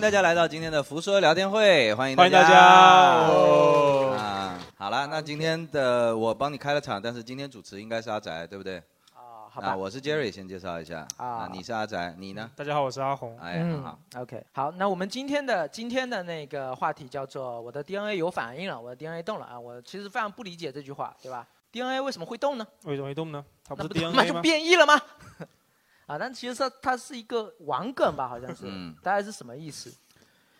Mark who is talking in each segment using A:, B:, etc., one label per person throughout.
A: 大家来到今天的福说聊天会，欢迎
B: 欢迎大家哦
A: 啊，好了，那今天的我帮你开了场，但是今天主持应该是阿宅，对不对？啊，
C: 好吧
A: 我是 Jerry，先介绍一下啊，你是阿宅，你呢？
B: 大家好，我是阿红。
A: 哎，很好。
C: OK，好，那我们今天的今天的那个话题叫做“我的 DNA 有反应了，我的 DNA 动了”啊，我其实非常不理解这句话，对吧？DNA 为什么会动呢？
B: 为什么会动呢？它不
C: 那
B: 是
C: 不他妈
B: DNA
C: 就
B: 吗？
C: 变异了吗？ 啊，但其实它它是一个网梗吧，好像是，
A: 嗯
C: 大概是什么意思？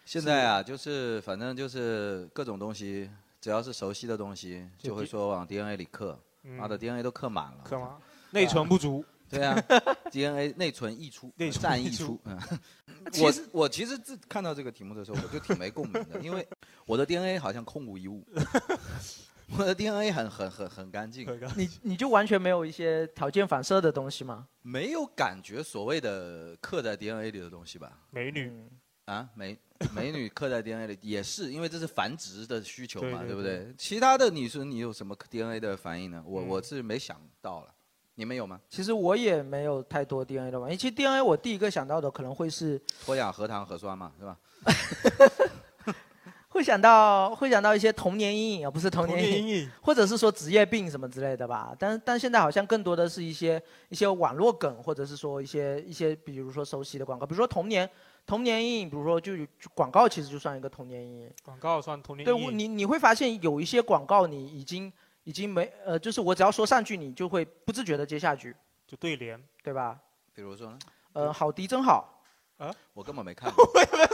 A: 现在啊，就是反正就是各种东西，只要是熟悉的东西，
B: 就
A: 就会说往 DNA 里刻，
B: 嗯
A: 妈的 DNA 都刻满了。
B: 干嘛？内存不足。
A: 对啊，DNA 内存溢出，
B: 内存
A: 占
B: 溢
A: 溢出
B: 出。
A: 嗯，
C: 其
A: 我
C: 实
A: 我其实自看到这个题目的时候，我就挺没共鸣的，因为我的 DNA 好像空无 一物，我的 DNA 很很很很干净，
C: 你你就完全没有一些条件反射的东西吗？
A: 没有感觉所谓的刻在 DNA 里的东西吧？
B: 美女，
A: 啊，美美女刻在 DNA 里也是，因为这是繁殖的需求嘛，
B: 对对
A: 不
B: 对
A: 对？其他的你说你有什么 DNA 的反应呢？我、
B: 嗯
A: 我是没想到了，你们有吗？
C: 其实我也没有太多 DNA 的反应，其实 DNA 我第一个想到的可能会是
A: 脱氧核糖核酸嘛，是吧？
C: 会想到会想到一些童年阴影啊，不是童
B: 童
C: 年
B: 年
C: 阴
B: 阴
C: 影，
B: 影。
C: 或者是说职业病什么之类的吧。但但现在好像更多的是一些一些网络梗，或者是说一些一些比如说熟悉的广告，比如说童年童年阴影，比如说就有就广告其实就算一个童年阴影。
B: 广告算童年
C: 对，
B: 阴
C: 我
B: 影。
C: 你你会发现有一些广告你已经已经没呃，就是我只要说上句，你就会不自觉的接下句，
B: 就对联。
C: 对吧？
A: 比如说呢，
C: 呃，好迪真好，
B: 啊
A: 我根本没看过，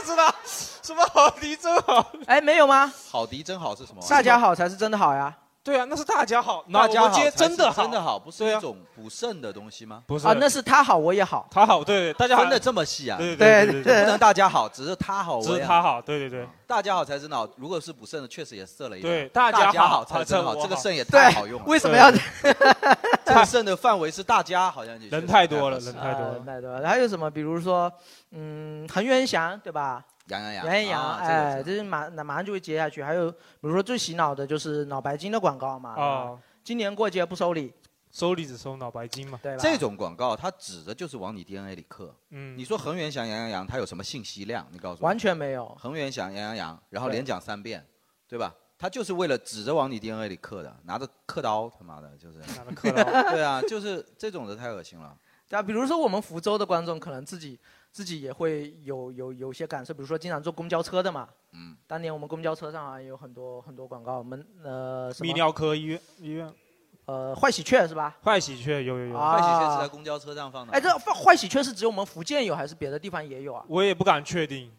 B: 知道什么好迪真好？
C: 哎，没有吗？
A: 好迪真好是什么玩意儿？
C: 大家好才是真的好呀。
B: 对啊，那是大家好，
A: 大家
B: 那我
A: 好
B: 们接
A: 才
B: 真的
A: 是真的
B: 好，
A: 好，不是
B: 对啊
A: 一种补肾的东西吗？
B: 不是
C: 啊，那是他好我也好。
B: 他好，对对，大家好
A: 分的，这么细啊？
B: 对
C: 对
B: 对
A: 不
B: 对，
A: 能大家好，只是他好，啊
B: 只
A: 我
B: 是
A: 也
B: 他，好，对对对
A: 大家好才是脑。如果是补肾的，确实也射了一
B: 对，
A: 针。
B: 大
A: 家
B: 好
A: 才是
B: 真
A: 真好，这个肾也
C: 对
A: 太好用，了。
C: 为什么要？
A: 这个肾的范围是大家，好像也确实
B: 人太多了
A: 不太合适
B: 人太多了
C: 啊太多了。还有什么？比如说，嗯，恒源祥，对吧？
A: 杨洋洋，
C: 杨艳阳，
A: 啊
C: 哎，
A: 这个
C: 这是马那马上就会接下去。还有，比如说最洗脑的就是脑白金的广告嘛，
B: 啊，
C: 今年过节不收礼，
B: 收礼只收脑白金嘛，
C: 对吧？
A: 这种广告，它指的就是往你 DNA 里刻。
B: 嗯，
A: 你说恒源祥、杨洋洋，它有什么信息量？你告诉我
C: 完。全没有。
A: 恒源祥、杨洋洋，然后
C: 对
A: 连讲三遍，对吧？他就是为了指着往你 DNA 里刻的，拿着刻刀，他妈的，就是。
B: 哪个克劳？
A: 对啊，就是这种的太恶心了。
C: 对啊，比如说我们福州的观众可能自己自己也会有有有些感受，比如说经常坐公交车的嘛，
A: 嗯，
C: 当年我们公交车上好啊像有很多很多广告，我们呃什
B: 泌
C: 么
B: 尿科医院医院，
C: 呃坏喜鹊是吧？
B: 坏喜鹊有有有，
C: 啊
A: 坏喜鹊是在公交车上放的。
C: 哎，这坏坏喜鹊是只有我们福建有还是别的地方也有啊？
B: 我也不敢确定，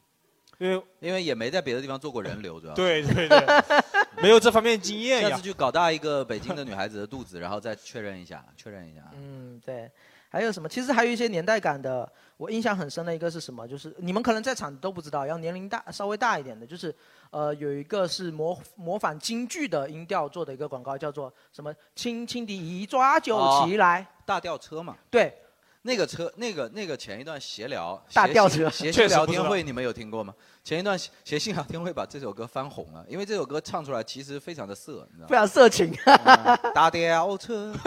B: 因为
A: 因为也没在别的地方做过人流，主要。。
B: 对对对， 没有这方面经验
A: 下
B: 呀
A: 次。去搞大一个北京的女孩子的肚子，然后再确认一下，确认一下。
C: 嗯，对。还有什么？其实还有一些年代感的，我印象很深的一个是什么？就是你们可能在场都不知道，要年龄大稍微大一点的，就是呃有一个是模模仿京剧的音调做的一个广告，叫做什么“轻轻的一抓就
A: 哦
C: 起来”
A: 大吊车嘛，
C: 对，
A: 那个车，那个那个前一段闲聊
C: 大吊
A: 谐
C: 车
A: 谐
B: 确
A: 星
B: 实
A: 聊
B: 不知
A: 天
B: 道
A: 会，你们有听过吗？前一段谐谐星聊天会把这首歌翻红了，因为这首歌唱出来其实非常的色，你知道
C: 非常色情。
A: 吗？嗯大吊车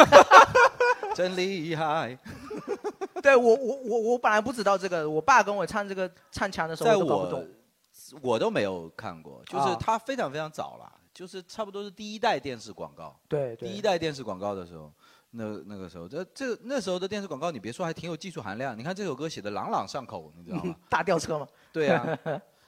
A: 真厉害，
C: 对我我我我本来不知道这个，我爸跟我唱这个唱腔的时候，
A: 在
C: 我都搞不
A: 我
C: 懂。
A: 我都没有看过，就是
C: 啊
A: 它非常非常早了，就是差不多是第一代电视广告。
C: 对
A: 第一
C: 对
A: 代电视广告的时候，那那个时候，这这那时候的电视广告，你别说还挺有技术含量。你看这首歌写的朗朗上口，你知道 吗？
C: 大吊车嘛，
A: 对 啊，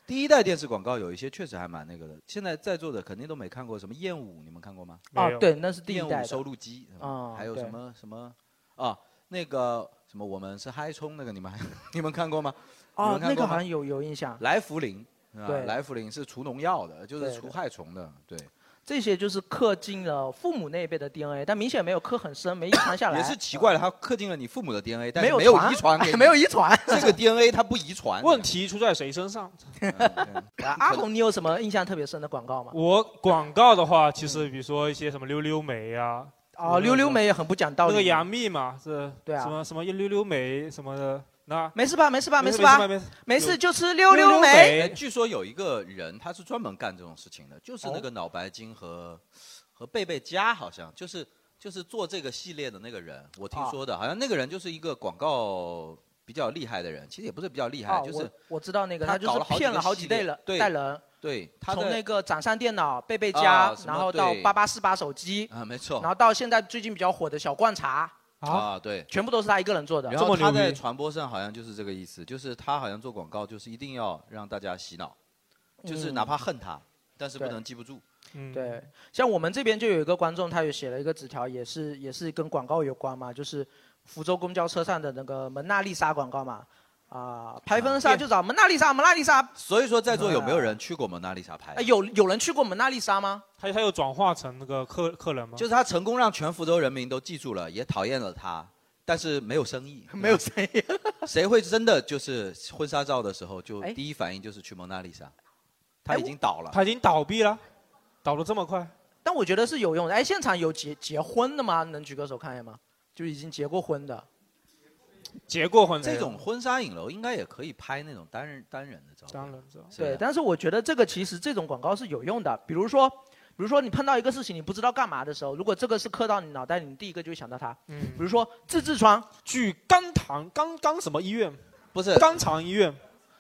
A: 第一代电视广告有一些确实还蛮那个的。现在在座的肯定都没看过什么燕舞，你们看过吗？
B: 没
C: 啊
B: 有，
C: 对，那是第一
A: 燕
C: 代
A: 舞
C: 的
A: 收录机
C: 啊
A: 还有
C: 对
A: 什么什么啊？那个什么，我们是嗨冲那个，你们还 你们看过吗？你
C: 哦
A: 们，看
C: 那个
A: 过吗
C: 好像有有印象。
A: 来福林。是吧
C: 对
A: 来福林是除农药的，就
C: 对
A: 是
C: 对
A: 除害虫的。对，
C: 这些就是刻进了父母那一辈的 DNA，但明显没有刻很深，没遗传下来。呃
A: 也是奇怪了，它刻进了你父母的 DNA，但
C: 没
A: 是
C: 有
A: 没有
C: 传
A: 遗传给 你，
C: 没有遗传。
A: 这个 DNA 它不遗传。
B: 问题出在谁身上？
A: 嗯对
C: 阿红，你有什么印象特别深的广告吗？
B: 我广告的话，其实比如说一些什么溜溜梅啊，
C: 哦，溜溜梅也很不讲道
B: 那
C: 理。
B: 个杨幂嘛，是
C: 对啊
B: 什么什么溜溜梅什么的，那
C: 没事吧？没事吧？
B: 没
C: 事
B: 事
C: 吧？
B: 没事
C: 没事
B: 有
C: 就吃溜
B: 溜
C: 溜
B: 溜
C: 梅。
A: 哎，
B: 梅，
A: 据说有一个人，他是专门干这种事情的，就是
C: 哦
A: 那个脑白金和、和贝贝佳，好像
C: 哦
A: 就是就是做这个系列的那个人，我听说的，好像那个人就是一个广告比较厉害的人，其实也不是比较厉害，
C: 哦
A: 就是
C: 我我知道那个
A: 他
C: 他就是
A: 搞了好几
C: 骗了
A: 个
C: 好
A: 系
C: 几
A: 列
C: 代人
A: 对
C: 代人，
A: 对他
C: 从
A: 的
C: 那个掌上电脑、贝贝
A: 啊
C: 佳，
A: 什么
C: 然后到
A: 对
C: 八八四八手机，
A: 啊，没错
C: 然后到现在最近比较火的小罐茶，
A: 啊，对，
C: 全部都是他一个人做的。
A: 然后他在传播上好像就是这个意思，就是他好像做广告就是一定要让大家洗脑，就是
C: 嗯
A: 哪怕恨他，但是不
C: 对
A: 能记不住。
C: 对，像我们这边就有一个观众，他也写了一个纸条，也是也是跟广告有关嘛，就是福州公交车上的那个蒙娜丽莎广告嘛，啊、拍婚纱就找蒙娜丽莎，蒙娜丽莎。
A: 所以说，在座有没有人去过蒙娜丽莎拍
C: 哎，？有有人去过蒙娜丽莎吗？
B: 他他有转化成那个客客人吗？
A: 就是他成功让全福州人民都记住了，也讨厌了他，但是没有 生意，
C: 没有生意。
A: 谁会真的就是婚纱照的时候
C: 哎
A: 就第一反应就是去蒙娜丽莎？他已经倒了，
B: 哎他已经倒闭了，倒的这么快。
C: 但我觉得是有用的。哎，现场有结结婚的吗？能举个手看一下吗？就已经结过婚的。
B: 结过婚哎
C: 的
A: 这种婚纱影楼应该也可以拍那种单人单人的照片。
B: 单人照
C: 对，但是我觉得这个其实这种广告是有用的。比如说，比如说你碰到一个事情你不知道干嘛的时候，如果这个是刻到你脑袋里，你第一个就会想到它。
B: 嗯
C: 比如说自痔疮，
B: 去肛肠肛肛什么医院？
A: 不是
B: 肛肠医院，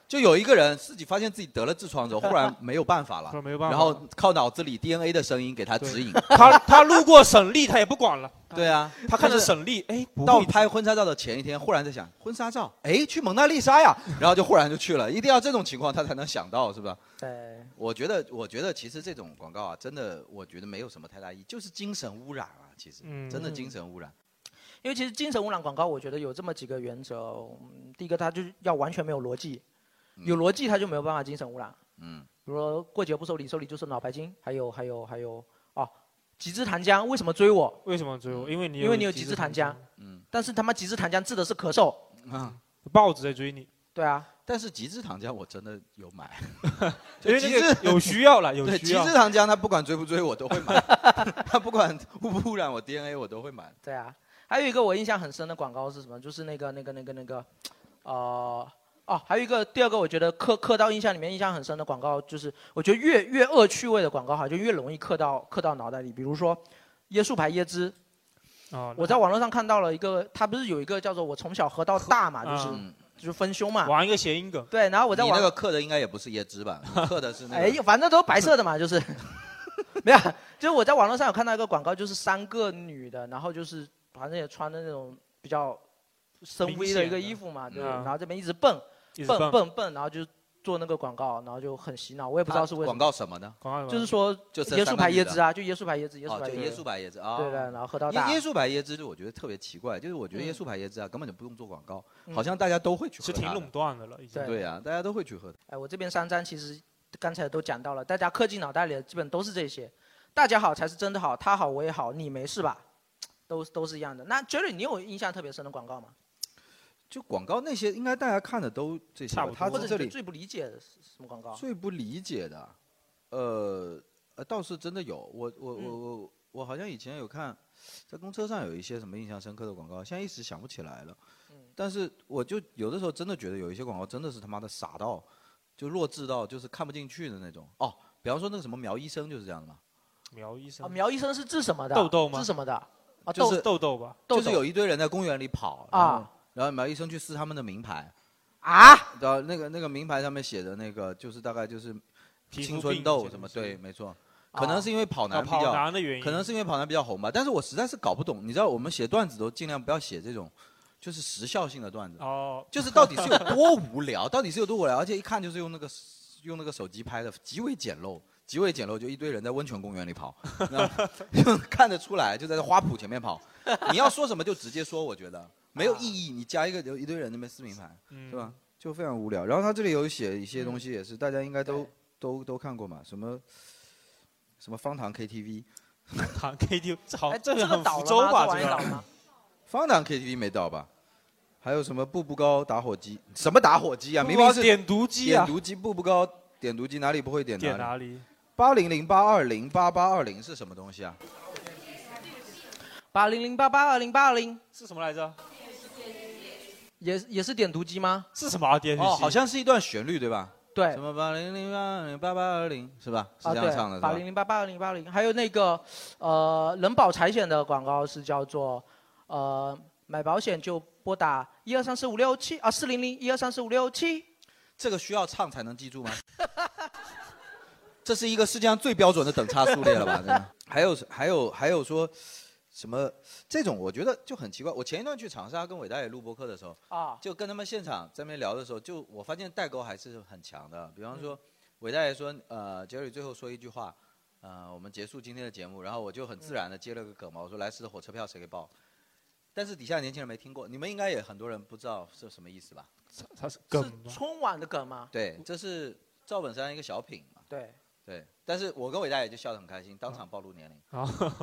A: 就有一个人自己发现自己得了 痔疮之后，忽然没有办法了，
B: 没有办法
A: 然后靠脑子里 DNA 的声音给他指引。
B: 他他路过省立，他也不管了。
A: 对啊，
B: 他看着省力，哎，
A: 到拍婚纱照的前一天，忽然在想婚纱照，哎，去蒙娜丽莎呀，然后就忽然就去了，一定要这种情况他才能想到，是吧？
C: 对，
A: 我觉得，我觉得其实这种广告啊，真的，我觉得没有什么太大意义，就是精神污染啊，其实，
C: 嗯
A: 真的精神污染。
C: 因为其实精神污染广告，我觉得有这么几个原则。嗯第一个，它就是要完全没有逻辑，有逻辑它就没有办法精神污染。
A: 嗯，
C: 比如说过节不收礼，收礼就是脑白金，还有还有还有哦，极致糖浆为什么追我？嗯
B: 为什么追我？因为你
C: 因为你有极致
B: 致
C: 糖
B: 糖
C: 浆，
A: 嗯，
C: 但是他妈极致糖浆治的是咳嗽，
A: 啊，
B: 豹子在追你。
C: 对啊。
A: 但是极致糖浆我真的有 买，
B: 因为
A: 极
B: 那个
A: 致
B: 有需要了有
A: 对
B: 需要
A: 极致糖浆，它不管追不追我都会 买，它不管污不污染我 DNA 我都会买。
C: 对啊，还有一个我印象很深的广告是什么？就是那个那个那个那个，呃，哦，还有一个第二个我觉得刻刻到印象里面印象很深的广告，就是我觉得越越恶趣味的广告哈，就越容易刻到刻到脑袋里。比如说椰树牌椰汁，
B: 哦，
C: 我在网络上看到了一个，它不是有一个叫做“我从小喝到大”嘛，就是、
A: 嗯
C: 就是丰胸嘛。
B: 玩一个谐音梗。
C: 对，然后我在
A: 你
C: 网
A: 那个刻的应该也不是椰 汁吧？你刻的是那
C: 哎
A: 个。，
C: 反正都白色的嘛，就是， 没有，就是我在网络上有看到一个广告，就是三个女的，然后就是反正也穿的那种比较深 V 的一个衣服嘛，
A: 明
C: 对，
A: 显的嗯
C: 然后这边一直蹦，
B: 一直
C: 蹦
B: 蹦
C: 蹦蹦，然后就做那个广告，然后就很洗脑，我也不知道是为什
A: 广
C: 么。
A: 告什么呢？
B: 广告
C: 就是说
A: 就这
C: 椰
A: 三
C: 树
A: 个
C: 牌
A: 女
C: 椰
A: 的
C: 汁啊，就椰树牌椰汁，椰树
A: 哦，
C: 牌
A: 就椰树
C: 汁。
A: 白椰汁啊，
C: 对对然后喝到
A: 椰
C: 大
A: 椰树白椰汁，我觉得特别奇怪，就是我觉得椰树白椰汁啊，根本就不用做广告，
C: 嗯
A: 好像大家都会去喝
B: 是挺
A: 它的
B: 垄断的了，已经。
A: 对啊，大家都会去喝的。
C: 哎，我这边三张其实刚才都讲到了，大家刻进脑袋里的基本都是这些。大家好才是真的好，他好我也好，你没事吧？都都是一样的。那 Jerry，你有印象特别深的广告吗？
A: 就广告那些，应该大家看的都这些吧。他
C: 或
A: 在
C: 者
A: 这
C: 你
A: 里
C: 最不理解的是什么广告？
A: 最不理解的，呃，呃倒是真的有，我我
C: 嗯
A: 我我我好像以前有看，在公车上有一些什么印象深刻的广告，现在一时想不起来了。
C: 嗯
A: 但是我就有的时候真的觉得有一些广告真的是他妈的傻到，就弱智到就是看不进去的那种。哦，比方说那个什么苗医生就是这样的嘛，
B: 苗医生
C: 啊，苗医生是治什么的？
B: 痘痘吗
C: 治什么的？啊，
A: 就
C: 痘
A: 是
B: 痘痘吧，
C: 豆
A: 就是有一堆人在公园里跑
C: 啊，
A: 然后然后苗医生去撕他们的名牌，
C: 啊，
A: 然后那个那个名牌上面写的那个就是大概就是
B: 皮肤
A: 青
B: 病
A: 春
B: 这
A: 痘
B: 种
A: 什么，
B: 是
A: 对，没错，可能是因为跑
B: 啊
A: 男比
B: 跑
A: 较，
B: 男的原因。
A: 可能是因为跑男比较红吧，但是我实在是搞不懂，你知道我们写段子都尽量不要写这种就是时效性的段子，
B: 哦，
A: 就是到底是有多无聊， 到底是有多无聊，而且一看就是用那个用那个手机拍的，极为简陋，极为简陋，就一堆人在温泉公园里跑， 然后就看得出来就在花圃前面跑，你要说什么就直接说，我觉得没有意义，你加一个有一堆人那边撕名牌，
B: 嗯
A: 是吧？就非常无聊。然后他这里有写一些东西，也是大家应该都都都看过嘛，什么什么方糖 KTV。
B: 谈 KTV，这好，
C: 哎，这
B: 个
C: 个
B: 很
C: 倒
B: 福
C: 了
B: 州
C: 吗？
B: 吧？
C: 这玩意
B: 这
C: 倒
B: 个
C: 了 吗？
A: 方糖 KTV 没到吧？还有什么步步高打火机？什么打火机啊？
B: 不
A: 明明是
B: 点读机
A: 点
B: 啊，
A: 读机，步步高点读机哪里不会点
B: 点
A: 哪里？
B: 哪里？
A: 八零零八二零八八二零是什么东西啊？
C: 八零零八八二零八二零，
B: 是什么来着？
C: 也也是点读机吗？
B: 是什么啊？点读机？
A: 哦，好像是一段旋律对吧？
C: 对
A: 什，么八零零八零八八二零是吧？是
C: 啊
A: 这样唱
C: 对，
A: 的是
C: 八
A: 吧
C: 零？零八八二零八零，还有那个呃人保财险的广告是叫做呃买保险就拨打一二三四五六七啊，四零零一二三四五六七。
A: 这个需要唱才能记住吗？这是一个世界上最标准的等差数列了吧？真的。还有还有还有说什么这种，我觉得就很奇怪。我前一段去长沙跟伟大爷录播客的时候，
C: 啊，
A: 就跟他们现场在那边聊的时候，就我发现代沟还是很强的。比方说，伟大爷说，呃，杰瑞最后说一句话，呃，我们结束今天的节目，然后我就很自然的接了个梗嘛，我说来时的火车票谁给报？但是底下年轻人没听过，你们应该也很多人不知道是什么意思吧？
B: 他是
C: 梗是春晚的梗吗？
A: 对，这是赵本山一个小品嘛。
C: 对，
A: 对，但是我跟伟大哎爷就笑得很开心，当场暴露年龄。
B: 啊，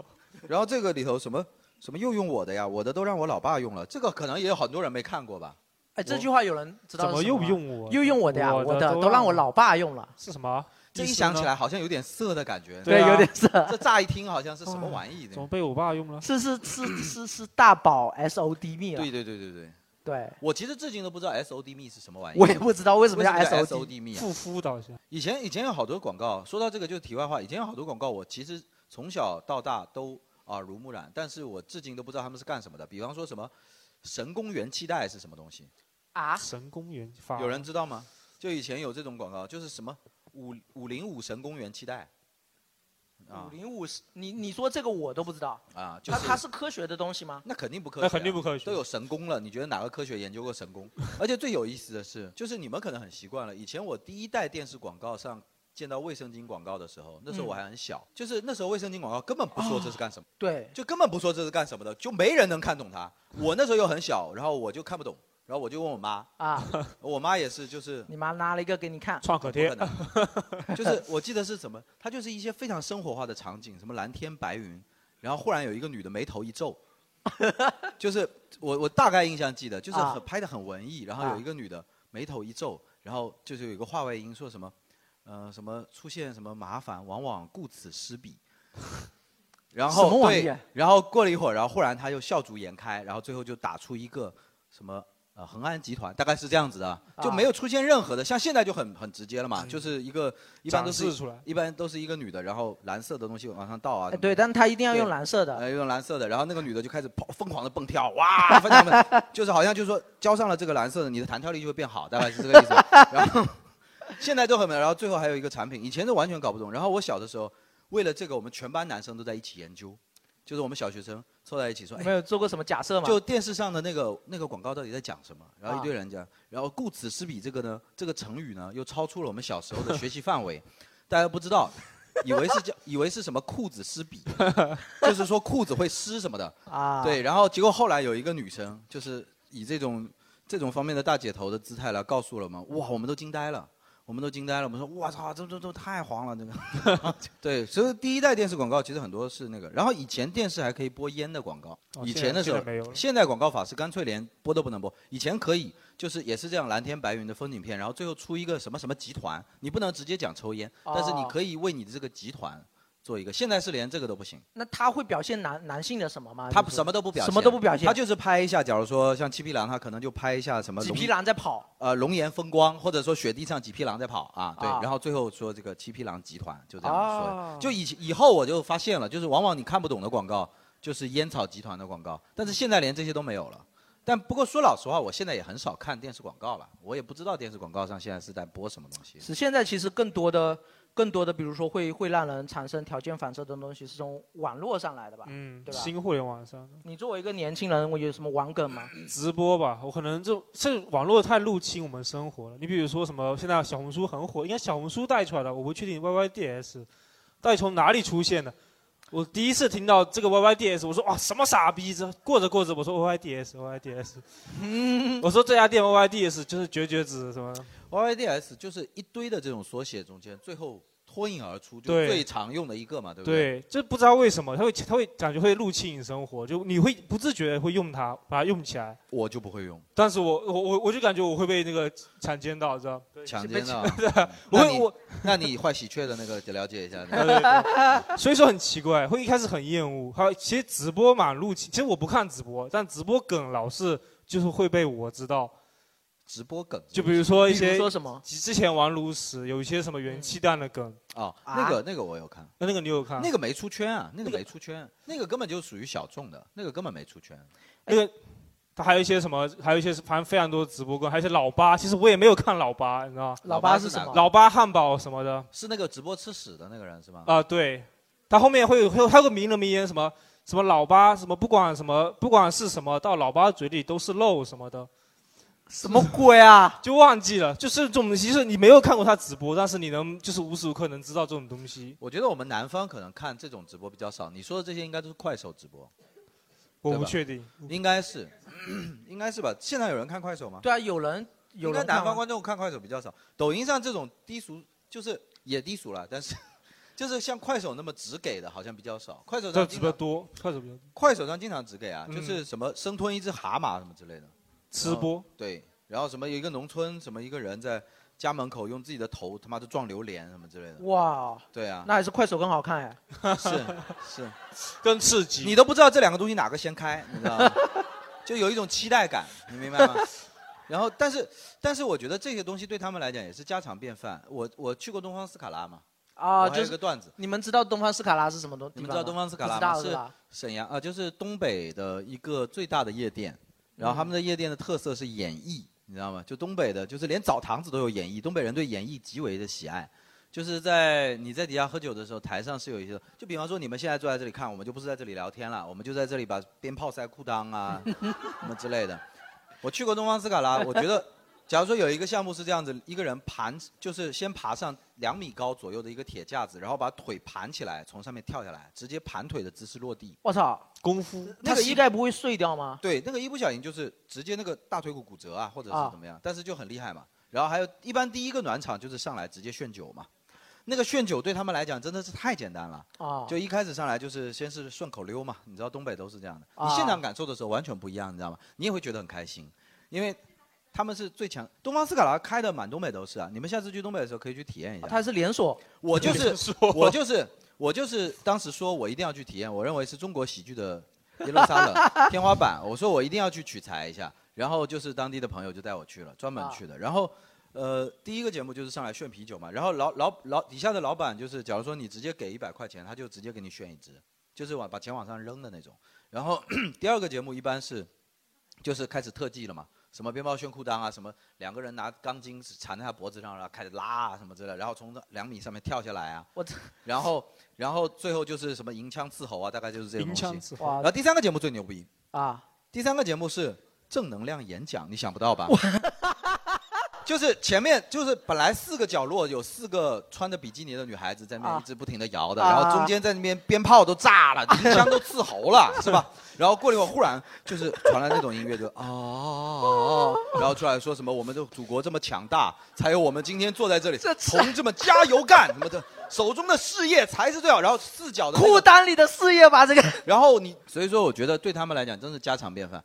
A: 然后这个里头什么什么又用我的呀，我的都让我老爸用了，这个可能也有很多人没看过吧？
C: 哎，这句话有人知道
B: 怎
C: 是
B: 么
C: 什
B: 又
C: 吗
B: 用我？
C: 又用我的呀？我的都让我老爸用了。
B: 是什么？
A: 这
B: 意
A: 一
B: 思
A: 想
B: 呢
A: 起来好像有点色的感觉。
B: 对啊
C: 有点是，
A: 这乍一听好像是什么玩意
B: 怎么
A: 呢？
B: 被我爸用了？
C: 是是是是是大宝 S O D 蜜了
A: 对。对对对对，
C: 对，
A: 我其实至今都不知道 S O D 蜜是什么玩意。
C: 哎我也不知道为
A: 为
C: 什么叫 S O
A: S
C: D。
A: D 蜜啊
B: 负？夫导向，
A: 以前以前有好多广告，说到这个就是题外话。以前有好多广告，我其实从小到大都啊耳濡目染，但是我至今都不知道他们是干什么的。比方说什么神功元气袋是什么东西？
C: 啊，
B: 神公园发
A: 有人知道吗？就以前有这种广告，就是什么五五零五神公园期待，啊
C: 五零五是，你你说这个我都不知道，
A: 啊，就
C: 它
A: 是
C: 它是科学的东西吗？
A: 那肯定不科学、啊
B: 那肯定不科学，
A: 都有神功了。你觉得哪个科学研究过神功？ 而且最有意思的是，就是你们可能很习惯了，以前我第一代电视广告上。见到卫生巾广告的时候，那
B: 嗯
A: 时候我还很小，就是那时候卫生巾广告根本不说这是干什么，
C: 对，
A: 就根本不说这是干什么的，就没人能看懂它。我那时候又很小，然后我就看不懂，然后我就问我妈，
C: 啊，
A: 我妈也是，就是
C: 你妈拿了一个给你看，
B: 创可贴，
A: 不可 能就是我记得是怎么，它就是一些非常生活化的场景，什么蓝天白云，然后忽然有一个女的眉头一 皱，就是我我大概印象记得，就是
C: 啊
A: 很、拍的很文艺，然后
C: 啊
A: 有一个女的眉头一皱，然后就是有一个话外音说什么，呃，什么出现什么麻烦，往往顾此 失彼。然
C: 什么
A: 后
C: 玩意
A: 对
C: 儿，
A: 然后过了一会儿，然后忽然她又笑逐颜开，然后最后就打出一个什么呃恒安集团，大概是这样子
B: 啊
A: 的，就没有出现任何的，像现在就很很直接了嘛，就是一个一般都
B: 嗯展
A: 是
B: 示出来，
A: 一般都是一个女的，然后蓝色的东西往上倒啊，
C: 哎对，但它一定要
A: 对
C: 用蓝色的，
A: 呃用蓝色的，然后那个女的就开始跑疯狂的蹦跳，哇，非常的， 就是好像就是说交上了这个蓝色的，你的弹跳力就会变好，大概是这个意思。 然后现在都很美，然后最后还有一个产品，以前都完全搞不懂。然后我小的时候，为了这个，我们全班男生都在一起研究，就是我们小学生凑在一起说，哎
C: 没。有做过什么假设吗？
A: 就电视上的那个那个广告到底在讲什么？然后一堆人讲，然后顾此失彼这个呢，这个成语呢又超出了我们小时候的学习范围， 大家不知道，以为是叫以为是什么裤子湿笔， 就是说裤子会湿什么的。
C: 啊，
A: 对，然后结果后来有一个女生，就是以这种这种方面的大姐头的姿态来告诉了我们，哇，我们都惊呆了。我们都惊呆了，我们说：“我操，这这这太黄了！”这个， 对，所以第一代电视广告其实很多是那个，然后以前电视还可以播烟的广告，
B: 哦
A: 以
B: 现在
A: 前的时候
B: 现在没有了
A: 现在广告法是干脆连播都不能播，以前可以，就是也是这样蓝天白云的风景片，然后最后出一个什么什么集团，你不能直接讲抽烟，但是你
C: 哦
A: 可以为你的这个集团做一个。现在是连这个都不行，
C: 那它会表现男男性的什么吗？
A: 他
C: 就是
A: 什么都不表现，
C: 什么都不表现
A: 他就是拍一下，假如说像七匹狼，他可能就拍一下什么
C: 几
A: 龙
C: 匹狼在啊跑，
A: 呃龙岩风光，或者说雪地上几匹狼在跑啊，对，
C: 啊
A: 然后最后说这个七匹狼集团就这样子说的。
C: 哦
A: 就以以后我就发现了，就是往往你看不懂的广告就是烟草集团的广告，但是现在连这些都没有了。但不过说老实话，我现在也很少看电视广告了，我也不知道电视广告上现在是在播什么东西。
C: 是现在其实更多的更多的，比如说会会让人产生条件反射的东西，是从网络上来的吧？
B: 嗯，
C: 对吧
B: 新互联网上
C: 你作为一个年轻人，我有什么网梗吗？
B: 直播吧，我可能就这网络太入侵我们生活了。你比如说什么，现在小红书很火，应该小红书带出来的，我不确定 YYDS 到底从哪里出现的。我第一次听到这个 YYDS，我说哇什么傻逼！这过着过着，我说 YYDS，YYDS，我 说这家店 YYDS 就是绝绝子什么
A: YYDS 就是一堆的这种缩写中间，最后脱颖而出，就
B: 对
A: 最常用的一个嘛，对不
B: 对，
A: 对？
B: 就不知道为什么，他会他会感觉会入侵你生活，就你会不自觉地会用它，把它用起来。
A: 我就不会用
B: 但是我我我我就感觉我会被那个强奸到，知道？
A: 强
C: 被
A: 奸的啊。
B: 我
A: 那
B: 会
A: 你
B: 我
A: 那你换喜鹊的那个了解一下。
B: 对对对，所以说很奇怪，会一开始很厌恶。还有，其实直播嘛，入侵，其实我不看直播，但直播梗老是就是会被我知道。
A: 直播梗
B: 就比如说
C: 比
B: 一
C: 如
B: 些
C: 说什么？
B: 之前玩炉石有一些什么元气弹的梗，
A: 哦，
C: 啊
A: 那个那个我有看，
B: 那那个你有看？
A: 那个没出圈啊，那个没出圈，那个根本就属于小众的，那个根本没出圈。
B: 那个他还有一些什么，还有一些是反正非常多的直播跟，还有一些老八，其实我也没有看老八，你知道吗？
A: 老八是什么
B: 老八汉堡什么的
A: 是那个直播吃屎的那个人是吗？
B: 啊、对，他后面会有会有还有个名人名言什么什么老八什么不管什么不管是什么到老八嘴里都是肉什么的，
C: 什么鬼啊？
B: 就忘记了，就是这种其实你没有看过他直播，但是你能就是无时无刻能知道这种东西。
A: 我觉得我们南方可能看这种直播比较少，你说的这些应该都是快手直播。
B: 我
A: 对
B: 不
A: 吧
B: 确定，
A: 应该是， 应该是吧？现在有人看快手吗？
C: 对啊，有人有人
A: 应该
C: 看
A: 南
C: 啊吗
A: 方观众看快手比较少，抖音上这种低俗就是也低俗了，但是 就是像快手那么只给的，好像比较少。快手
B: 这
A: 上
B: 直
A: 经
B: 播
A: 常
B: 多，快手比较多
A: 快手上经常只给啊，
B: 嗯
A: 就是什么生吞一只蛤蟆什么之类的，
B: 吃播。
A: 对，然后什么有一个农村什么一个人在家门口用自己的头他妈的撞榴莲什么之类的，
C: 哇，哦
A: 对啊，
C: 那还是快手更好看哎。
A: 是是
B: 更刺激。
A: 你都不知道这两个东西哪个先开，你知道吗？ 就有一种期待感，你明白吗？ 然后，但是，但是我觉得这些东西对他们来讲也是家常便饭。我我去过东方斯卡拉嘛，
C: 啊，
A: 我还
C: 就
A: 有一个
C: 是
A: 段子，
C: 你们知道东方斯卡拉是什么东？
A: 你们知道
C: 地
A: 东
C: 方吗
A: 方斯卡
C: 不
A: 拉
C: 知道
A: 吗？
C: 是
A: 是
C: 吧？
A: 沈阳啊，就是东北的一个最大的夜店。然
C: 嗯
A: 后他们的夜店的特色是演艺，你知道吗？就东北的，就是连澡堂子都有演艺，东北人对演艺极为的喜爱。就是在你在底下喝酒的时候，台上是有一些，就比方说你们现在坐在这里看，我们就不是在这里聊天了，我们就在这里把鞭炮塞裤裆啊什么之类的。我去过东方斯卡拉，我觉得，假如说有一个项目是这样子，一个人盘，就是先爬上两米高左右的一个铁架子，然后把腿盘起来，从上面跳下来，直接盘腿的姿势落地。
C: 我操，
B: 功夫
A: 那
C: 他
A: 个
C: 膝
A: 一
C: 盖不会碎掉吗？
A: 对，那个一不小心就是直接那个大腿骨骨折啊，或者
C: 啊
A: 是怎么样，但是就很厉害嘛。然后还有一般第一个暖场就是上来直接炫酒嘛，那个炫酒对他们来讲真的是太简单了，
C: 啊，
A: 就一开始上来就是先是顺口溜嘛，你知道东北都是这样的，
C: 啊
A: 你现场感受的时候完全不一样，你知道吗？你也会觉得很开心，因为他们是最强，东方斯卡拉开的满东北都是啊，你们下次去东北的时候可以去体验一下。
C: 啊它是连锁
A: 我就
B: 你这么
A: 是
B: 说
A: 我就是我就是当时说我一定要去体验，我认为是中国喜剧的耶路撒冷天花板，我说我一定要去取材一下，然后就是当地的朋友就带我去了，专门去的，然后。呃，第一个节目就是上来炫啤酒嘛，然后老老老底下的老板就是，假如说你直接给一百块钱，他就直接给你炫一支，就是往把钱往上扔的那种。然后 第二个节目一般是，就是开始特技了嘛，什么鞭炮炫裤裆啊，什么两个人拿钢筋缠在他脖子上，然后开始拉啊什么之类，然后从那两米上面跳下来啊，
C: 我操
A: 然后然后最后就是什么银枪刺喉啊，大概就是这
B: 银
A: 种东
B: 枪
A: 西。
B: 自
C: 哇
A: 然后第三个节目最牛逼，
C: 啊，
A: 第三个节目是正能量演讲，你想 不到吧？就是前面就是本来四个角落有四个穿着比基尼的女孩子在那边
C: 啊
A: 一直不停的摇的，
C: 啊
A: 然后中间在那边鞭炮都炸了，银枪都刺喉了，是吧？然后过了一会儿，忽然就是传来那种音乐，就哦，然后出来说什么我们的祖国这么强大，才有我们今天坐在这里，
C: 这
A: 同志们加油干什么的，手中的事业才是最好。然后四角的那个
C: 裤裆里的事业吧，这个
A: 然后你，所以说我觉得对他们来讲真是家常便饭。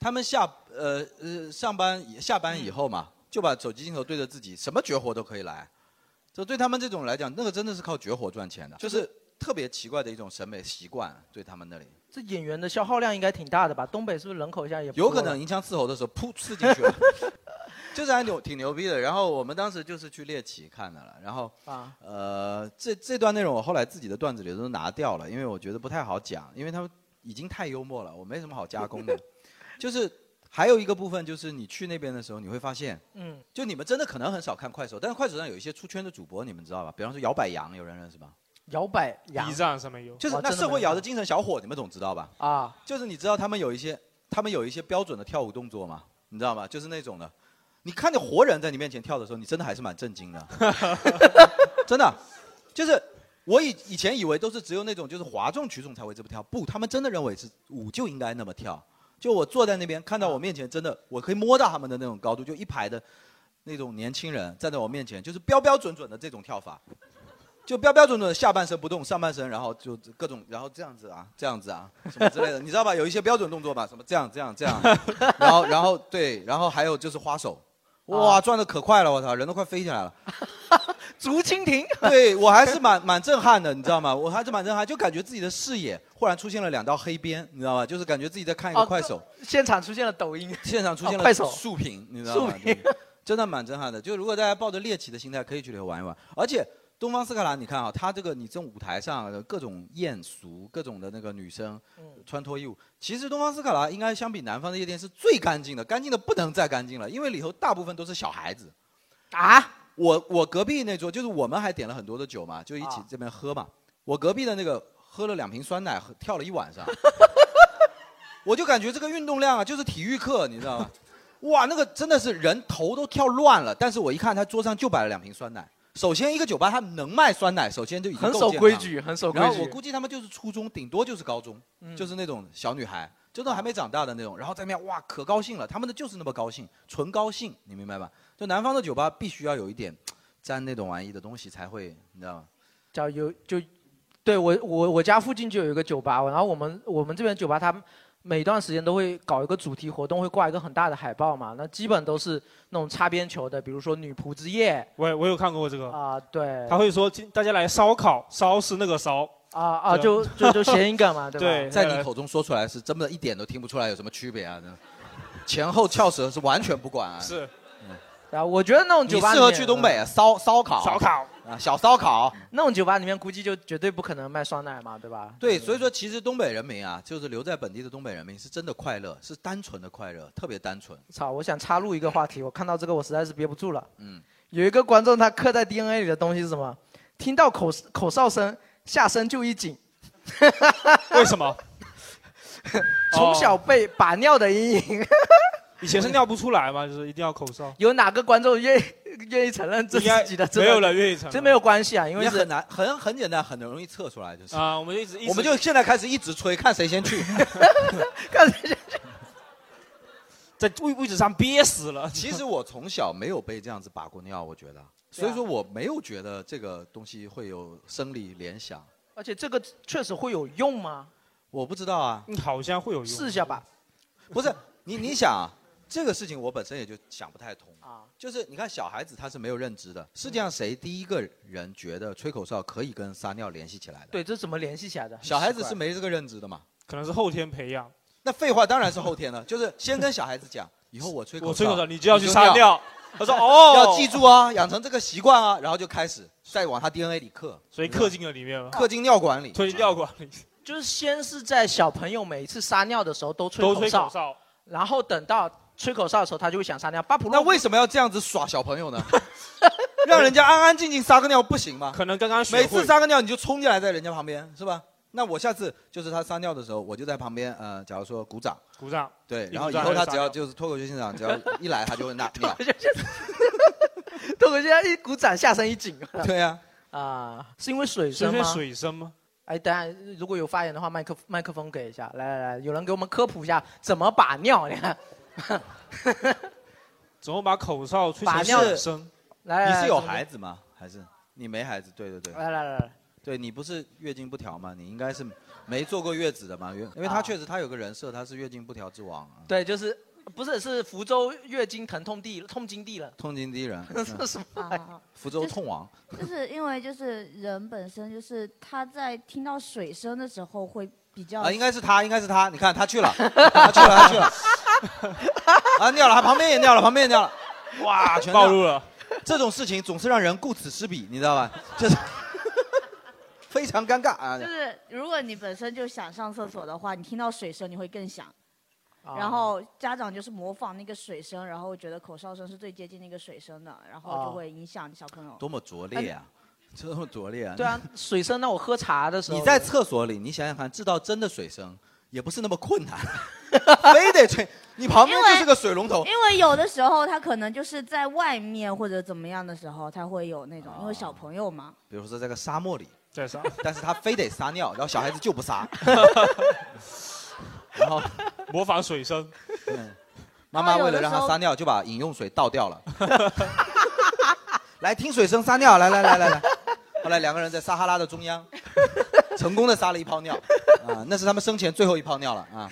A: 他们下呃呃上班以下班以后嘛，
C: 嗯
A: 就把手机镜头对着自己，什么绝活都可以来。就对他们这种来讲，那个真的是靠绝活赚钱的，就是特别奇怪的一种审美习惯，对他们那里
C: 这演员的消耗量应该挺大的吧？东北是不是人口现在也不
A: 有
C: 多
A: 可能
C: 了
A: 银枪刺喉的时候，噗刺进去了， 就是还牛挺牛逼的。然后我们当时就是去猎奇看的了，然后
C: 啊？
A: 呃，这这段内容我后来自己的段子里都拿掉了，因为我觉得不太好讲，因为他们已经太幽默了，我没什么好加工的。 就是还有一个部分就是你去那边的时候，你会发现，
C: 嗯，
A: 就你们真的可能很少看快手，但是快手上有一些出圈的主播，你们知道吧？比方说摇摆羊，有人认识吧？
C: 摇摆羊
B: B 站上面有，
A: 就是
C: 哇
A: 那
C: 真的
A: 社会
C: 没
A: 摇的
C: 看
A: 精神小伙，你们总知道吧？
C: 啊，
A: 就是你知道他们有一些，他们有一些标准的跳舞动作嘛，你知道吗？就是那种的，你看见活人在你面前跳的时候，你真的还是蛮震惊的， 真的，就是我以以前以为都是只有那种就是哗众取宠才会这么跳，不，他们真的认为是舞就应该那么跳。就我坐在那边，看到我面前真的，我可以摸到他们的那种高度，就一排的那种年轻人站在我面前，就是标标准准的这种跳法，就标标准准的下半身不动，上半身然后就各种，然后这样子啊，这样子啊，什么之类的， 你知道吧？有一些标准动作吧，什么这样这样这样，然后然后对，然后还有就是花手，哇，
C: 啊
A: 转的可快了，我操，人都快飞起来了。
C: 竹蜻蜓
A: 对我还是蛮蛮震撼的，你知道吗？我还是蛮震撼，就感觉自己的视野忽然出现了两道黑边，你知道吗？就是感觉自己在看一个
C: 哦
A: 快手。
C: 现场出现了抖音，
A: 现场出现
C: 哦
A: 了
C: 快手
A: 竖屏，你知道吗？
C: 竖屏
A: 对真的蛮震撼的。就如果大家抱着猎奇的心态，可以去里头玩一玩。而且东方斯卡拉，你看啊，他这个你这种舞台上的各种艳俗，各种的那个女生
C: 嗯
A: 穿脱衣舞，其实东方斯卡拉应该相比南方的夜店是最干净的，干净的不能再干净了，因为里头大部分都是小孩子。
C: 啊？
A: 我我隔壁那桌就是我们还点了很多的酒嘛，就一起这边喝嘛。我隔壁的那个喝了两瓶酸奶，喝跳了一晚上。 我就感觉这个运动量啊，就是体育课，你知道吗？哇，那个真的是人头都跳乱了。但是我一看他桌上就摆了两瓶酸奶。首先，一个酒吧它能卖酸奶，首先就已经
C: 很
A: 够
C: 守
A: 健
C: 规
A: 康了
C: 矩很守
A: 然
C: 规
A: 后我
C: 矩
A: 估计他们就是初中，顶多就是高中，
C: 嗯
A: 就是那种小女孩，就那种还没长大的那种。然后在那边哇，可高兴了，他们的就是那么高兴，纯高兴，你明白吧？就南方的酒吧必须要有一点沾那种玩意的东西才会，你知道吗？
C: 叫有就，对我我我家附近就有一个酒吧，然后我们我们这边酒吧它每段时间都会搞一个主题活动，会挂一个很大的海报嘛，那基本都是那种擦边球的，比如说女仆之夜
B: 我我有看过这个
C: 啊、对，
B: 他会说今大家来烧烤，烧是那个烧
C: 啊啊就就就谐音梗 嘛，对吧？
B: 对，啊
A: 在你口中说出来是真的，一点都听不出来有什么区别啊！真的前后翘舌是完全不管啊。
B: 是，
C: 啊，我觉得那种酒
A: 你
C: 吧
A: 适合
C: 里面嗯
A: 去东北啊，烧烧烤，
C: 烧烤
A: 啊，小烧烤。
C: 那种酒吧里面估计就绝对不可能卖酸奶嘛，对吧？
A: 对，所以说其实东北人民啊，就是留在本地的东北人民是真的快乐，是单纯的快乐，特别单纯。
C: 操，我想插入一个话题，我看到这个我实在是憋不住了。
A: 嗯，
C: 有一个观众他刻在 DNA 里的东西是什么？听到口口哨声，下身就一紧。
B: 为什么？
C: 从小被把尿的阴影，
B: 以前是尿不出来嘛， 就是一定要口哨。
C: 有哪个观众愿意愿意承认这
B: 应该
C: 自己的这个？
B: 没有人愿意承认
C: 这没有关系啊，因为
A: 也
C: 是
A: 很难，很很简单，很容易测出来就是。
B: 啊，我们就一直一直
A: 我们就现在开始一直吹，看谁先去。
B: 在位位置上憋死了。
A: 其实我从小没有被这样子把过尿，我觉得，所以说我没有觉得这个东西会有生理联想。
C: 而且这个确实会有用吗？
A: 我不知道啊，
B: 嗯好像会有用。
C: 试一下吧。
A: 不是你你想啊，这个事情我本身也就想不太通
C: 啊。嗯
A: 就是你看小孩子他是没有认知的，世界上谁第一个人觉得吹口哨可以跟撒尿联系起来的？
C: 对，这怎么联系起来的？
A: 小孩
C: 很
A: 子是
C: 奇怪
A: 没这个认知的嘛。
B: 可能是后天培养。
A: 那废话当然是后天了，就是先跟小孩子讲， 以后我吹口哨，
B: 我吹口哨你就要去撒 尿。他说哦，
A: 要记住啊，养成这个习惯啊，然后就开始再往他 DNA 里刻，
B: 所以
A: 你知道
B: 刻
A: 吗
B: 进了里面了，
A: 刻进尿管 里，
B: 推进尿管里，
C: 就是先是在小朋友每一次撒尿的时候都吹
B: 都
C: 口
B: 吹
C: 哨，
B: 口哨。
C: 然后等到吹口哨的时候，他就会想撒尿。巴甫
A: 那
C: 洛夫
A: 为什么要这样子耍小朋友 呢？让人家安安静静撒个尿不行吗？
B: 可能刚刚学
A: 每
B: 会
A: 次撒个尿你就冲进来在人家旁边是吧？那我下次就是他撒尿的时候，我就在旁边，呃，假如说鼓掌，
B: 鼓掌。
A: 对，
B: 一
A: 然后
B: 鼓
A: 以
B: 掌
A: 后他
B: 就撒
A: 只要
B: 尿
A: 就是脱口秀现场，只要一来他就 会拿尿，
C: 脱口秀一鼓掌，下身一紧
A: 对呀、
C: 啊，是因为水
B: 是
C: 声
B: 因为
C: 吗？
B: 水声吗？
C: 哎，等下如果有发言的话，麦克麦克风给一下，来来来，有人给我们科普一下怎么把尿，你看，
B: 怎么把口哨吹
C: 把
B: 成
C: 尿
B: 水声？
C: 来来
A: 你是有孩，子吗？还是你没孩子？对对对，
C: 来来来来，
A: 对你不是月经不调吗？你应该是没坐过月子的嘛，因为因为
C: 啊
A: 他确实他有个人设，他是月经不调之王，啊
C: 对，就是不是是福州月经疼痛地痛经地了，
A: 痛经第一 人，
C: 这
A: 嗯
C: 是什么？
D: 啊，
A: 福州痛王。
D: 就是因为就是人本身就是他在听到水声的时候会比较
A: 啊，应该是他，应该是他。你看他 去了，他去了，他去了。啊，尿了， 他旁边也尿了，旁边也尿了。哇，啊全
B: 暴
A: 尿
B: 露了。
A: 这种事情总是让人顾此失彼，你知道吧？就是 非常尴尬啊
D: 就。是如果你本身就想上厕所的话，你听到水声你会更想。
C: 啊
D: 然后家长就是模仿那个水声，然后觉得口哨声是最接近那个水声的，然后
C: 哦
D: 就会影响小朋友。
A: 多么拙劣啊！多么拙劣啊！
C: 对啊，水声，那我喝茶的时候，
A: 你在厕所里，你想想看，制造真的水声也不是那么困难，非得吹。你旁边就是个水龙头，
D: 因为有的时候他可能就是在外面或者怎么样的时候，他会有那种，因为小朋友嘛，
A: 比如说在个沙漠里，
B: 再上，
A: 但是他非得撒尿，然后小孩子就 不撒，然后
B: 模仿水声，
A: 嗯妈妈为了让他撒尿，就把饮用水倒掉了。来听水声撒尿，来来来来来。后来两个人在撒哈拉的中 央，成功的撒了一泡尿，啊，那是他们生前最后一泡尿了啊。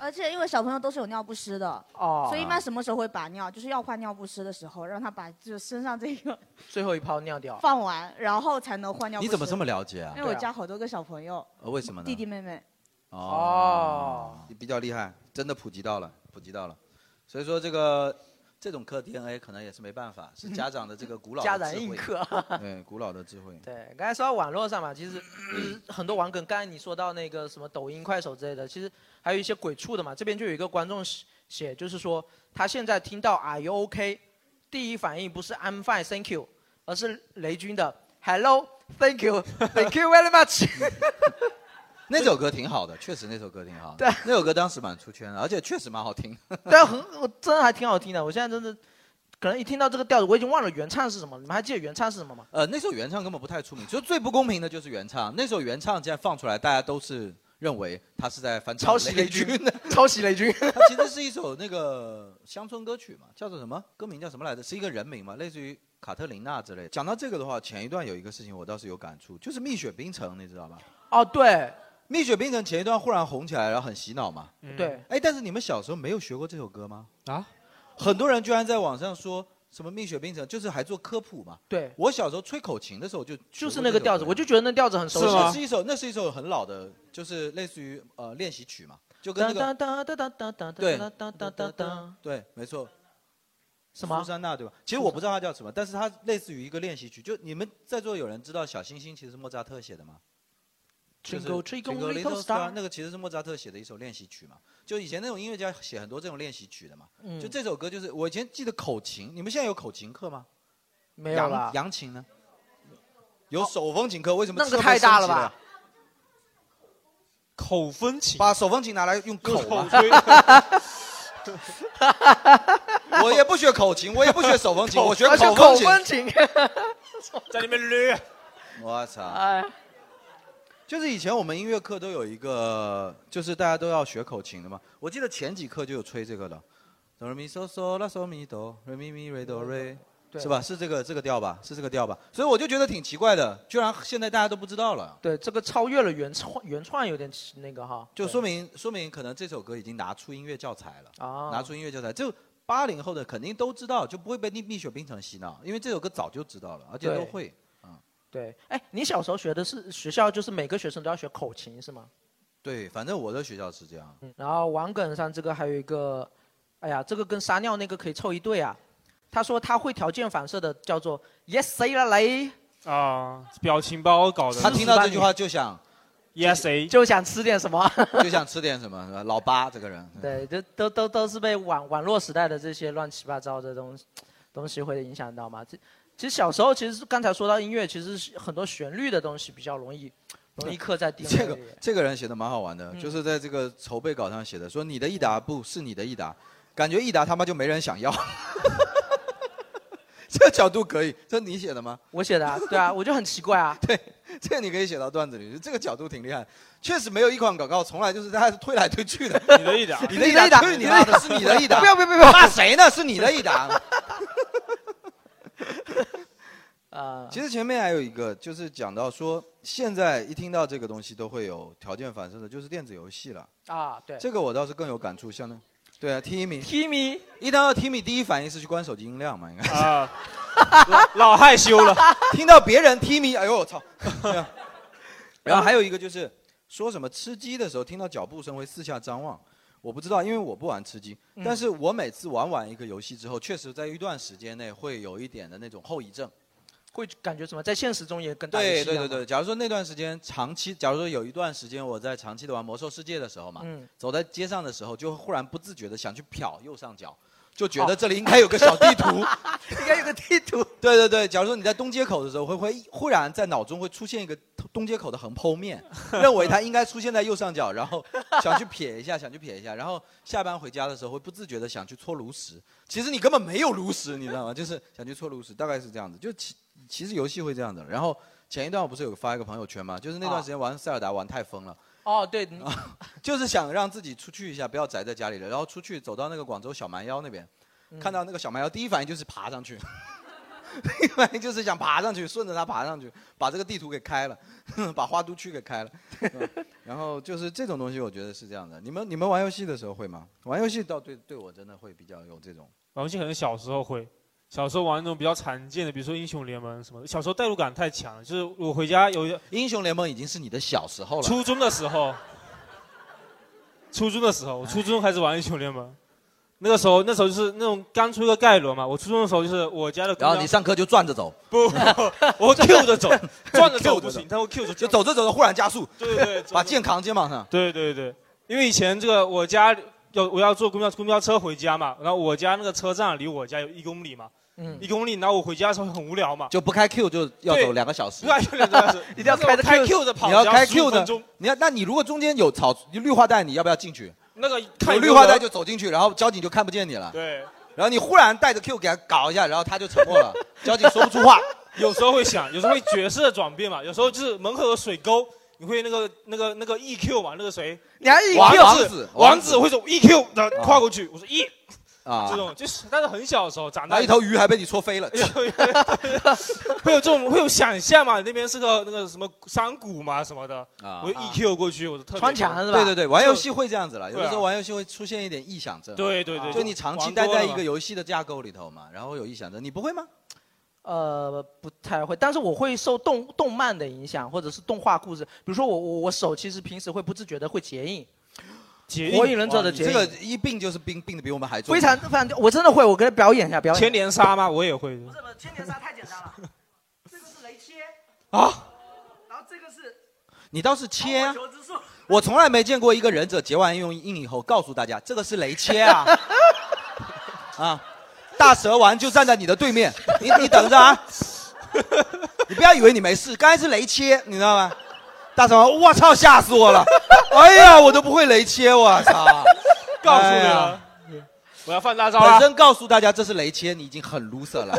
D: 而且因为小朋友都是有尿不湿的，
C: 哦
D: 所以一般什么时候会把尿，就是要换尿不湿的时候，让他把就是身上这个
C: 最后一泡尿掉，
D: 放完，然后才能换尿不
A: 你
D: 湿。
A: 怎么这么了解啊
D: 因？为我家好多个小朋友，
A: 呃为什么呢？
D: 弟弟妹妹，
A: 哦，
C: 哦，
A: 你比较厉害，真的普及到了，普及到了。所以说这个这种课 DNA 可能也是没办法，是家长的这个古老的
C: 家
A: 智
C: 长硬
A: 慧
C: 课
A: 对，古老的智慧。
C: 对，刚才说到网络上嘛， 其实就是很多网梗。刚才你说到那个什么抖音、快手之类的，其实还有一些鬼畜的嘛。这边就有一个观众写写，就是说他现在听到 Are you OK，第一反应不是 I'm fine, thank you，而是雷军的 Hello, thank you, thank you very much。
A: 那首歌挺好的，确实那首歌挺好的。
C: 对，
A: 那首歌当时蛮出圈的，而且确实蛮好听。
C: 但很我真的还挺好听的。我现在真的可能一听到这个调子，我已经忘了原唱是什么了。你们还记得原唱是什么吗？
A: 呃，那首原唱根本不太出名，就最不公平的就是原唱。那首原唱既然放出来，大家都是认为他是在翻唱
C: 抄袭雷军
A: 军的。
C: 抄袭雷 军。
A: 它其实是一首那个乡村歌曲嘛，叫做什么？歌名叫什么来着？是一个人名嘛，类似于卡特琳娜之类的。讲到这个的话，前一段有一个事情我倒是有感触，就是《蜜雪冰城》，你知道吧？
C: 哦，对，
A: 《蜜雪冰城》前一段忽然红起来，然后很洗脑嘛。
C: 对，
A: 哎，但是你们小时候没有学过这首歌吗？
B: 啊，
A: 很多人居然在网上说什么《蜜雪冰城》，就是还做科普嘛。
C: 对，
A: 我小时候吹口琴的时候就就
C: 就是那个调子，我就觉得那调子很熟
A: 是
C: 悉。
A: 吗？是一首，那是一首很老的，就是类似于呃练习曲嘛，就跟那个
C: 哒哒哒哒哒
A: 对
C: 哒哒哒哒哒，
A: 对，没错。
C: 什么
A: 苏珊娜对吧？其实我不知道它叫什么，但是它类似于一个练习曲。就你们在座有人知道《小星星》其实是莫扎特写的吗？就是
C: Jingle Jingle
A: Jingle
C: Little
A: Little
C: Star，
A: 那个其实是莫扎特写的一首练习曲嘛。就以前那种音乐家写很多这种练习曲的嘛。
C: 嗯
A: 就这首歌就是我以前记得口琴，你们现在有口琴课吗？
C: 没有
A: 扬
C: 了，
A: 扬琴呢？有手风琴课，为什么
C: 那个
A: 这么
C: 太大
A: 升级
C: 了吧
A: 了？
B: 口风琴，
A: 把手风琴拿来用口
B: 口
A: 吧。
B: 吹，
A: 我也不学口琴，我也不学手风 琴，我啊学
C: 而且
A: 风
C: 啊口
A: 琴。
C: 风琴，
B: 在那边捋，
A: 我操！
C: 哎，
A: 就是以前我们音乐课都有一个，就是大家都要学口琴的嘛。我记得前几课就有吹这个的，哆来咪嗦嗦拉嗦咪哆，瑞咪咪瑞哆瑞，
C: 对
A: 是吧？是这个这个调吧？是这个调吧？所以我就觉得挺奇怪的，居然现在大家都不知道了，
C: 对，这个超越了原创，原创有点奇那个哈，
A: 就
C: 对
A: 说明说明可能这首歌已经拿出音乐教材了，
C: 啊，
A: 拿出音乐教材就。八零后的肯定都知道，就不会被蜜蜜雪冰城洗脑，因为这首歌早就知道了，而且
C: 对
A: 啊都会。嗯
C: 对，哎，你小时候学的是学校就是每个学生都要学口琴是吗？
A: 对，反正我的学校是这样。
C: 嗯，然后网梗上这个还有一个，哎呀，这个跟撒尿那个可以凑一对啊。他说他会条件反射的叫做 Yes say 了嘞，
B: 啊，表情包搞的。
A: 他听到这句话就想
C: E
B: yes a
C: 就想吃点什么。
A: 就想吃点什么，是吧老八这个人。
C: 对，都都都都是被网网络时代的这些乱七八糟的东西东西会影响到嘛？这其实小时候，其实刚才说到音乐，其实是很多旋律的东西比较容易容易刻在 DNA 里。
A: 这个这个人写的蛮好玩的，
C: 嗯
A: 就是在这个筹备稿上写的，说你的益达不是你的益达，感觉益达他妈就没人想要。 这个角度可以，这你写的吗？
C: 我写的、啊，对 啊，我就很奇怪啊。
A: 这个你可以写到段子里，这个角度挺厉害。确实没有一款广告从来就是大家是推来推去的，
B: 你的一点儿，
A: 你的益达
C: 益达
A: 去你妈的，是你的益 达
C: 不，要不要不要！
A: 骂谁呢？是你的益 达。
C: 啊、
A: 其实前面还有一个，就是讲到说，现在一听到这个东西都会有条件反射的，就是电子游戏了。
C: 啊，对
A: 这个 我倒是更有感触，像那，对啊，Timmy，
B: E
C: ，Timmy，
A: 一听到 Timmy，第一反应是去关手机音量嘛，应该
B: 啊，老老 害羞了，
A: 听到别人 Timmy，哎呦我 操！对啊然后还有一个就是说什么吃鸡的时候，听到脚步声会四下张望。我不知道，因为我不玩吃鸡，
B: 嗯
A: 但是我每次玩完一个游戏之后，确实在一段时间内会有一点的那种后遗症。
C: 会感觉什么？在现实中也跟打游戏
A: 对
C: 一样
A: 对
C: 嘛
A: 对，对，假如说那段时间长期，假如说有一段时间我在长期的玩魔兽世界的时候嘛，
C: 嗯
A: 走在街上的时候，就忽然不自觉的想去瞟右上角，就觉得这里应该有个小地图，
C: 哦 应该有个地图。
A: 对对对，假如说你在东街口的时候，会会忽然在脑中会出现一个东街口的横 剖面，认为它应该出现在右上角，然后想去瞥一下， 想去瞥一下，然后下班回家的时候会不自觉的想去搓炉石，其实你根本没有炉石，你知道吗？就是 想去搓炉石，大概是这样子。就其其实游戏会这样的。然后前一段我不是有发一个朋友圈吗？就是那段时间玩塞尔达玩太疯了，
C: 哦，对，你
A: 啊就是想让自己出去一下，不要宅在家里了。然后出去走到那个广州小蛮腰那边，
C: 嗯
A: 看到那个小蛮腰，第一反应就是爬上去，第一反应就是想爬上去，顺着它爬上去，把这个地图给开了， 把花都区给开了。嗯然后就是这种东西，我觉得是这样的。你们你们玩游戏的时候会吗？玩游戏倒对对我真的会比较有这种。
B: 玩游戏可能小时候会，小时候玩那种比较常见的，比如说英雄联盟什么的，小时候代入感太强了。就是我回家有一
A: 英雄联盟已经是你的小时候了，
B: 初中的时候，初中的时候，我初中开始玩英雄联盟，那个时候，那时候就是那种刚出一个盖伦嘛。我初中的时候就是我家的姑娘，
A: 然后你上课就转着走，
B: 不， 我 Q 着走，转着走
A: Q 着
B: 不
A: 走
B: 行，他会 Q 着
A: 就走着走着忽然加速，
B: 对对对，
A: 把剑扛肩膀上。
B: 对对对，因为以前这个我家有我要坐公交公交车回家嘛，然后我家那个车站离我家有一公里嘛，
C: 嗯
B: 一公里，然后我回家的时候很无聊 嘛，
A: 就不开 Q 就要走
B: 对
A: 两个小时
B: 不。要两个小时
C: 一定要开着 Q
B: 开 Q 着跑，
A: 你要开
B: 只15
A: Q 的
B: 分钟，
A: 你要那你如果中间有草绿化带，你要不要进去？
B: 那个看
A: 有
B: 有没
A: 绿
B: 有
A: 化
B: 人
A: 带就走进去，然后交警就看不见你了。
B: 对，
A: 然后你忽然带着 Q 给他搞一下，然后他就沉默了，交警说不出话。
B: 有时候会想，有时候会角色转变嘛，有时候就是门口有水沟。你会那个那个那个 EQ 嘛？那个谁，
C: 你还一
B: 王
A: 王 E 王
B: 子
A: 子，
B: 王子会走 EQ 的跨过去，我说 E
A: 啊
B: 这，种，就是但是很小的时候，长
A: 然
B: 大
A: 后一头鱼还被你戳飞了。
B: 会有这种会有想象嘛？那边是个那个什么山谷嘛什么的，
A: 啊
B: 我就 EQ 过去，我就特别
C: 穿墙是吧？
A: 对对对，玩游戏会这样子了，有
B: 对啊
A: 的时候玩游戏会出现一点臆想症。
B: 对对
C: 啊
B: 对，
A: 就你长期待在一个游戏的架构里头嘛，然后有臆想症，你不会吗？
C: 呃，不太会，但是我会受动动漫的影响，或者是动画故事。比如说我我我手其实平时会不自觉的会结印，
B: 《
C: 火影忍者的
A: 你
C: 结
A: 这
C: 印，
A: 个一病就是病，病的比我们还重。
C: 非常非常，我真的会，我给他表演一下，表演。
B: 千年杀吗？我也会
C: 不是不是，千年杀太简单了，这个是雷切，
B: 啊，
C: 然后这个是
A: 你倒是切啊！
C: 球之术，
A: 我从来没见过一个忍者结完用印以后告诉大家这个是雷切啊 啊！大蛇丸就站在你的对面，你你等着啊！ 你不要以为你没事，刚才是雷切，你知道吗？大蛇丸，我操，吓死我了！哎呀，我都不会雷切，我操！
B: 告诉你了
A: 哎呀，
B: 我要放大招
A: 本
B: 了。
A: 身告诉大家这是雷切，你已经很 loser 了。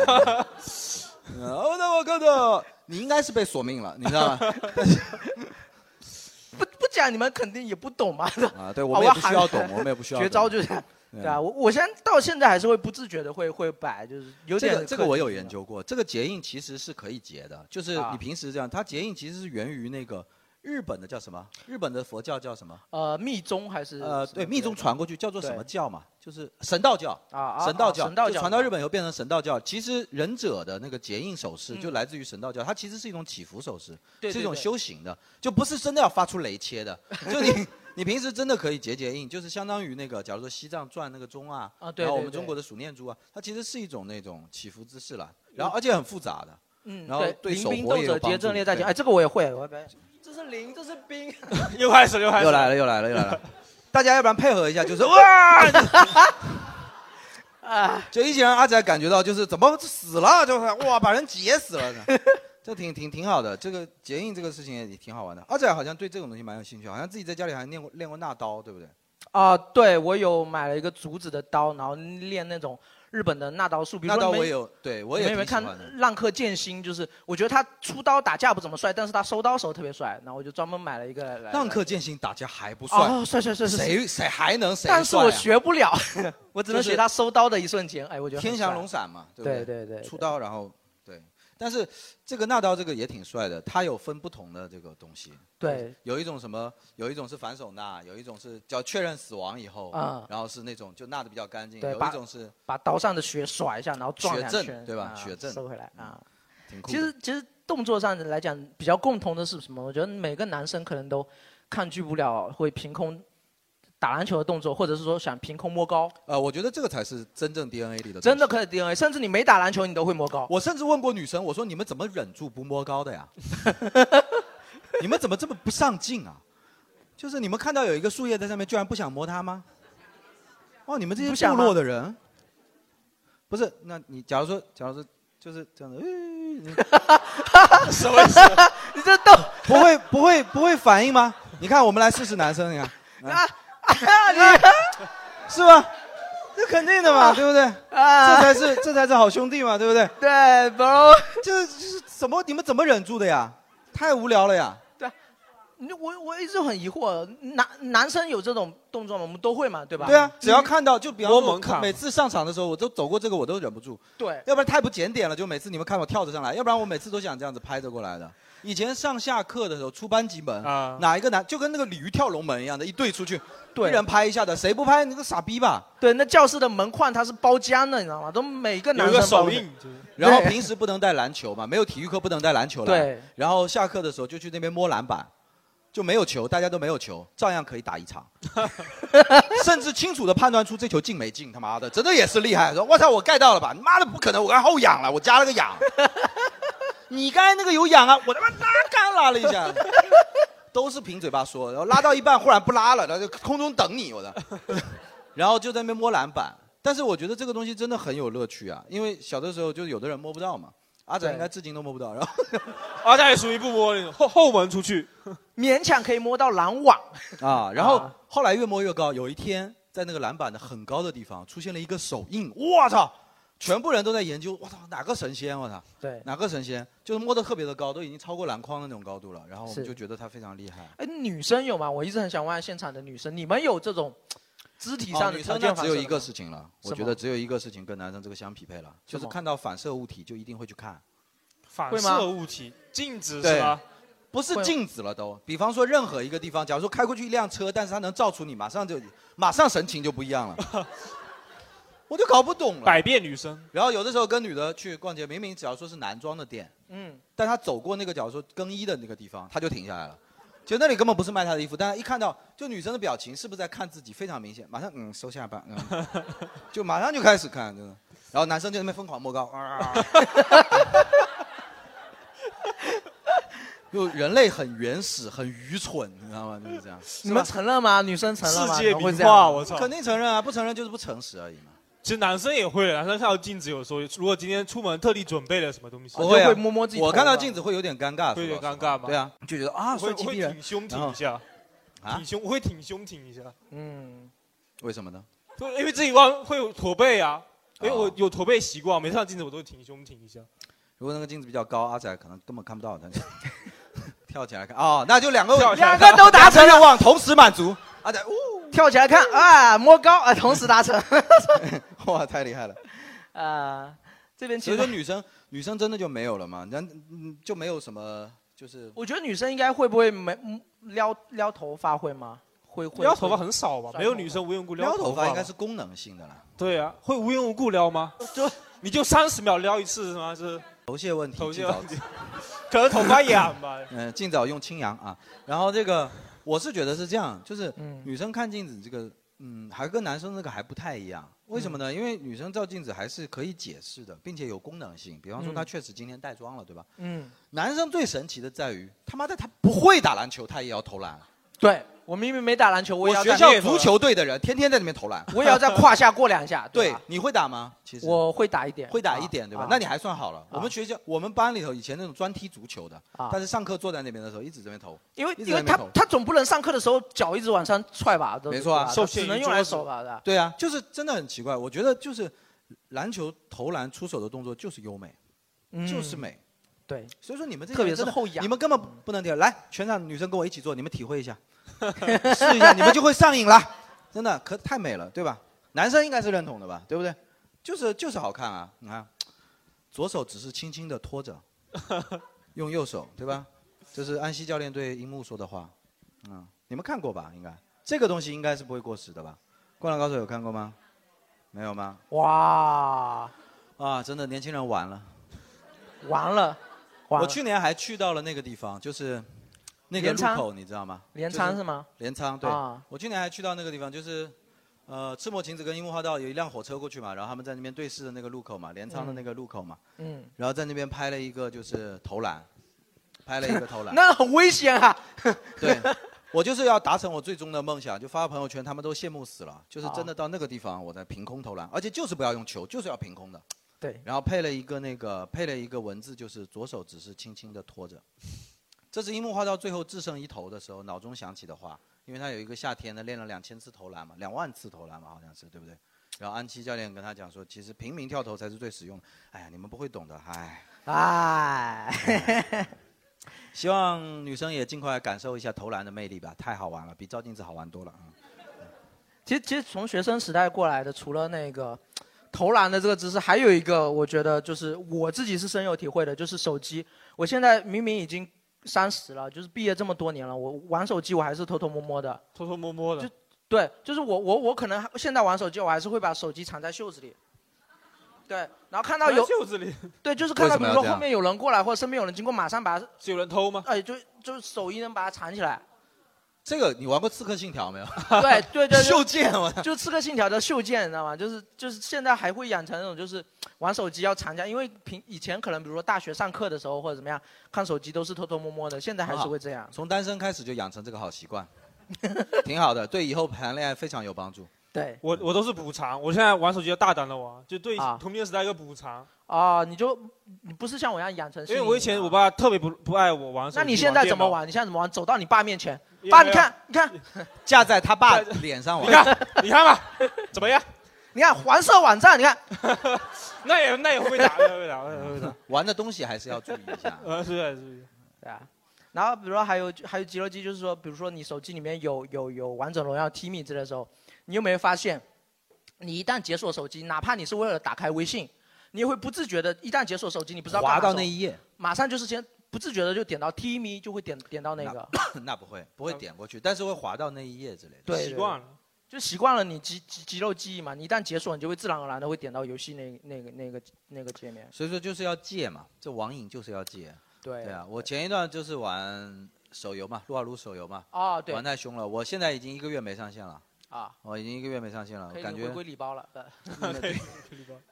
A: 哦，那我哥的，你应该是被索命了，你 知道吗？
C: 不不讲你们肯定也不懂嘛。
A: 啊，对，
C: 我
A: 我们也不需要
C: 喊
A: 懂，我们也不需要
C: 绝
A: 懂
C: 招就是，对啊，我我现在到现在还是会不自觉的会会摆，就是有
A: 这
C: 点
A: 个这个我有研
C: 究。
A: 究过，这个结印其实是可以结的，就是
C: 啊
A: 你平时这样，它结印其实是源于那个日本的叫什么？日本的佛教叫什么？
C: 呃，密宗还是
A: 呃，对，密宗传过去叫做什么
C: 对
A: 教嘛？就是神道教。
C: 啊啊
A: 神道
C: 啊
A: 教，
C: 神道
A: 就
C: 教
A: 传到日
C: 本
A: 本以后变成神道教。其实忍者的那个结印手势
C: 嗯
A: 就来自于神道教，它其实是一种祈福手势，
C: 对
A: 是一
C: 对
A: 种
C: 对
A: 修行的，就不是真的要发出雷切的。就你你平时真的可以结结印，就是相当于那个，假如说西藏转那个钟啊，
C: 啊对
A: 然后我
C: 对
A: 们
C: 对
A: 中国的数念珠啊，它其实是一种那种祈福姿势了，然后而且很复杂的。
C: 嗯，
A: 然后对
C: 临
A: 手
C: 兵
A: 活
C: 斗
A: 也有
C: 者
A: 帮
C: 结阵
A: 助
C: 列在前，
A: 对
C: 哎，这个我也会，我要表演。这是零，这是兵，
B: 又开始，又开始，
A: 又来
B: 了。
A: 了，又来了，又来了。 大家要不然配合一下，就是哇，
C: 啊，
A: 就一些人阿仔感觉到就是怎么死了，就是哇把人结死 了呢，这挺挺挺好的。这个结印这个事情也挺好玩的。阿仔好像对这种东西蛮有兴趣，好像自己在家里还练过练过纳刀，对不对？
C: 啊，对我有买了一个竹子的刀，然后练那种日本的纳刀术，比如
A: 纳
C: 说
A: 刀
C: 你
A: 我
C: 们
A: 也有，对我
C: 你
A: 也
C: 们有
A: 挺
C: 没有
A: 喜
C: 看
A: 欢的。
C: 浪客剑心？就是我觉得他出刀打架不怎么帅，但是他收刀时候特别帅，然后我就专门买了一个来。
A: 浪客剑心打架还不
C: 来
A: 算，
C: 哦，帅帅帅帅！
A: 谁谁还能谁
C: 但是
A: 帅
C: 我
A: 啊
C: 学不 了，我只能
A: 就是
C: 学他收刀的一瞬间。哎，我觉得很
A: 天翔
C: 帅
A: 龙，闪嘛，对不
C: 对对对，
A: 出刀然后对，但是这个纳刀这个也挺帅的，它有分不同的这个东西。
C: 对，
A: 有一种什么，有一种是反手纳，有一种是叫确认死亡以后，
C: 嗯
A: 然后是那种就纳的比较干净，
C: 对
A: 有
C: 把
A: 一种是
C: 把刀上的血甩一下，然后撞
A: 血
C: 两
A: 阵
C: 圈，
A: 对吧
C: 啊
A: 血阵嗯
C: 收回来啊。
A: 挺酷的。
C: 其实其实动作上来讲，比较共同的是什么？我觉得每个男生可能都抗拒不了会凭空打篮球的动作，或者是说想凭空摸高，
A: 呃，我觉得这个才是真正 DNA 里的。
C: 真的，可以 DNA，甚至你没打篮球你都会摸高。
A: 我甚至问过女生，我说你们怎么忍住不摸高 的呀？你们怎么这么不上进啊？就是你们看到有一个树叶在上面，居然不想摸它吗？哦，你们这
C: 不
A: 些
C: 想
A: 部
C: 吗
A: 落的人，不是？那你假如说，假如说就是这样的， 呃
B: 什么意思？
C: 你这动
A: 不会不会不会反应吗？你看，我们来试试男生，你看。
C: 啊啊你
A: 是吧？这肯定的嘛，对不对？这
C: 啊！
A: 才是这才是好兄弟嘛，对不对？
C: 对，bro，
A: 这是怎么你们怎么忍住的呀？太无聊了呀！
C: 你我我一直很疑惑，男男生有这种动作吗？我们都会嘛，对吧？
A: 对啊，只要看到就比方说，
B: 摸门槛
A: 我每次上场的时候，我都走过这个，我都忍不住，
C: 对，
A: 要不然太不检点了。就每次你们看我跳着上来，要不然我每次都想这样子拍着过来的。以前上下课的时候出班级门，
B: 啊
A: 哪一个男就跟那个鲤鱼跳龙门一样的，一队出去，
C: 对
A: 一人拍一下的，谁不拍你个傻逼吧？
C: 对，那教室的门框它是包浆的，你知道吗？都每个男
B: 有一
C: 生
B: 个手
C: 包的
B: 印，就是
A: 然后
C: 对
A: 平时不能带篮球嘛，没有体育课不能带篮球来。
C: 对
A: 然后下课的时候就去那边摸篮板，就没有球，大家都没有球，照样可以打 一场，甚至清楚的判断出这球进没进。他妈的，真的也是厉害！说，我操，我盖到了吧？你妈的，不可能！我刚后仰了，我加了个 仰。你刚才那个有仰啊，我他妈拉杆拉了一下，都是凭嘴巴说，然后拉到一半忽然不拉了，然后就空中等你，我的，然后就在那边摸篮板。但是我觉得这个东西真的很有乐趣啊，因为小的时候就是有的人摸不到嘛，阿展应该至今都摸不到，然后。
B: 阿加也属于不摸那种后后门出去，
C: 勉强可以摸到篮网。
A: 啊，然后后来越摸越高，有一天在那个篮板的很高的地方出现了一个手印，我操！全部人都在研究，我操，哪个神仙？我操，
C: 对，
A: 哪个神仙？就是摸得特别的高，都已经超过篮筐的那种高度了。然后我们
C: 是
A: 就觉得他非常厉害。
C: 哎，女生有吗？我一直很想问现场的女生，你们有这种肢体上
A: 哦
C: 的
A: 女
C: 条
A: 生
C: 件
A: 那
C: 反射
A: 只有
C: 的
A: 一个
C: 吗
A: 事情了，
C: 什
A: 我
C: 么
A: 觉得只有一个事情跟男生这个相匹配了，就是
C: 什么
A: 看到反射物体就一定会去看。
B: 反
C: 会吗
B: 射物体镜子
A: 对
B: 是吧？
A: 不是
C: 会吗
A: 镜子了都，比方说任何一个地方，假如说开过去一辆车，但是它能照出你，马上就马上神情就不一样 了，我就搞不懂了。
B: 百变女生，
A: 然后有的时候跟女的去逛街，明明假如说是男装的店，
C: 嗯，
A: 但她走过那个假如说更衣的那个地方，她就停下来了。其实那里根本不是卖她的衣服，但她一看到就女生的表情是不是在看自己，非常明显，马上嗯收下吧，嗯，就马上就开始看，真的。然后男生就在那边疯狂摸高，啊，就人类很原始、很愚蠢，你知道吗？就是这样，
C: 你们承认吗？女生承认
B: 世
C: 吗？
B: 界
C: 你们会
B: 名
C: 这样
B: 画，
C: 吗
B: 我操！
A: 肯定承认啊，不承认就是不诚实而已嘛。
B: 其实男生也会，男生看到镜子有时候，如果今天出门特地准备了什么东西，
A: 不
C: 就
A: 会啊
C: 会摸摸自己头发。
A: 我看到镜子会有点尴尬，
B: 会有点
A: 说老实
B: 尴尬
A: 话
B: 吗
A: 对啊，就觉得啊，
B: 我
A: 帅
B: 会
A: 气
B: 我会
A: 逼人
B: 挺，胸
A: 然
B: 挺
A: 后
B: 一下，
A: 啊
B: 挺胸我会挺胸挺一下，
C: 嗯，
A: 为什么呢？
B: 就因为自己弯会有驼背啊，因为
A: 哦
B: 我有驼背习惯，每次看镜子我都会挺胸挺一下。
A: 如果那个镜子比较高，阿仔可能根本看不到，但是 跳起来看哦，那就两个
B: 跳起来
C: 两个都达成
A: 愿望同时满足。阿仔，
C: 跳起来看啊，摸高啊，同时达 成
A: 呜 哇，太厉害了！
C: 啊。这边
A: 所
C: 其
A: 以说
C: 实
A: 女生女生真的就没有了嘛，那嗯就没有什么就是
C: 我觉得女生应该会不会没嗯撩撩头发会吗？会会
B: 撩头发很少吧？
C: 甩头发
B: 没有女生无缘无故
A: 撩头
B: 发
A: 发
B: 吧
A: 应该是功能性的啦，
B: 对啊，会无缘无故撩吗？
A: 就
B: 你就三十秒撩一次是吗？是
A: 头屑问题，
B: 头屑
A: 尽早
B: 问题， 可能头发痒吧。
A: 嗯，尽早用清扬啊。然后这个我是觉得是这样，就是
C: 嗯
A: 女生看镜子这个，嗯，还跟男生那个还不太一样。为什么
C: 嗯
A: 呢？因为女生照镜子还是可以解释的，并且有功能性。比方说，她
C: 嗯
A: 确实今天带妆了，对吧？
C: 嗯，
A: 男生最神奇的在于，他妈的他不会打篮球，他也要投篮。
C: 对我明明没打篮球，我
A: 我
C: 也要
A: 学
C: 在
A: 校足球队的人天天在里面投篮。
C: 我 也要在胯下过两下，
A: 对
C: 吧，
A: 你会打吗？其实
C: 我会打一点，
A: 会打一点，对吧？那你还算好了。我
C: 啊
A: 们学校我们班里头以前那种专踢足球的，
C: 啊
A: 但是上课坐在那边的时候一直这边投。
C: 因为
A: 一直
C: 因为
A: 在那
C: 他
A: 边投
C: 他总不能上课的时候脚一直往上踹吧，都是
A: 没错啊
C: 对吧
B: 受
C: 只
B: 限于
C: 能用
B: 桌
C: 来
B: 子
C: 手吧的。
A: 对啊，就是真的很奇怪。我觉得就是篮球投篮出手的动作就是优美，
C: 嗯
A: 就是美。
C: 对，
A: 所以说你们这些
C: 特别
A: 人
C: 是
A: 真的
C: 后仰
A: 你们根本不能跳。来，全场女生跟我一起做，你们体会 一下，试一下，你们就会上瘾了。真的，可太美了，对吧？男生应该是认同的吧，对不对？就是就是好看啊！你看，左手只是轻轻 的托着，用右手，对吧？这是安西教练对樱木说的话。嗯，你们看过吧？应该这个东西应该是不会过时的吧？《灌篮高手》有看过吗？没有吗？
C: 哇，
A: 啊，真的年轻人完了。
C: 完了，完
A: 我
C: 了，
A: 去年还去到了那个地方，就是那个
C: 镰
A: 路
C: 仓
A: 口，你知道吗？
C: 镰
A: 就
C: 仓
A: 是
C: 是吗？
A: 镰仓，对。
C: 啊
A: 我去年还去到那个地方，就是呃，赤墨晴子跟樱木花道有一辆火车过去嘛，然后他们在那边对视的那个路口嘛，镰仓的那个路口嘛，
C: 嗯，
A: 然后在那边拍了一个就是投篮，拍了一个投篮。
C: 那很危险啊。
A: 对， 我就是要达成我最终的梦想，就发朋友圈，他们都羡慕死了。就是真的到那个地方，我在凭空投篮，而且就是不要用球，就是要凭空的。
C: 对，
A: 然后配了一个那个配了一个文字，就是左手只是轻轻的托着。这是樱木花道最后制胜一投的时候脑中想起的话，因为他有一个夏天呢练了两千次投篮嘛，两万次投篮嘛，好像是对不对？然后安七教练跟他讲说，其实平民跳投才是最实用的。哎呀，你们不会懂的，哎。
C: 哎，
A: 希望女生也尽快感受一下投篮的魅力吧，太好玩了，比照镜子好玩多了。嗯
C: 其实其实从学生时代过来的，除了那个投篮的这个姿势，还有一个我觉得就是我自己是深有体会的，就是手机。我现在明明已经三十了，就是毕业这么多年了，我玩手机我还是偷偷摸摸的。
B: 偷偷摸摸的
C: 就，对，就是我我我可能还现在玩手机，我还是会把手机藏在袖子里。对，然后看到有
B: 袖子里
C: 对，就是看到
A: 为什
C: 比
A: 么
C: 如
A: 要
C: 说
A: 这
C: 后
A: 样
C: 面有人过来或者身边有人经过，马上把它
B: 是有人偷吗？
C: 哎就就是手一能把它藏起来。
A: 这个你玩过《刺客信条》没有？
C: 对对对，
A: 袖箭我操
C: 啊就刺客信条的袖箭，你知道吗？就是就是现在还会养成那种就是玩手机要藏家，因为平以前可能比如说大学上课的时候或者怎么样看手机都是偷偷摸摸的，现在还是会
B: 啊
C: 这样。
A: 从单身开始就养成这个好习惯，挺好的，对以后谈恋爱非常有帮助。
C: 对
B: 我我都是补偿，我现在玩手机要大胆的玩，就对
C: 啊
B: 童年时代一个补偿。
C: 啊、你就你不是像我一样养成，
B: 因为我以
A: 啊
B: 前我爸特别不不爱我玩手机。
C: 那你现在怎么？玩？你现在怎么玩？走到你爸面前，
B: 也
C: 爸，你
B: 没有
C: 看，你看，
A: 架在他 爸脸上
B: 你
A: 玩，
B: 看，你看 吧，怎么样？
C: 你看黄色网站，你看，
B: 那也那也哎会被打，那也会被打，那也会被打。
A: 嗯玩的东西还是要注意一下。
B: 呃，是的是的。
C: 对啊。然后比如说还有还有肌肉记忆，就是说，比如说你手机里面有有有王者荣耀、t i m i 之类的时候，你有没有发现，你一旦解锁手机，哪怕你是为了打开微信，你也会不自觉的，一旦解锁手机，你不知道干嘛
A: 滑
C: 的时候
A: 到那一页，
C: 马上就是先不自觉的就点到 t i m i 就会点点到那个，
A: 那不会不会点过去，但是会滑到那一页之类的。
C: 对，
B: 习惯
C: 了
B: 了，
C: 就习惯了你肌肌肌肉记忆嘛，你一旦解锁，你就会自然而然的会点到游戏那那个那个那个界面，
A: 所以说就是要戒嘛，这网瘾就是要戒。
C: 对
A: 对啊，我前一段就是玩手游嘛，撸啊撸手游嘛，
C: 哦对
A: 玩太凶了。我现在已经一个月没上线了，
C: 啊，
A: 我哦已经一个月没上线了，
C: 可以
A: 啊感
C: 回
A: 觉
C: 归礼包了，呃。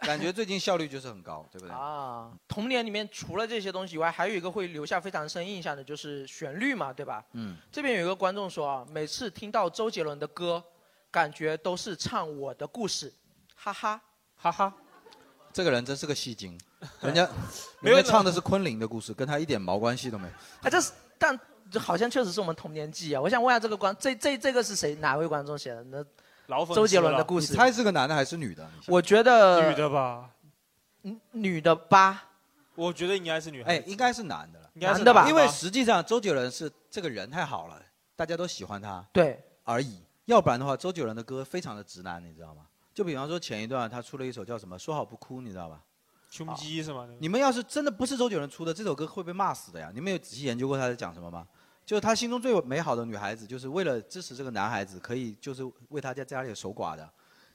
A: 感觉最近效率就是很高，对不对？
C: 啊，童年里面除了这些东西以外，还有一个会留下非常深印象的就是旋律嘛，对吧？
A: 嗯，
C: 这边有一个观众说啊，每次听到周杰伦的歌，感觉都是唱我的故事，哈哈。
B: 哈哈，
A: 这个人真是个戏 精，人家
B: 没
A: 人
B: 有
A: 家唱的是昆凌的故事，跟他一点毛关系 都没有。
C: 哎，这是，但这好像确实是我们童年记忆啊。我想问一下这个观，这这这个是谁？哪位观众写的？那
B: 老粉丝了
C: 周杰伦的故
A: 你
C: 事？
A: 猜是个男的还是女的？
C: 我觉得
B: 女的吧？
C: 嗯女的吧，
B: 我觉得应该是女孩
A: 哎
B: 子，，
A: 应该是男的了，
B: 应该是
C: 男的吧
A: 因为实际上周杰伦是这个人太好了，大家都喜欢他
C: 对，
A: 而已。要不然的话，周杰伦的歌非常的直男，你知道吗？就比方说前一段他出了一首叫什么《说好不哭》，你知道吧？
B: 胸肌是吗？
A: 你们要是真的不是周杰伦出的这首歌，会被骂死的呀！你们有仔细研究过他在讲什么吗？就是他心中最美好的女孩子，就是为了支持这个男孩子，可以就是为他在家里守寡的，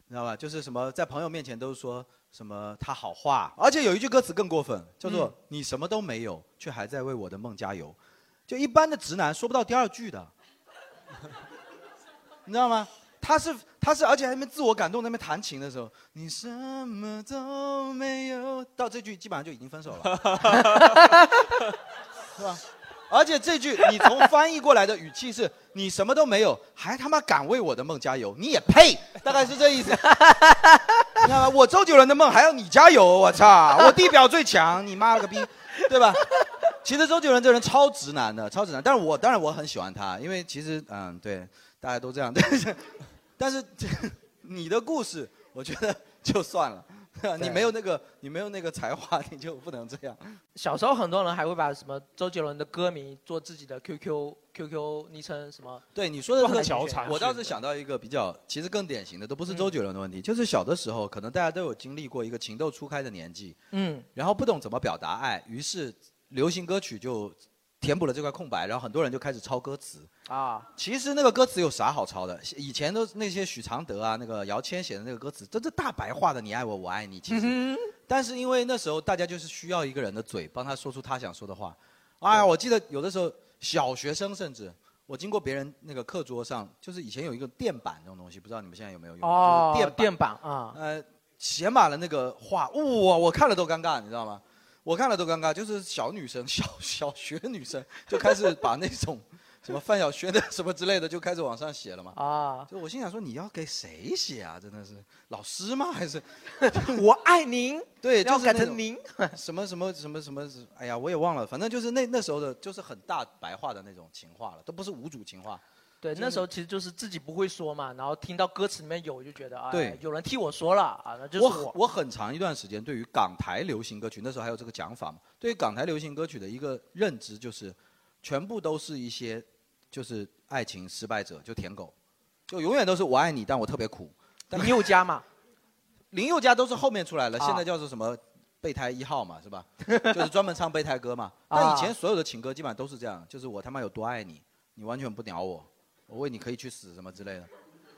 A: 你知道吧？就是什么在朋友面前都是说什么他好话，而且有一句歌词更过分，叫做、你什么都没有，却还在为我的梦加油。就一般的直男说不到第二句的，你知道吗？他是他是，而且还在那边自我感动，在那边弹琴的时候，你什么都没有，到这句基本上就已经分手了，是吧？而且这句你从翻译过来的语气是，你什么都没有，还他妈敢为我的梦加油，你也配？大概是这意思， 你知道吗？我周杰伦的梦还要你加油，我 操！我地表最强，你妈了个逼，对 吧？其实周杰伦这人超直男的，超直男。但是我当然我很喜欢他，因为其实嗯，对，大家都这样。 但是，但是 你的故事，我觉得就算了。 你没有那个，你没有那个才华， 你就不能这样。
C: 小时候很多人还会把什么周杰伦的歌名做自己的 QQ QQ 昵称什么
A: 对你说的这
B: 很
A: 个
B: 调查，
A: 我倒是嗯想到一个比较，其实更典型的，都不是周杰伦的问题，就是小的时候，可能大家都有经历过一个情窦初开的年纪，
C: 嗯
A: 然后不懂怎么表达爱，于是流行歌曲就填补了这块空白，然后很多人就开始抄歌词。
C: 啊
A: 其实那个歌词有啥好抄的？以前都是那些许常德啊，那个姚谦写的那个歌词，真是大白话的“你爱我，我爱你”。其实，
C: 嗯
A: 但是因为那时候大家就是需要一个人的嘴，帮他说出他想说的话。哎呀，我记得有的时候小学生甚至，我经过别人那个课桌上，就是以前有一个垫板这种东西，不知道你们现在有没有用？
C: 哦
A: 就是垫
C: 电板啊
A: 呃，写满了那个话，哇、我看了都尴尬，你知道吗？我看了都尴尬，就是小女生、小小学女生就开始把那 种什么范晓萱的什么之类的就开始往上写了嘛。
C: 啊，
A: 就我心想说，你要给谁写啊？真的是老师吗？还是
C: 我爱您，
A: 对，就
C: 要
A: 是
C: 改
A: 那
C: 成
A: 种
C: 您
A: 什么什么什么什么？哎呀，我也忘了，反正就是那那时候的，就是很大白话的那种情话了，都不是无主情话。
C: 对，那时候其实就是自己不会说嘛，然后听到歌词里面有就觉得啊，
A: 对
C: 有人替我说了啊，那就是
A: 我
C: 我
A: 很我很长一段时间对于港台流行歌曲，那时候还有这个讲法嘛，对于港台流行歌曲的一个认知就是，全部都是一些就是爱情失败者，就舔狗，就永远都是我爱你，但我特别苦。
C: 林宥嘉嘛，
A: 林宥嘉都是后面出来了，
C: 啊
A: 现在叫做什么备胎一号嘛，是吧？就是专门唱备胎歌嘛。
C: 啊
A: 但以前所有的情歌基本上都是这样，就是我他妈有多爱你，你完全不鸟我，我为你可以去死什么之类的。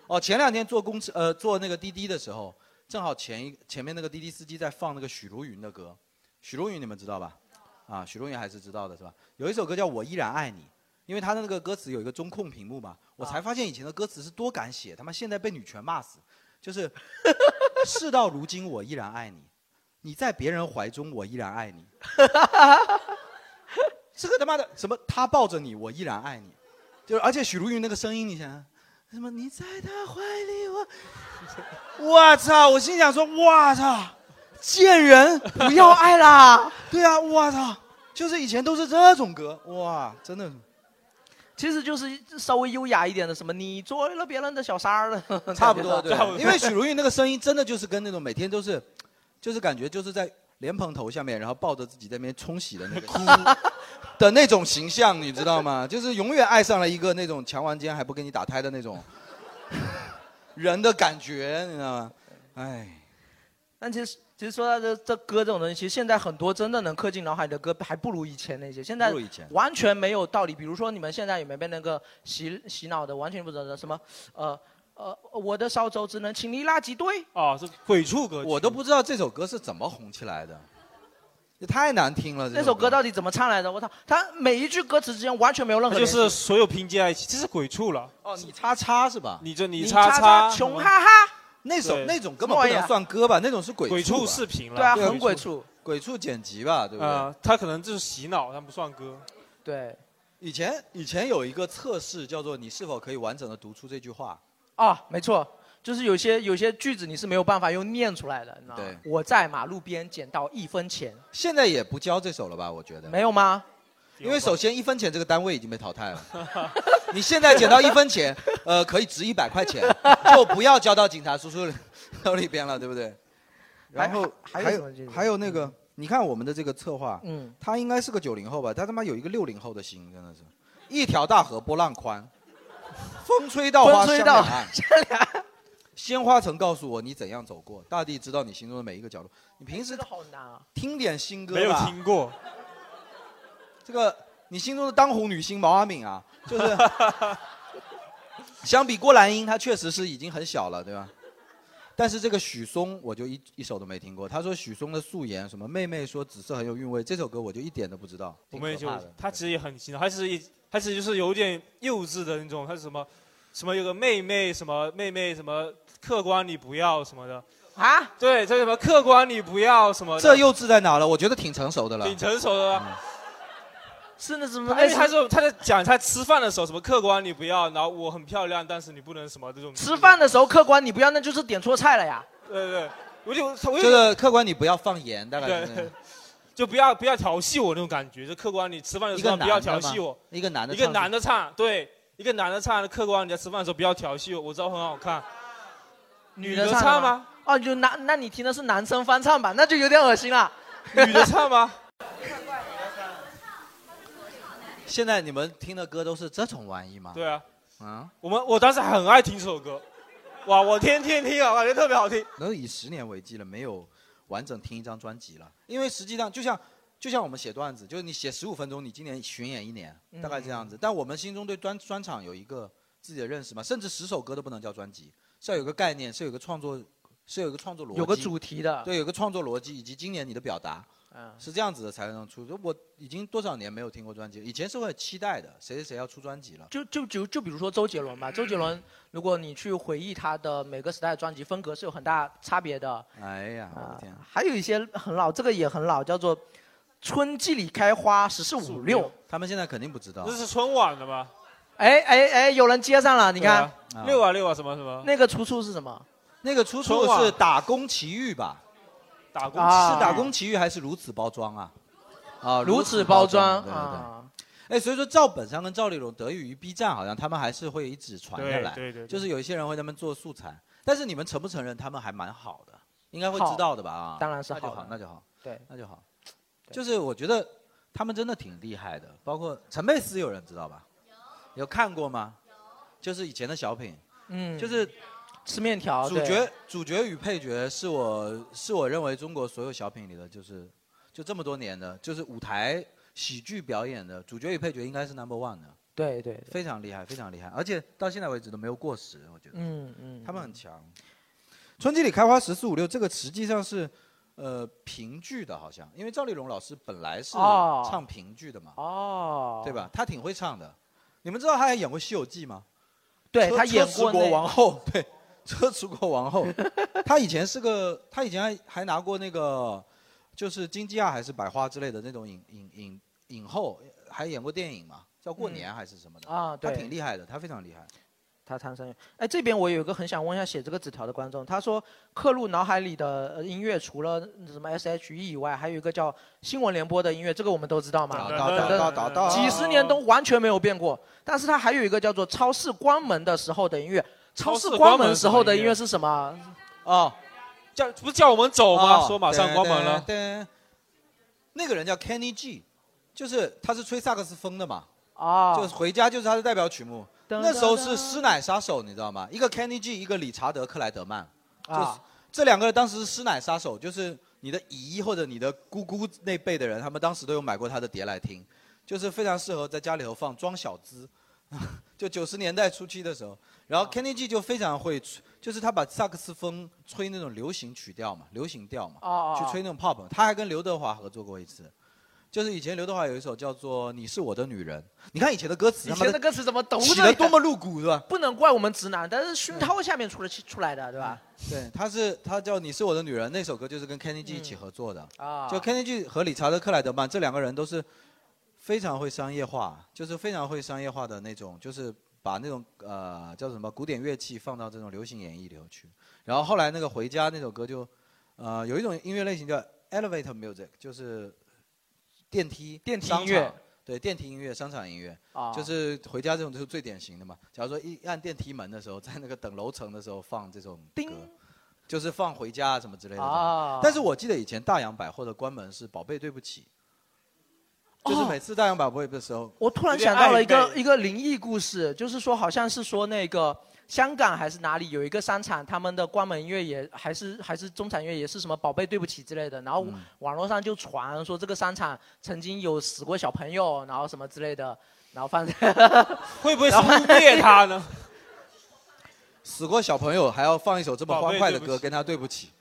A: 哦，前两天坐公车呃坐那个滴滴的时候，正好前一前面那个滴滴司机在放那个许茹芸的歌，许茹芸你们知道吧？啊，许茹芸还是知道的是吧？有一首歌叫《我依然爱你》，因为他的那个歌词有一个中控屏幕嘛，我才发现以前的歌词是多敢写，他妈现在被女权骂死，就是 事到如今我依然爱你，你在别人怀中我依然爱你，这个他妈的什么他抱着你我依然爱你，就是而且许茹芸那个声音，你想想。什么？你在他怀里，我，我操！我心想说，我操，贱人，不要爱啦！对啊，我操，就是以前都是这种歌，哇，真的。
C: 其实就是稍微优雅一点的，什么你做了别人的小三儿了，
A: 差不多
C: 感觉到
A: 对，因为许茹芸那个声音真的就是跟那种每天都是，就是感觉就是在莲蓬头下面，然后抱着自己在那边冲洗的那 个哭的那种形象，你知道吗？就是永远爱上了一个那种强完奸还不给你打胎的 那种人的感觉，你知道吗？哎，
C: 但其实其实说到这这歌这种东西，其实现在很多真的能刻进脑海的歌，还不如以前那些。现在
A: 不如以前
C: 完全没有道理。比如说你们现在有没有被那个洗洗脑的，完全不知道什么呃呃，我的烧酒只能请你垃圾堆。
B: 啊，这鬼畜歌，
A: 我都不知道这首歌是怎么红起来的，也太难听了。这
C: 那首歌到底怎么唱来的？我操，他每一句歌词之间完全没有任何
B: 那就
C: 联系。
B: 是所有拼接在一起，这是鬼畜了。
A: 哦，你叉叉是吧？
B: 你这你
C: 你
B: 叉
C: 叉
B: 什
C: 穷
B: 么
C: 哈哈，
A: 那种
B: 对
A: 那种根本不
C: 什么玩意
A: 能
C: 儿
A: 算歌吧？那种是鬼
B: 鬼畜
A: 吧
B: 视频了，
C: 对啊，很鬼
B: 畜。
C: 畜。
A: 鬼畜剪辑吧，对不对？
B: 啊，他可能就是洗脑，但不算歌。
C: 对
A: 以前以前有一个测试叫做你是否可以完整的读出这句话，
C: 啊，没错，就是有些有些句子你是没有办法用念出来的，你知道吗？
A: 对
C: 我在马路边捡到一分钱，
A: 现在也不教这首了吧？我觉得，
C: 没有吗？
A: 因为首先一分钱这个单位已经被淘汰了，你现在捡到一 分钱，呃，可以值一百块钱，就不要交到警察叔叔 手里边了，对不对？然后
C: 还还有什么嗯这个
A: 还有那个，你看我们的这个策划，
C: 嗯，
A: 他应该是个九零后吧？他他妈有一个六零后的心，真的是，一条大河波浪宽，风吹稻花
C: 风吹
A: 香
C: 稻
A: 两
C: 花
A: 岸。鲜花曾告诉我你怎样走过，大地知道你心中的每一个角落。你平时
C: 这个好难啊！
A: 听点新歌吧，
B: 没有听过，
A: 这个你心中的当红女星毛阿敏啊， 就是相比郭兰英，她确实是已经很小了，对吧？但是这个许嵩，我就一一首都没听过。他说许嵩的素颜，什么妹妹说紫色很有韵味，这首歌我就一点都不知道。
B: 我们也
A: 挺
B: 就
A: 可怕的
B: 他其实也很洗脑，他其实也他其实就是有点幼稚的那种，他是什么什么有个妹妹什么妹妹什么客官你不要什么的，
C: 啊，
B: 对，这什么客官你不要什么的，
A: 这幼稚在哪了？我觉得挺成熟的了
B: 挺。成熟的啊吧。
C: 是那什么？
B: 而
C: 哎，
B: 且他说他在讲他吃饭的时候什么客官你不要，然后我很漂亮，但是你不能什么这种。
C: 吃饭的时候客官你不要，那就是点错菜了呀。
B: 对对，我就我
A: 这
B: 就
A: 个客官你不要放盐，大概就是
B: 对， 就不要不要调戏我那种感觉，就客官你吃饭的
A: 一
B: 时
A: 个
B: 候
A: 男
B: 不
A: 的
B: 要调
A: 嘛
B: 戏我。
A: 一个男的
B: 一个
A: 唱
B: 男的唱，对，一个男的唱，客官你在吃饭的时候不要调戏我，我知道很好看。女的
C: 的唱
B: 唱
C: 的
B: 吗？
C: 哦，就男，那你听的是男生翻唱版，那就有点恶心了。
B: 女的唱吗？
A: 现在你们听的歌都是这种玩意吗？
B: 对啊，
A: 啊，
B: 我们我当时很爱听这首歌，哇，我天天听啊，感觉特别好听。
A: 能以十年为计了，没有完整听一张专辑了。因为实际上，就像就像我们写段子，就是你写十五分钟，你今年巡演一年，
B: 嗯
A: 大概这样子。但我们心中对专专场有一个自己的认识嘛，甚至十首歌都不能叫专辑，是要有个概念，是有个创作，是有一个创作逻辑，
C: 有个主题的，
A: 对，有个创作逻辑，以及今年你的表达
C: 嗯，
A: 是这样子的才能出。我已经多少年没有听过专辑，以前是会很期待的，谁谁谁要出专辑了。
C: 就就就就比如说周杰伦吧，周杰伦，如果你去回忆他的每个时代的专辑风格是有很大差别的。
A: 哎呀，我
C: 啊
A: 的天！，
C: 还有一些很老，这个也很老，叫做《春季里开花十四五六》。
A: 他们现在肯定不知道
B: 这。是春晚的吗？
C: 哎哎哎，有人接上了，你
B: 你
C: 看、
A: 啊
B: 六啊六啊什么什么
C: 那个出处是什么？
A: 那个出
B: 春
A: 处
B: 晚
A: 是《打工奇遇》吧？
B: 打工
C: 啊
A: 是打工奇遇还是如此包装啊？啊，
C: 如此包装
A: 对对对。
C: 啊！
A: 哎，所以说赵本山跟赵丽蓉得益于 B 站，好像他们还是会一直传下来。
B: 对对对对
A: 就是有一些人会他们做素材，但是你们承不承认他们还蛮好的？应该会知道的吧？啊，
C: 当然是
A: 那就
C: 好的
A: 好，那就好，
C: 对，
A: 那就好。就是我觉得他们真的挺厉害的，包括陈佩斯有人知道吧？有看过吗？就是以前的小品，
C: 嗯，
A: 就是
C: 吃面条。
A: 主
C: 啊对
A: 角主角与配角是我是我认为中国所有小品里的就是就这么多年的，就是舞台喜剧表演的主角与配角应该是 number one 的，
C: 对对对，
A: 非常厉害，非常厉害，而且到现在为止都没有过时，我觉得、
C: 嗯嗯，
A: 他们很强。春季里开花十四五六这个实际上是呃评剧的，好像因为赵丽蓉老师本来是
C: 哦
A: 唱评剧的嘛，
C: 哦，
A: 对？吧？她挺会唱的，
E: 你们知道他还演过《西游记》吗？
C: 对
E: 车
C: 他演过
E: 车迟国
C: 那
E: 王后， 对，车迟国王后，他以前是个，他以前还还拿过那个，就是金鸡啊还是百花之类的那种影影影影后，还演过电影嘛，叫过年还是什么的、
C: 啊对
E: 他挺厉害的，他非常厉害。
C: 他唐三元。哎，这边我有一个很想问一下写这个纸条的观众，他说刻入脑海里的呃音乐除了什么 S.H.E 以外，还有一个叫新闻联播的音乐，这个我们都知道嘛，
E: 哒哒哒哒哒
C: 几十年都完全没有变过。但是它还有一个叫做超市关门的时候的音乐，超市关门时候的音乐是什么？
A: 哦，
B: 叫不是叫我们走吗？
A: 哦
B: 说马上关门了。
A: 噔噔噔那个人叫 Kenny G，就是他是吹萨克斯风的嘛，
C: 啊
A: 就是回家就是他的代表曲目。
C: 噔
A: 那时候是师奶杀手，你知道吗？一个 Kenny G，一个理查德克莱德曼，就是、
C: 啊
A: 这两个人当时是师奶杀手，就是你的姨或者你的姑姑那辈的人，他们当时都有买过他的碟来听，就是非常适合在家里头放装小资， 就九十年代初期的时候。然
C: 啊
A: 后 Kenny G 就非常会吹，就是他把萨克斯风吹那种流行曲调嘛，流行调嘛，
E: 哦哦
A: 去吹那种 pop。他还跟刘德华合作过一次。就是以前刘德华有一首叫做《你是我的女人》，你看以前的歌词，
C: 以前的歌词怎么读
A: 写
C: 的
A: 的多么露骨，是吧？
C: 不能怪我们直男，但是熏陶下面出了出来的，对吧？
A: 对，他是他叫《你是我的女人》那首歌就是跟 Kenny G 一起合作的，
C: 啊
A: 就 Kenny G 和理查德克莱德曼这两个人都是非常会商业化，就是非常会商业化的那种，就是把那种呃叫什么古典乐器放到这种流行演绎里头去。然后后来那个回家那首歌就，呃有一种音乐类型叫 elevator music，就是电梯
C: 电梯
A: 商场
C: 音乐
A: 对电梯音乐、商场音乐，
C: 啊
A: 就是回家这种就是最典型的嘛。假如说一按电梯门的时候，在那个等楼层的时候放这种歌，就是放回家啊什么之类的。
E: 啊
A: 但是我记得以前大洋百货的关门是“宝贝对不起”，就是每次大洋百货的时候，
C: 哦我突然想到了一个一个灵异故事，就是说好像是说那个香港还是哪里有一个商场，他们的关门音乐也还是还是中产乐也是什么宝贝对不起之类的，然
B: 嗯
C: 后网络上就传说这个商场曾经有死过小朋友，然后什么之类的，然后反正
B: 会不 会是污蔑他呢？
A: 死过小朋友还要放一首这么欢快的歌
E: 宝贝对不起
A: 跟他对不起。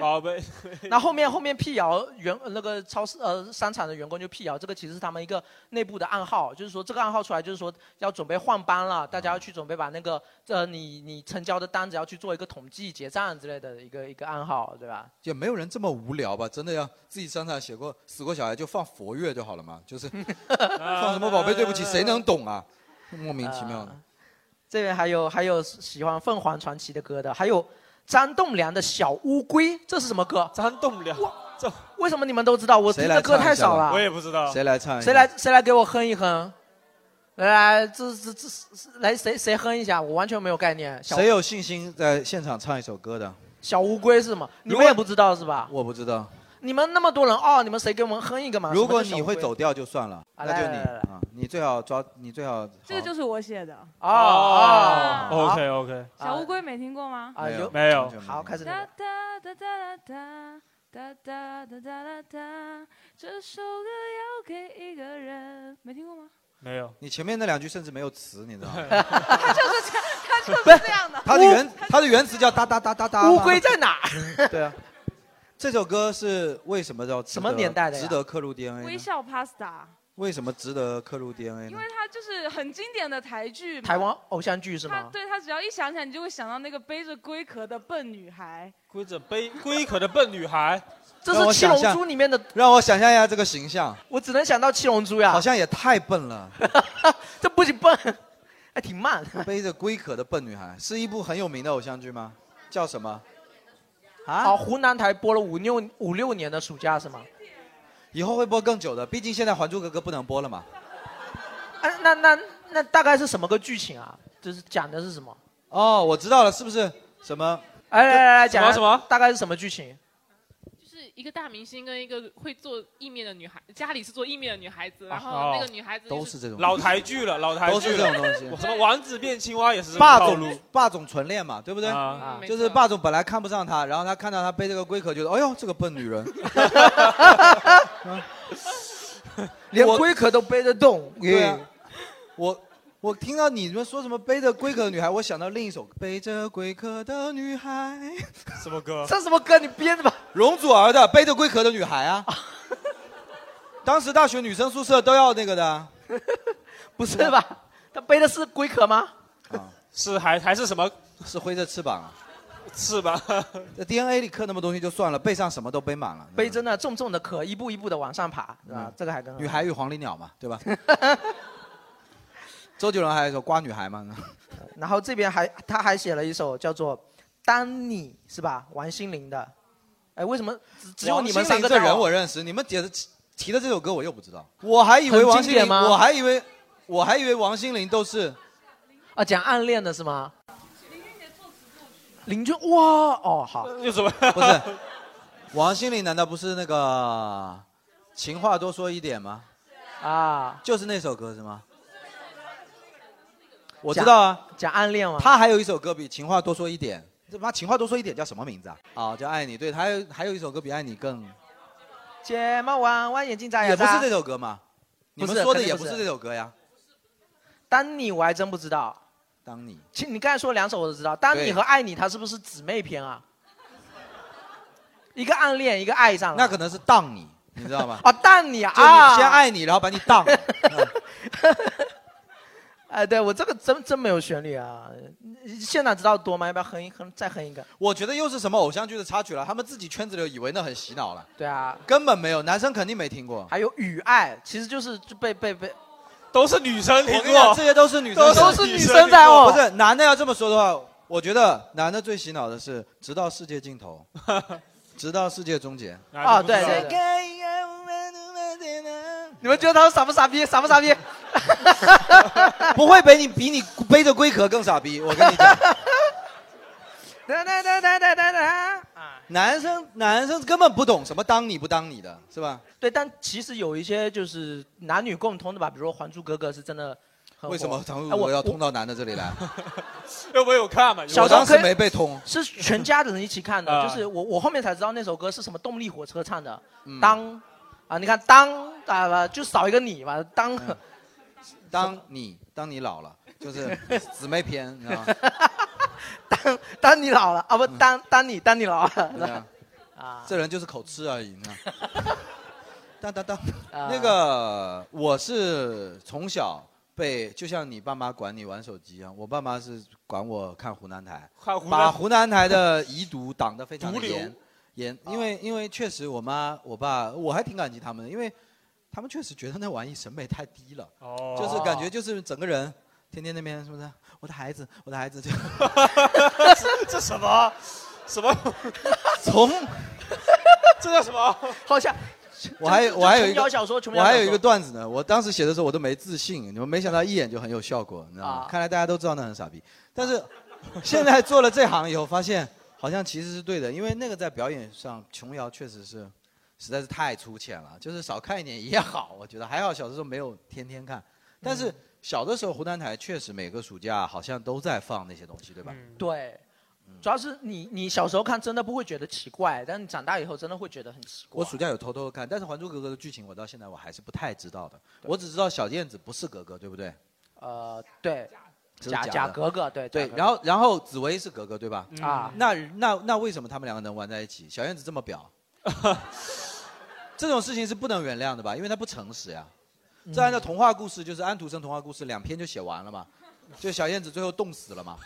B: 宝贝，
C: 那后面后面辟谣员那个超市呃商场的员工就辟谣，这个其实是他们一个内部的暗号，就是说这个暗号出来就是说要准备换班了，大家要去准备把那个
A: 嗯
C: 呃你你成交的单子要去做一个统计结账之类的一个一个暗号，对吧？
A: 也没有人这么无聊吧？真的要自己商场写过死过小孩就放佛乐就好 了嘛，就是 放什么宝贝对不起，谁能懂啊？莫名其妙
C: 啊
A: 的。
C: 这边还有还有喜欢凤凰传奇的歌的，还有张栋梁的小乌龟，这是什么歌？
B: 张栋梁，这
C: 为什么你们都知道？我听
A: 谁
C: 的
A: 来
C: 歌
A: 唱一
C: 太
A: 下
C: 少
A: 吧
C: 了。
B: 我也不知道。
A: 谁来唱一下？
C: 谁来？谁来给我哼一哼？来来，这这这这来谁谁哼一下？我完全没有概念。小
A: 谁有信心在现场唱一首歌的？
C: 小乌龟是吗？你们也不知道是吧？
A: 我不知道。
C: 你们那么多人哦，你们谁给我们哼一个嘛？
A: 如果
C: 什么是
A: 你
C: 小乌龟
A: 会走，调就算了，
C: 啊
A: 那就你
C: 来来来来
A: 啊，你最好抓，你最好
F: 这个就是我写的。
C: 哦哦好
B: OK OK，
F: 小乌龟没听过吗？
C: 啊有
B: 没有
C: 好开始你
F: 哒
C: 们
F: 哒哒哒哒哒哒哒哒哒哒哒，这首歌要给一个人，没听过吗？
B: 没有，
A: 你前面那两句甚至没有词，你知道吗？
F: 他就是这样，他就是这样的。
A: 它的原它的原词叫哒哒哒哒哒。
C: 乌龟在哪？
A: 对啊，这首歌是为什么叫
C: 什么年代的呀
A: 值得刻入
F: 微
A: DNA？呢
F: 笑 Pasta，
A: 为什么值得刻入 DNA
F: 因
A: 呢
F: 为？它就是很经典的台剧嘛。
C: 台湾偶像剧是
F: 他
C: 吗？
F: 对他只要一想起来，你就会想到那个背着龟壳的笨女孩。
B: 龟着背龟壳的笨女孩，
C: 这
A: 让
C: 是
A: 我
C: 七龙
A: 想象
C: 珠里面的，
A: 让我想象一下这个形象，
C: 我只能想到七龙珠呀
A: 好。像也太笨了。
C: 这不仅笨，还挺慢。
A: 背着龟壳的笨女孩是一部很有名的偶像剧吗？叫什么？啊
C: 好，啊哦湖南台播了五六五六年的暑假是吗？
A: 以后会播更久的，毕竟现在《还珠格格》不能播了嘛。
C: 哎，那那那大概是什么个剧情啊？就是讲的是什么？
A: 哦，我知道了，是不是什么？嗯
C: 哎，来来来，讲一下
B: 什么什么
C: 大概是什么剧情？
G: 就是一个大明星跟一个会做意面的女孩，家里是做意面的女孩子，然后
B: 哦
G: 那个女孩子、就
A: 都是这种
B: 老台剧了，老台
A: 都
B: 剧
A: 是这种
B: 了。
A: 东西。
B: 什么王子变青蛙也是这个
A: 霸
B: 套
A: 总
B: 路
A: 霸总纯恋嘛，对不对？
B: 啊，
G: 嗯没
A: 就是
G: 错
A: 霸总本来看不上她，然后他看到她背这个龟壳，觉得哎呦这个笨 女人，
C: 连
A: 我
C: 龟壳都背得动，
A: 对啊，我我听到你们说什么背着龟壳的女孩，我想到另一首《背着龟壳的女孩》，
B: 什么歌？
C: 这什么歌？你编的吧？
A: 容祖儿的《背着龟壳的女孩》啊。 当时大学女生宿舍都要那个的啊，
C: 不是吧？他背的是龟壳吗？
B: 是还还是什么？
A: 啊是挥着翅膀啊？
B: 翅膀？
A: 这 DNA 里刻那么多东西就算了，背上什么都背满了。
C: 背真的重重的壳，一步一步的往上爬，是吧？
A: 嗯
C: 这个还更好
A: 女孩与黄鹂鸟嘛， 对吧？周杰伦还有一首《瓜女孩》嘛，
C: 然后这边还他还写了一首叫做《当你》，是吧？王心凌的。哎，为什么只只有你们三个
A: 这
C: 在
A: 人
C: 玩
A: 我认识，你们点的提的这首歌我又不知道，我还以为
C: 很
A: 王心
C: 经典
A: 凌，
C: 吗
A: 我还以为我还以为王心凌都是
C: 啊？讲暗恋的是吗？林俊杰作词作曲。林俊哇哦好。
B: 又怎么？
A: 不是，王心凌难道不是那个情话多说一点吗？
C: 啊，
A: 就是那首歌是吗？我知道啊，
C: 讲暗恋吗？
A: 他还有一首歌比《情话多说一点》，这妈《情话多说一点》叫什么名字啊？啊，叫《爱你》。对，他还有还有一首歌比《爱你》更，
C: 睫毛弯弯，眼睛眨呀
A: 也不
C: 眨。
A: 是这首歌嘛？你
C: 不是
A: 们说的
C: 肯定
A: 也
C: 不
A: 不
C: 是
A: 是这首歌呀？
C: 当你我还真不知道。
A: 当你
C: 其实你刚才说两首我都知道，《当你》
A: 对
C: 和《爱你》，它是不是姊妹篇啊？一个暗恋，一个爱上了。
A: 那可能是当你，你知道吗
C: ？啊，但你
A: 就你
C: 啊，
A: 先。爱你，然后把你 当了。
C: 哎，对我这个真真没有旋律啊，现场知道多吗？要不要哼一哼，再哼一个？
A: 我觉得又是什么偶像剧的插曲了？他们自己圈子里以为那很洗脑了，
C: 对啊，
A: 根本没有，男生肯定没听过。
C: 还有《雨爱》，其实就是就被被被，
B: 都是女生听
A: 我跟你讲，
B: 过
A: 这，些都是女生
B: 都
A: 写的，
C: 都
B: 是
C: 是
B: 女
C: 女
B: 生
C: 生在哦。
A: 不是男的要这么说的话，我觉得男的最洗脑的是直到世界 尽头，直到世界终结。
C: 啊，对
B: 这个
C: 对对。你们觉得他们傻不傻逼？ 傻不傻 逼？
A: 不会比你比你背着龟壳更傻逼，我跟你讲，
C: 哒哒哒哒哒哒哒。啊，
A: 男生男生根本不懂什么当你不当你的，是吧？
C: 对，但其实有一些就是男女共通的吧，比如说《还珠格格》是真的很火。
A: 为什么唐
C: 哎
A: 我
C: 我
A: 要
C: 我
A: 通到男的这 里来？
B: 又没有看嘛？有
C: 小
A: 我
C: 张
A: 当时没被通。
C: 是全家的人一起看的，
B: 啊
C: 就是我我后面才知道那首歌是什么动力火车唱的，
A: 嗯
C: 当啊，你看当啊吧，就少一个你吧，当、
A: 嗯当你当你老了，就是姊妹篇，你 知道吗？
C: 当 当你老了啊
A: 嗯
C: 不当当你当你老
A: 对
C: 了
A: 啊
C: 啊，
A: 这人就是口吃而已，你知道吗？当当当。
B: 呃
C: 啊
A: 那个 我是从小被就像你爸妈管你玩手机一样，我爸妈是管我看湖南台，
B: 看湖
A: 把
B: 南
A: 湖南台的遗毒挡得非常
B: 毒
A: 的
B: 瘤啊
A: 严严，因为因为确实我妈我爸我还挺感激他们的，因为他们确实觉得那玩意审美太低了，
B: 哦
A: 就是感觉就是整个人天天那边是不是我的孩子我的孩 子就
B: 这什么什么
A: 从
B: 这叫什么？
C: 好像
A: 我还我还有一
C: 琼瑶
A: 个。
C: 小说，琼
A: 我
C: 瑶
A: 还有一
C: 小
A: 个
C: 说
A: 段子呢，我当时写的时候我都没自信，你们没想到一眼就很有效果，你知道吗？
C: 啊
A: 看来大家都知道那很傻逼，但是现在做了这行以后，发现好像其实是对的，因为那个在表演上，琼瑶确实是实在是太粗浅了，就是少看一点也好，我觉得还好，小的时候没有天天看，但
C: 嗯
A: 是小的时候湖南台确实每个暑假好像都在放那些东西，对吧？
B: 嗯
C: 对。主要是你，你小时候看真的不会觉得奇怪，但你长大以后真的会觉得很奇怪。
A: 我暑假有偷偷地看，但是《还珠格格》的剧情我到现在我还是不太知道的，我只知道小燕子不是格格，对不对？
C: 呃，对，
A: 这是
C: 贾
A: 假
C: 贾
A: 的
C: 格格，对
A: 对，
C: 贾格格
A: 然后然后紫薇是格格对吧？
C: 啊
B: 嗯
A: 那那那为什么他们两个能玩在一起？小燕子这么表，这种事情是不能原谅的吧？因为他不诚实呀。这按照童话故事，就是安徒生童话故事，两篇就写完了嘛。就小燕子最后冻死了嘛，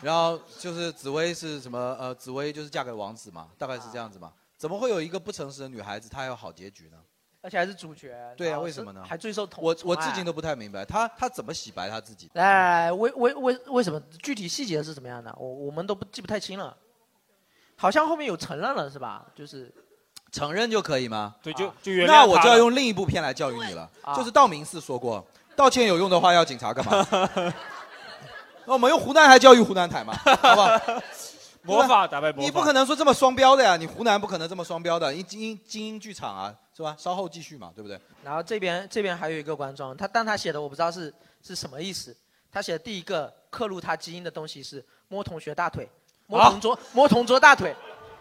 A: 然后就是紫薇是什么？呃，紫薇就是嫁给王子嘛，大概是这样子嘛。怎么会有一个不诚实的女孩子，她还有好结局呢？
C: 而且还是主角。
A: 对啊
C: 然后
A: 为
C: 哦是
A: 什么呢
C: 还最受同啊
A: 我
C: 宠
A: 我
C: 爱
A: 至今都不太明白，她她怎么洗白她自己？
C: 哎，为为为为什么具体细节是怎么样的？我我们都不记不太清了，好像后面有承认了是吧？就是
A: 承认就可以吗？啊
B: 对，就就原谅
A: 那我
B: 他
A: 就要
B: 了啊
A: 用另一部片来教育你了，
C: 啊
A: 就是道明寺说过，道歉有用的话要警察干 嘛？ 那我们用湖南台教育湖南台嘛，好不 好？
B: 魔法打败魔法，
A: 你不可能说这么双标的呀，你湖南不可能这么双标的，因精英精英剧场啊，是吧？稍后继续嘛，对不对？
C: 然后这边这边还有一个观众，他但他写的我不知道是是什么意思。他写的第一个刻入他基因的东西是摸同学大腿，摸
B: 啊
C: 同桌、摸同桌大腿。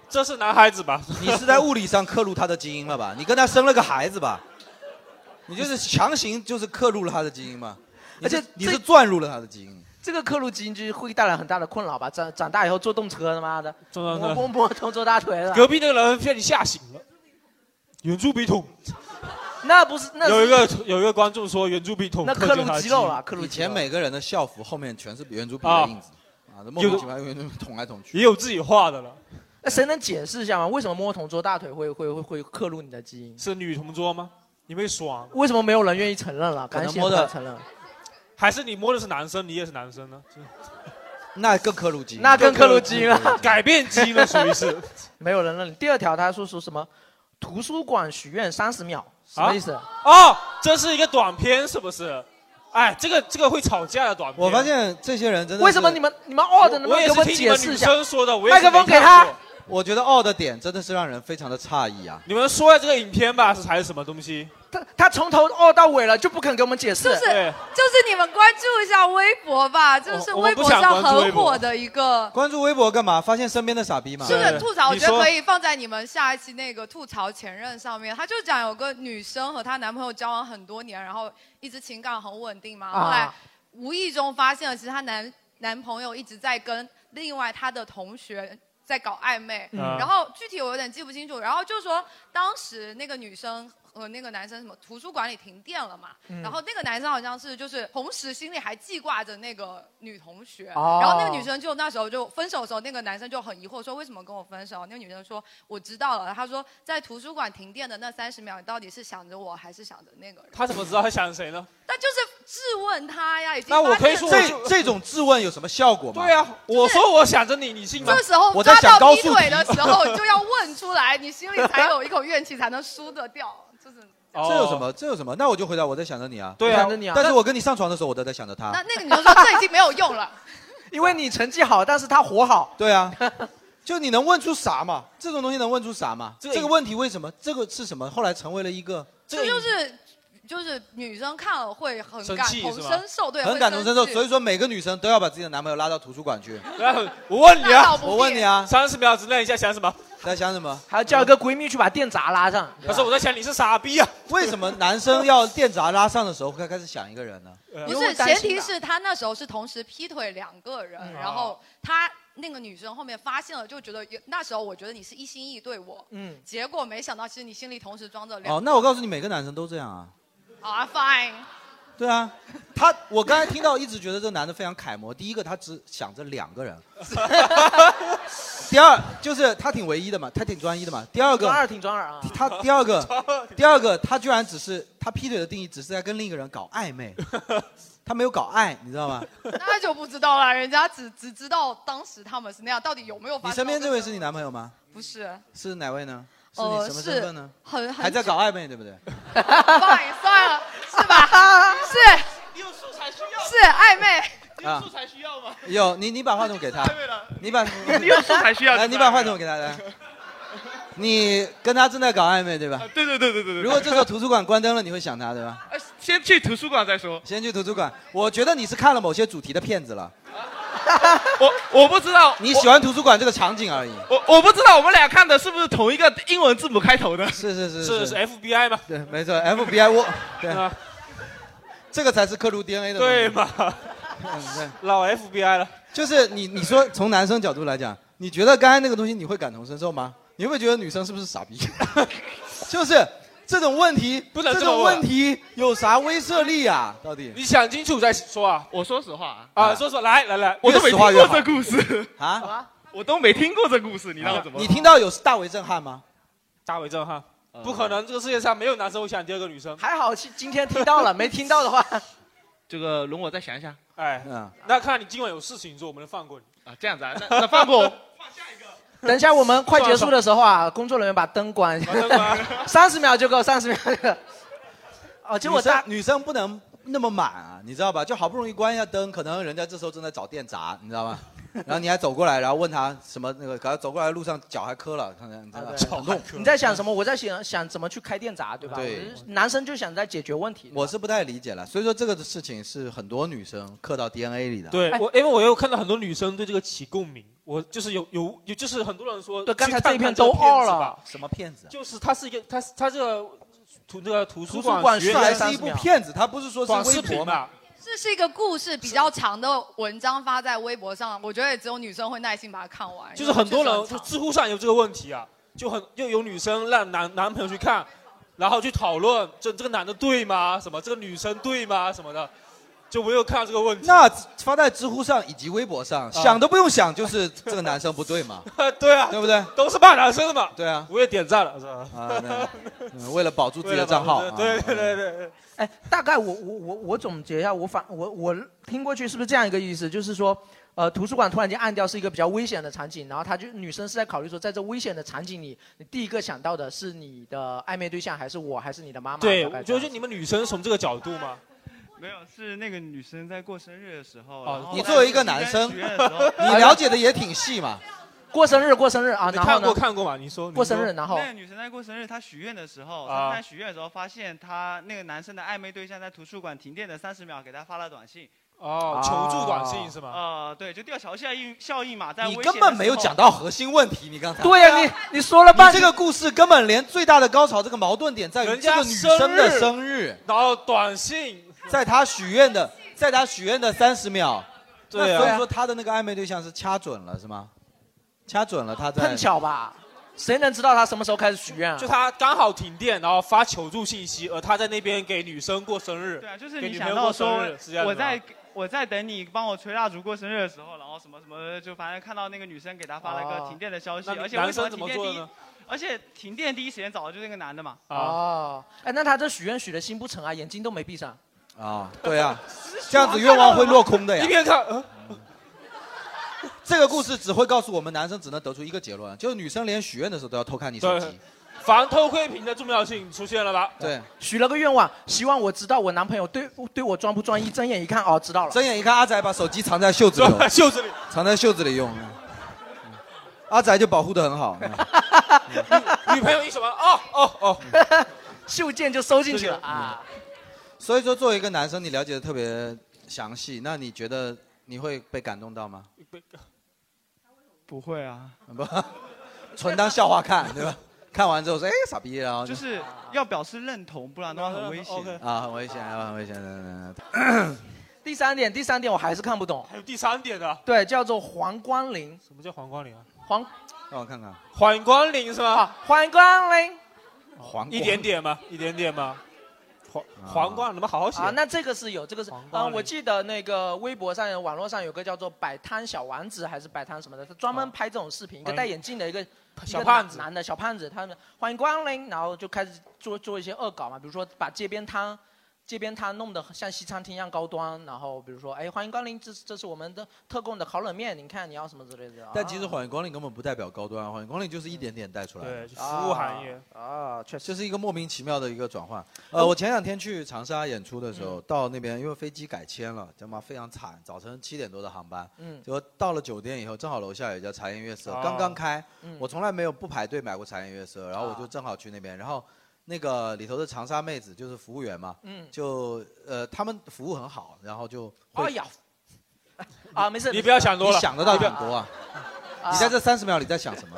B: 这是男孩子吧？
A: 你是在物理上刻入他的基因了吧？你跟他生了个孩子吧？你就是强行就是刻入了他的基因嘛？你是
C: 而且
A: 你
C: 这
A: 是钻入了他的基因。
C: 这个刻入基因就是会带来很大的困扰吧？长长大以后坐动车，他妈的
B: 真的
C: 摸摸摸同桌大腿了。
B: 隔壁那个人被你吓醒了，圆珠笔筒，
C: 那不是那是
B: 有一个有一个观众说圆珠笔筒克制他的记忆
A: 以前每个人的校服后面全是圆珠笔
B: 啊
A: 的印子，啊，这莫名其妙用圆珠笔捅来捅去。
B: 也有自己画的了。
C: 那谁能解释一下吗？为什么摸同桌大腿会会会会刻录你的基因？
B: 是女同桌吗？你会爽？
C: 为什么没有人愿意承认了？
B: 可
C: 赶
B: 能
C: 紧
B: 摸的
C: 承认。
B: 还是你摸的是男生，你也是啊男生呢？
A: 那更刻录基
C: 那更刻录基因了，
B: 改变基因了，属于是。
C: 没有人认。第二条他说说什么？图书馆许愿三十秒，什么意思？
A: 啊
B: 哦，这是一个短片，是不是？哎，这个这个会吵架的短片。
A: 我发现这些人真的是
C: 为什么你们你们 odd 能不
B: 我
C: 能
B: 也
C: 给
B: 是
C: 我
B: 听你
C: 解
B: 们
C: 释一
B: 女
C: 下？
B: 生说的，我也
C: 麦
B: 是
C: 克风
B: 没
C: 给
B: 看
C: 他
B: 过。
A: 我觉得傲的点真的是让人非常的诧异啊。
B: 你们说一下这个影片吧，是还是什么东西？
C: 他他从头 odd 到尾了，就不肯给我们解释。
H: 就是就是你们关注一下微博吧，就是
A: 我们
H: 微
A: 不
H: 博
A: 想
H: 上
A: 关注微
H: 很
A: 博
H: 火的一个
A: 关注微博干嘛？发现身边的傻逼嘛。
H: 这个吐槽，我觉得可以放在你们下一期那个吐槽前任上面。他就讲有个女生和她男朋友交往很多年，然后一直情感很稳定嘛，
C: 啊
H: 后来无意中发现了，其实她男男朋友一直在跟另外她的同学。在搞暧昧，
I: 嗯
H: 然后具体我有点记不清楚，然后就说当时那个女生和那个男生什么图书馆里停电了嘛，
I: 嗯
H: 然后那个男生好像是就是同时心里还记挂着那个女同学，
I: 哦
H: 然后那个女生。女生就那时候就分手的时候，那个男生就很疑惑说为什么跟我分手？那个女生说我知道了。她说在图书馆停电的那三十秒，你到底是想着我还是想着那个人？
B: 他怎么知道他想谁呢？
H: 但就是质问他呀，已经
B: 那我
H: 发现
B: 可以说我
A: 这这种质问有什么效果吗？
B: 对啊，我说我想着你，你信吗？
H: 这时候
A: 我在
H: 扎
A: 想
H: 到
A: 高
H: 劈
A: 速
H: 腿的
A: 题
H: 时候就要问出来，你心里才有一口怨气才能输得掉。就是
A: 这有什么？这有什么？那我就回答我在想着你啊。
B: 对啊
C: 想着你啊
A: 但是我跟你上床的时候，我都在想着他。
H: 那那个女生说这已经没有用 了。
C: 因为你成绩好，但是他活好。
A: 对啊，就你能问出啥嘛？这种东西能问出啥嘛？
H: 个
A: 这个问题为什么？这个是什么？后来成为了一个，
H: 这就是就是女生看了会很
A: 生
H: 感
A: 气
H: 同
A: 是吗
H: 身受，对，
A: 很
H: 会
A: 感同身受。
H: 气
A: 所以说，每个女生都要把自己的男朋友拉到图书馆去。
B: 我问你
H: 大道
B: 啊，
H: 不
A: 我问你啊，
B: 三十秒之内你在想什么？
A: 在想什么？啊
C: 还要叫一个闺蜜去把电闸拉上。
B: 他说我在想你是傻逼啊。
A: 为什么男生要电闸拉上的时候会开始想一个人呢？
H: 不是，前提是他那时候是同时劈腿两个人，
A: 嗯
H: 然后他那个女生后面发现了，就觉得有那时候我觉得你是一心一意对我，
A: 嗯
H: 结果没想到其实你心里同时装着两
A: 哦，那我告诉你，每个男生都这样啊。
H: 啊 fine，
A: 对啊，他我刚才听到，一直觉得这男的非常楷模。第一个，他只想着两个人；第二，就是他挺唯一的嘛，他挺专一的嘛。第二个，
C: 装二挺装二啊。
A: 他第二个，第二个，他居然只是他劈腿的定义，只是在跟另一个人搞暧昧，他没有搞爱，你知道吗？
H: 那就不知道了，人家只只知道当时他们是那样，到底有没有发
A: 你
H: 生
A: 身
H: 过这？
A: 边这位是你男朋友吗？
H: 不是，
A: 是哪位呢？是
H: 呃
A: 你什么身份呢？
H: 是很很
A: 还在搞暧昧，对不对？
H: fine 算了，是 吧？是
G: 有素材需要
H: 是暧昧，
A: 啊，
G: 材需要吗？
A: 有你，你把话筒给 他，你把
G: 有素材需要
A: 来，
G: 就是
A: 你
G: 暧
A: 把
G: 昧
A: 话筒给他来。你跟他正在搞暧昧对吧？
G: 呃对对对对对对。
A: 如果这时候图书馆关灯了，你会想他对吧？
G: 先去图书馆再说。
A: 先去图书馆，我觉得你是看了某些主题的片子了。
G: 我我不知道
A: 你喜欢图书馆这个场景而已。
G: 我我不知道我们俩看的是不是同一个英文字母开头的？
A: 是是是
B: 是是 FBI 吗？
A: 对，没错，FBI 我对，这个才是刻入 DNA 的东西。
B: 对嘛？ 老 FBI 了。
A: 就是你你说从男生角度来讲，你觉得刚才那个东西你会感同身受吗？你会不会觉得女生是不是傻逼？ 就是这种问题，
B: 不能这
A: 这
B: 么
A: 种
B: 问
A: 问题有啥威慑力啊？到底
B: 你想清楚再说啊！
G: 我说实话
B: 啊，说说来来来，
G: 我都没
A: 越实
G: 听过
A: 话越好
G: 这故 事
A: 啊，
G: 我都没听过这故事，你让我
B: 啊
G: 怎么？
A: 你听到有大为震撼吗？啊
B: 大为震撼，不可能，这个世界上没有男生会想第二个女生。
C: 还好今今天听到了，没听到的话，
G: 这个容我再想一想
B: 哎，
A: 嗯
B: 那看来你今晚有事情做，我们能放过你。
G: 啊，这样子啊，那那放过我。
C: 等一下我们快结束的时候啊，工作人员把灯关
B: 灯关，
C: 三十秒就够，三十秒就 够。哦，结
A: 女
C: 果
A: 生
C: 大
A: 女生不能那么满啊，你知道吧？就好不容易关一下灯，可能人家这时候正在找电闸，你知道吧？ 然后你还走过来，然后问他什么那个，赶快走过来的路上脚还磕了，看看你知道吧？脚痛。
C: 啊你在想什么？我在想想怎么去开电闸，对吧？
A: 对
C: 我们男生就想在解决问题。
A: 我是不太理解了，所以说这个事情是很多女生刻到 DNA 里的。
B: 对我，因为我有看到很多女生对这个起共鸣，我就是有有有，就是很多人说，
C: 对，刚才
B: 去
C: 这
B: 看
C: 一
B: 看
C: 篇都
B: 个片
C: 傲
B: 子
C: 了
B: 吧，。
A: 什么骗子？
B: 就是它是一个，它是它这个图这个图
C: 图
B: 书
C: 书馆
B: 学
C: 是
A: 还
B: 院
A: 是一部片子，它不是说
B: 短
A: 是
B: 视
A: 微
B: 频啊
A: 博嘛？
B: 嘛，
H: 这是一个故事比较长的文章发在微博上，我觉得也只有女生会耐心把它看完，
A: 哎
B: 就是很多
H: 因为
B: 人
H: 确实很
B: 就
H: 长
B: 知乎上有这个问题啊，就很又有女生让男男朋友去看，然后去讨论这这个男的对吗？什么这个女生对吗？什么的，就没有看到这个问题。啊
A: 那发在知乎上以及微博上， 想都不用想，就是这个男生不对 嘛，
B: 对啊，
A: 对不对？
B: 都是骂男生的嘛。
A: 对啊，
B: 我也点赞了，是吧？
A: 啊，对嗯为了保住自己的 账号，啊嗯
B: 对对对对
C: 哎，大概我我我我总结一下，我反我我听过去是不是这样一个意思？就是说，呃，图书馆突然间按掉是一个比较危险的场景，然后他就女生是在考虑说，在这危险的场景里，你第一个想到的是你的暧昧对象，还是我，还是你的妈妈？
B: 对
C: 大概，这
B: 就
C: 样
B: 是你们女生从这个角度嘛。
I: 没有，是那个女生在过生日的时候。
B: 哦
I: 然后
A: 你
I: 在
A: 作为一个男生
I: 许愿的时候哎
A: 你了解的也挺细嘛。
C: 过生日，过生日哎啊，
I: 你
C: 然后
I: 看过
C: 呢
I: 看过
B: 嘛？你说
C: 过生日，然后
I: 那个女生在过生日，她许愿的时候，
B: 啊
I: 她在许愿的时候发现她那个男生的暧昧对象在图书馆停电的三十秒给她发了短信。
B: 哦求助短信是吗？
I: 呃，对，就吊桥效应效应嘛，在
A: 你
I: 危
A: 根
I: 险的
A: 本
I: 时
A: 没有
I: 候
A: 讲到核心问题，你刚才。
C: 对呀、你你说了半
A: 你这个故事根本连最大的高潮这个矛盾点在于
B: 人
A: 这
B: 家
A: 个女生的生
B: 生
A: 日，
B: 然后短信，
A: 在她许愿的，在她许愿的三十秒，
B: 对啊
A: 那所以说她的那个暧昧对象是掐准了是吗？掐准了她在
C: 碰巧吧，谁能知道他什么时候开始许愿啊？
B: 就他刚好停电，然后发求助信息，而他在那边给女生过生日。对啊，
I: 就是你想到说我在我在等你帮我吹蜡烛过生日的时候，然后什么什么，就反正看到那个女生给他发了
B: 哦
I: 个停电的消息，
B: 那你
I: 而且为什
B: 男生
I: 么
B: 怎
I: 停
B: 么
I: 电
B: 做
I: 第一
B: 的呢，啊
I: 而且停电第一时间找的就是那个男的嘛。
A: 啊
C: 哦，哎，那他这许愿许的心不诚啊，眼睛都没闭上。
A: 啊，对啊，这样子愿望会落空的 呀。
C: 一边看
B: 嗯
A: 这个故事只会告诉我们，男生只能得出一个结论，就是女生连许愿的时候都要偷看你手机
B: 对。，防偷窥屏的重要性出现了吧？
A: 对，
C: 许了个愿望，希望我知道我男朋友对对我专不专一。睁眼一看，哦，知道了。
A: 睁眼一看，阿仔把手机藏在袖子里，
B: 袖子里
A: 藏在袖子里用。嗯阿仔就保护的很好。嗯
B: 女朋友一什么？哦哦哦，
A: 嗯
C: 袖箭就收进去了啊。
A: 所以说，作为一个男生，你了解的特别详细，那你觉得你会被感动到吗？
I: 啊不会啊，
A: 不， 纯当笑话看，对吧？ 看完之后说，哎，傻逼，然后就
I: 就是要表示认同，不然的话很危险。
A: 啊，很危险，啊很危险，嗯嗯
C: 第三点，第三点我还是看不懂。
B: 还有第三点的，
C: 对，叫做黄光临。
B: 什么叫黄光临啊？
C: 黄啊
A: 嗯让我看看，
B: 黄光临是吗？
C: 黄光临
A: 黄
B: 哦一点点吗？一点点吗？黄黄光，你们好好写
C: 啊，那这个是有，这个是啊、
B: 光临
C: 我记得那个微博上、网络上有个叫做“摆摊小王子”还是“摆摊什么的”，他专门
A: 哦
C: 拍这种视频，一个戴眼镜的一个一
B: 小
C: 个
B: 胖子
C: 男的小胖子，他们欢迎光临，然后就开始做做一些恶搞嘛，比如说把街边摊。街边摊弄得像西餐厅一样高端，然后比如说，哎，欢迎光临，这这是我们的特供的烤冷面，你看你要什么之类的。啊
A: 但其实缓光令根本不代表高端，缓光令就是一点点带出来的。
B: 对就服务行业
C: 啊，确实
A: 这是一个莫名其妙的一个转换。呃，我前两天去长沙演出的时
C: 嗯
A: 候，到那边因为飞机改签了，他妈非常惨，早晨七点多的航班，
C: 嗯啊
A: 结果到了酒店以后，正好楼下有一家茶颜悦色，
E: 哦
A: 刚刚开，
E: 嗯
A: 我从来没有不排队买过茶颜悦色，然后我就
E: 啊
A: 正好去那边，然后那个里头的长沙妹子就是服务员嘛，
C: 嗯
A: 就呃他们服务很好，然后就会
C: 哎呀，啊，没事，
B: 你不要想多了
A: 你想得到
B: 你不
A: 很
B: 要
A: 多啊。
C: 啊
A: 你在这三十秒里在想 什么？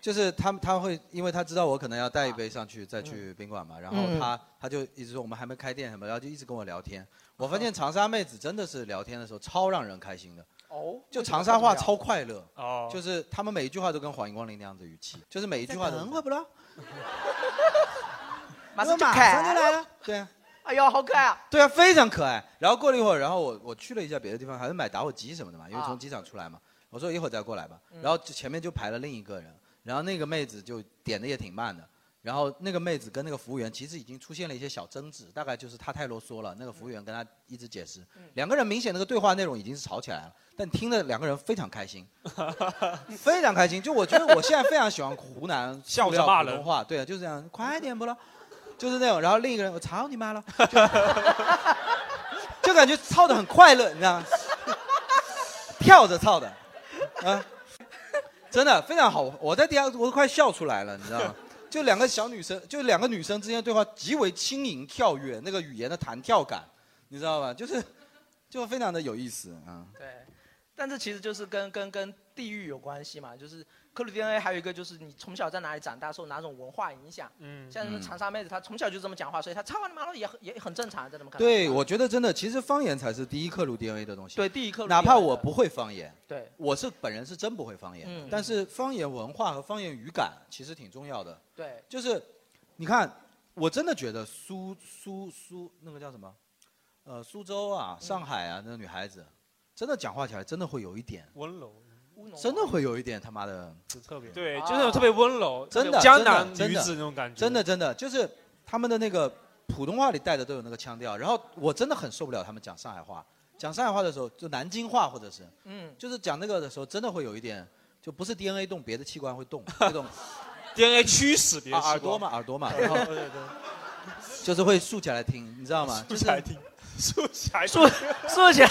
A: 就是他他会，因为他知道我可能要带一杯上去，再去宾馆嘛，然后
E: 嗯
A: 他他就一直说我们还没开店什么，然后就一直跟我聊
C: 嗯
A: 天。我发现长沙妹子真的是聊天的时候超让人开心的，
C: 哦，
A: 就长沙话超快乐
B: 哦，
A: 就是他们每一句话都跟黄荧光林那样子语气，就是每一句话都
C: 在等
A: 会不啦，
C: 马上就
A: 马
C: 开，
A: 上就来了，对啊。
C: 哎呦，好可爱啊！
A: 对啊，非常可爱。然后过了一会儿，然后我我去了一下别的地方，还是买打火机什么的嘛，因为
C: 啊
A: 从机场出来嘛。我说一会儿再过来吧。
C: 嗯
A: 然后就前面就排了另一个人，然后那个妹子就点的也挺慢的。然后那个妹子跟那个服务员其实已经出现了一些小争执，大概就是她太啰嗦了，那个服务员跟她一直解释，
C: 嗯
A: 两个人明显那个对话内容已经是吵起来了，但听的两个人非常开心，非常开心。就我觉得我现在非常喜欢 湖南
B: 笑着
A: 塑料
B: 骂
A: 普
B: 人
A: 通话，对啊，就是这样，快点不了，就是那种。然后另一个人，我操你妈了，就 就感觉操的很快乐，你知道吗？ 跳着操的，啊，真的非常好。我在底下我都快笑出来了，你知道吗？就两个小女生，就两个女生之间的对话极为轻盈跳跃，那个语言的弹跳感，你知道吧？就是就非常的有意思啊。
C: 对，但这其实就是跟跟跟地域有关系嘛，就是克鲁 DNA 还有一个就是你从小在哪里长大，受哪种文化影响。
B: 嗯
C: 像什么长沙妹子，她从小就这么讲话，所以她操你妈的也很也很正常，在这么看来。
A: 对，我觉得真的，其实方言才是第一刻入 DNA 的东西。
C: 对第一刻入
A: 哪怕
C: DNA 的
A: 我不会方言，
C: 对
A: 我是本人是真不会方言，
C: 嗯
A: 但是方言文化和方言语感其实挺重要的。
C: 对，
A: 就是你看，我真的觉得苏苏苏那个叫什么，呃，苏州啊、上海
C: 嗯
A: 啊，那个女孩子，真的讲话起来真的会有一点，
B: 温柔，
C: 啊
A: 真的会有一点他妈的，
B: 特别对，就是那种特别温
C: 啊
B: 柔，
A: 真的
B: 江南
A: 真的
B: 女子那种感觉。
A: 真的真的就是他们的那个普通话里带的都有那个腔调，然后我真的很受不了他们讲上海话，讲上海话的时候就南京话或者是，
C: 嗯，
A: 就是讲那个的时候真的会有一点，就不是 DNA 动，别的器官 会动，这种
B: DNA 驱使别的
A: 啊
B: 器官
A: 耳朵嘛耳朵 嘛，
B: 对
A: 然后
B: 对对对
A: 就是会竖起来听，你知道吗？
B: 竖起来听，竖起来
A: 竖
C: 竖 起来，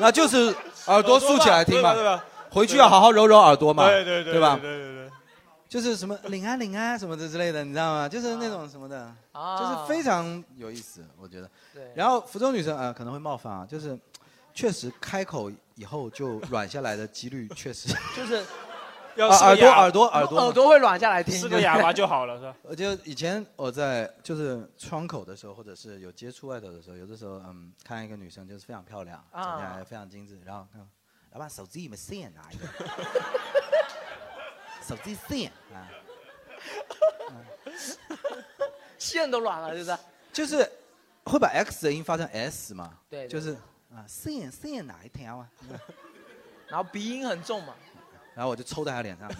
A: 那就是耳朵竖起来听嘛，
B: 对吧？
A: 回去要好好揉揉耳朵嘛，
B: 对对对，
A: 对吧？
B: 对对对，
A: 就是什么领啊领啊什么的之类的，你知道吗？就是那种什么的，
C: 啊
A: 就是非常有意思，我觉得。
C: 对
A: 然后福州女生啊、呃可能会冒犯啊，就是确实开口以后就软下来的几率确实。
C: 就是
A: 啊耳朵耳朵耳朵
C: 耳朵会软下 来听，
A: 是
B: 了，是吧？
A: 我就以前我在就是窗口的时候，或者是有接触外头的时候，有的时候嗯，看一个女生就是非常漂亮，
C: 啊
A: 长得还非常精致，然后 看，老板手机有没有线啊？手机线啊，
C: 线都软了，就是。
A: 就是会把 X 的音发成 S 嘛？
C: 对对
A: 就是啊线线哪一条啊？
C: 然后鼻音很重嘛，
A: 然后我就抽在他脸上，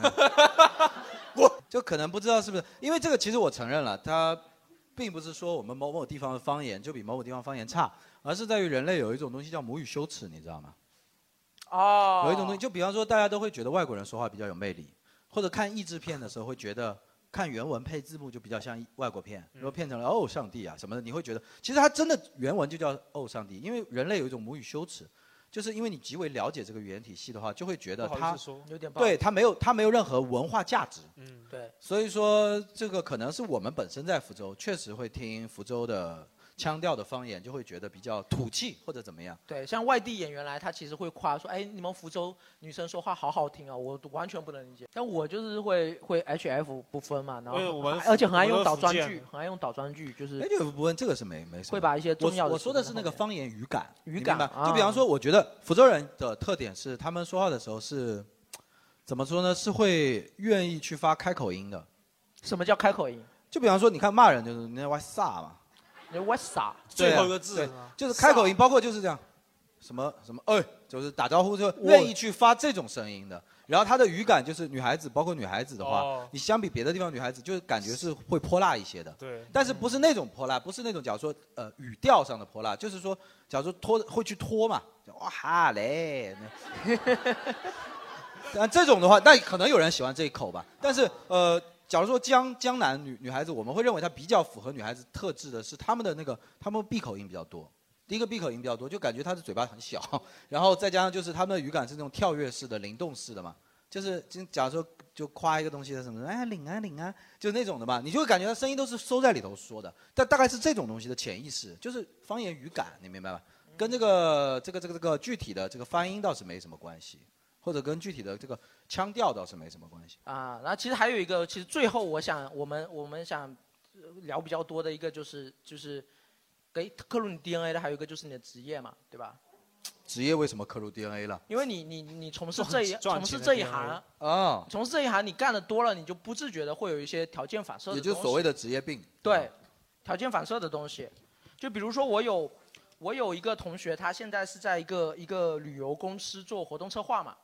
A: 我就可能不知道是不是，因为这个其实我承认了，它并不是说我们某某地方的方言就比某某地方方言差，而是在于人类有一种东西叫母语羞耻，你知道吗？
C: 哦
A: 有一种东西，就比方说大家都会觉得外国人说话比较有魅力，或者看译制片的时候会觉得看原文配字幕就比较像外国片，如果变成了哦上帝啊什么的，你会觉得其实它真的原文就叫哦上帝，因为人类有一种母语羞耻。就是因为你极为了解这个语言体系的话，就会觉得
B: 不好意
A: 它
B: 思说
C: 有点不好
A: 对它没有它没有任何文化价值，
B: 嗯，
C: 对，
A: 所以说，这个可能是我们本身在福州，确实会听福州的腔调的方言，就会觉得比较土气或者怎么样。
C: 对，像外地演员来，他其实会夸说：“哎，你们福州女生说话好好听啊！”我完全不能理解。但我就是会会 H F 不分嘛，然
A: 哎呦
C: 后
A: 我们
C: 还而且很爱
A: 我
C: 用
A: 们
C: 倒
A: 福
C: 装
A: 建
C: 句，很爱用倒装句，就是
A: 哎，这个部分这个是没没什么。
C: 会把一些重要的
A: 我我说的是那个方言语感，
C: 语
A: 你
C: 感
A: 明白
C: 啊
A: 就比方说，我觉得福州人的特点是，他们说话的时候是怎么说呢？是会愿意去发开口音的。
C: 什么叫开口音？
A: 就比方说，你看骂人就是那哇撒嘛，
C: 你我傻，
A: 对啊对就是开口音，包括就是这样，什么什么哎，就是打招呼就愿意去发这种声音的。然后他的语感就是女孩子，包括女孩子的话，
B: 哦
A: 你相比别的地方女孩子，就是感觉是会泼辣一些的。
B: 对
A: 但是不是那种泼辣，不是那种假如说呃语调上的泼辣，就是说假如说拖会去拖嘛，就哇哈嘞。那但这种的话，那可能有人喜欢这一口吧。但是呃，假如说江江南女女孩子，我们会认为她比较符合女孩子特质的是她们的那个她们闭口音比较多。第一个闭口音比较多，就感觉她的嘴巴很小，然后再加上就是她们的语感是那种跳跃式的、灵动式的嘛，就是就假如说就夸一个东西的什么，哎领啊领啊，就那种的嘛，你就会感觉她声音都是收在里头说的，但大概是这种东西的潜意识，就是方言语感，你明白吧？跟这个这个这个这个具体的这个发音倒是没什么关系，或者跟具体的这个腔调倒是没什么关系。
C: 啊，然后其实还有一个，其实最后我想我们我们想呃聊比较多的一个就是就是给刻入你 DNA 的，还有一个就是你的职业嘛，对吧？
A: 职业为什么刻入 DNA 了？
C: 因为你你你从事
A: 赚
C: 这一
A: 赚
C: 从事
A: 钱的
C: 这一
A: DNA
C: 行，啊
A: 哦，
C: 从事这一行你干的多了，你就不自觉的会有一些条件反射的
A: 也
C: 东西，
A: 就是所谓的职业病。
C: 对条件反射的东西。就比如说我有我有一个同学，他现在是在一个一个旅游公司做活动策划嘛，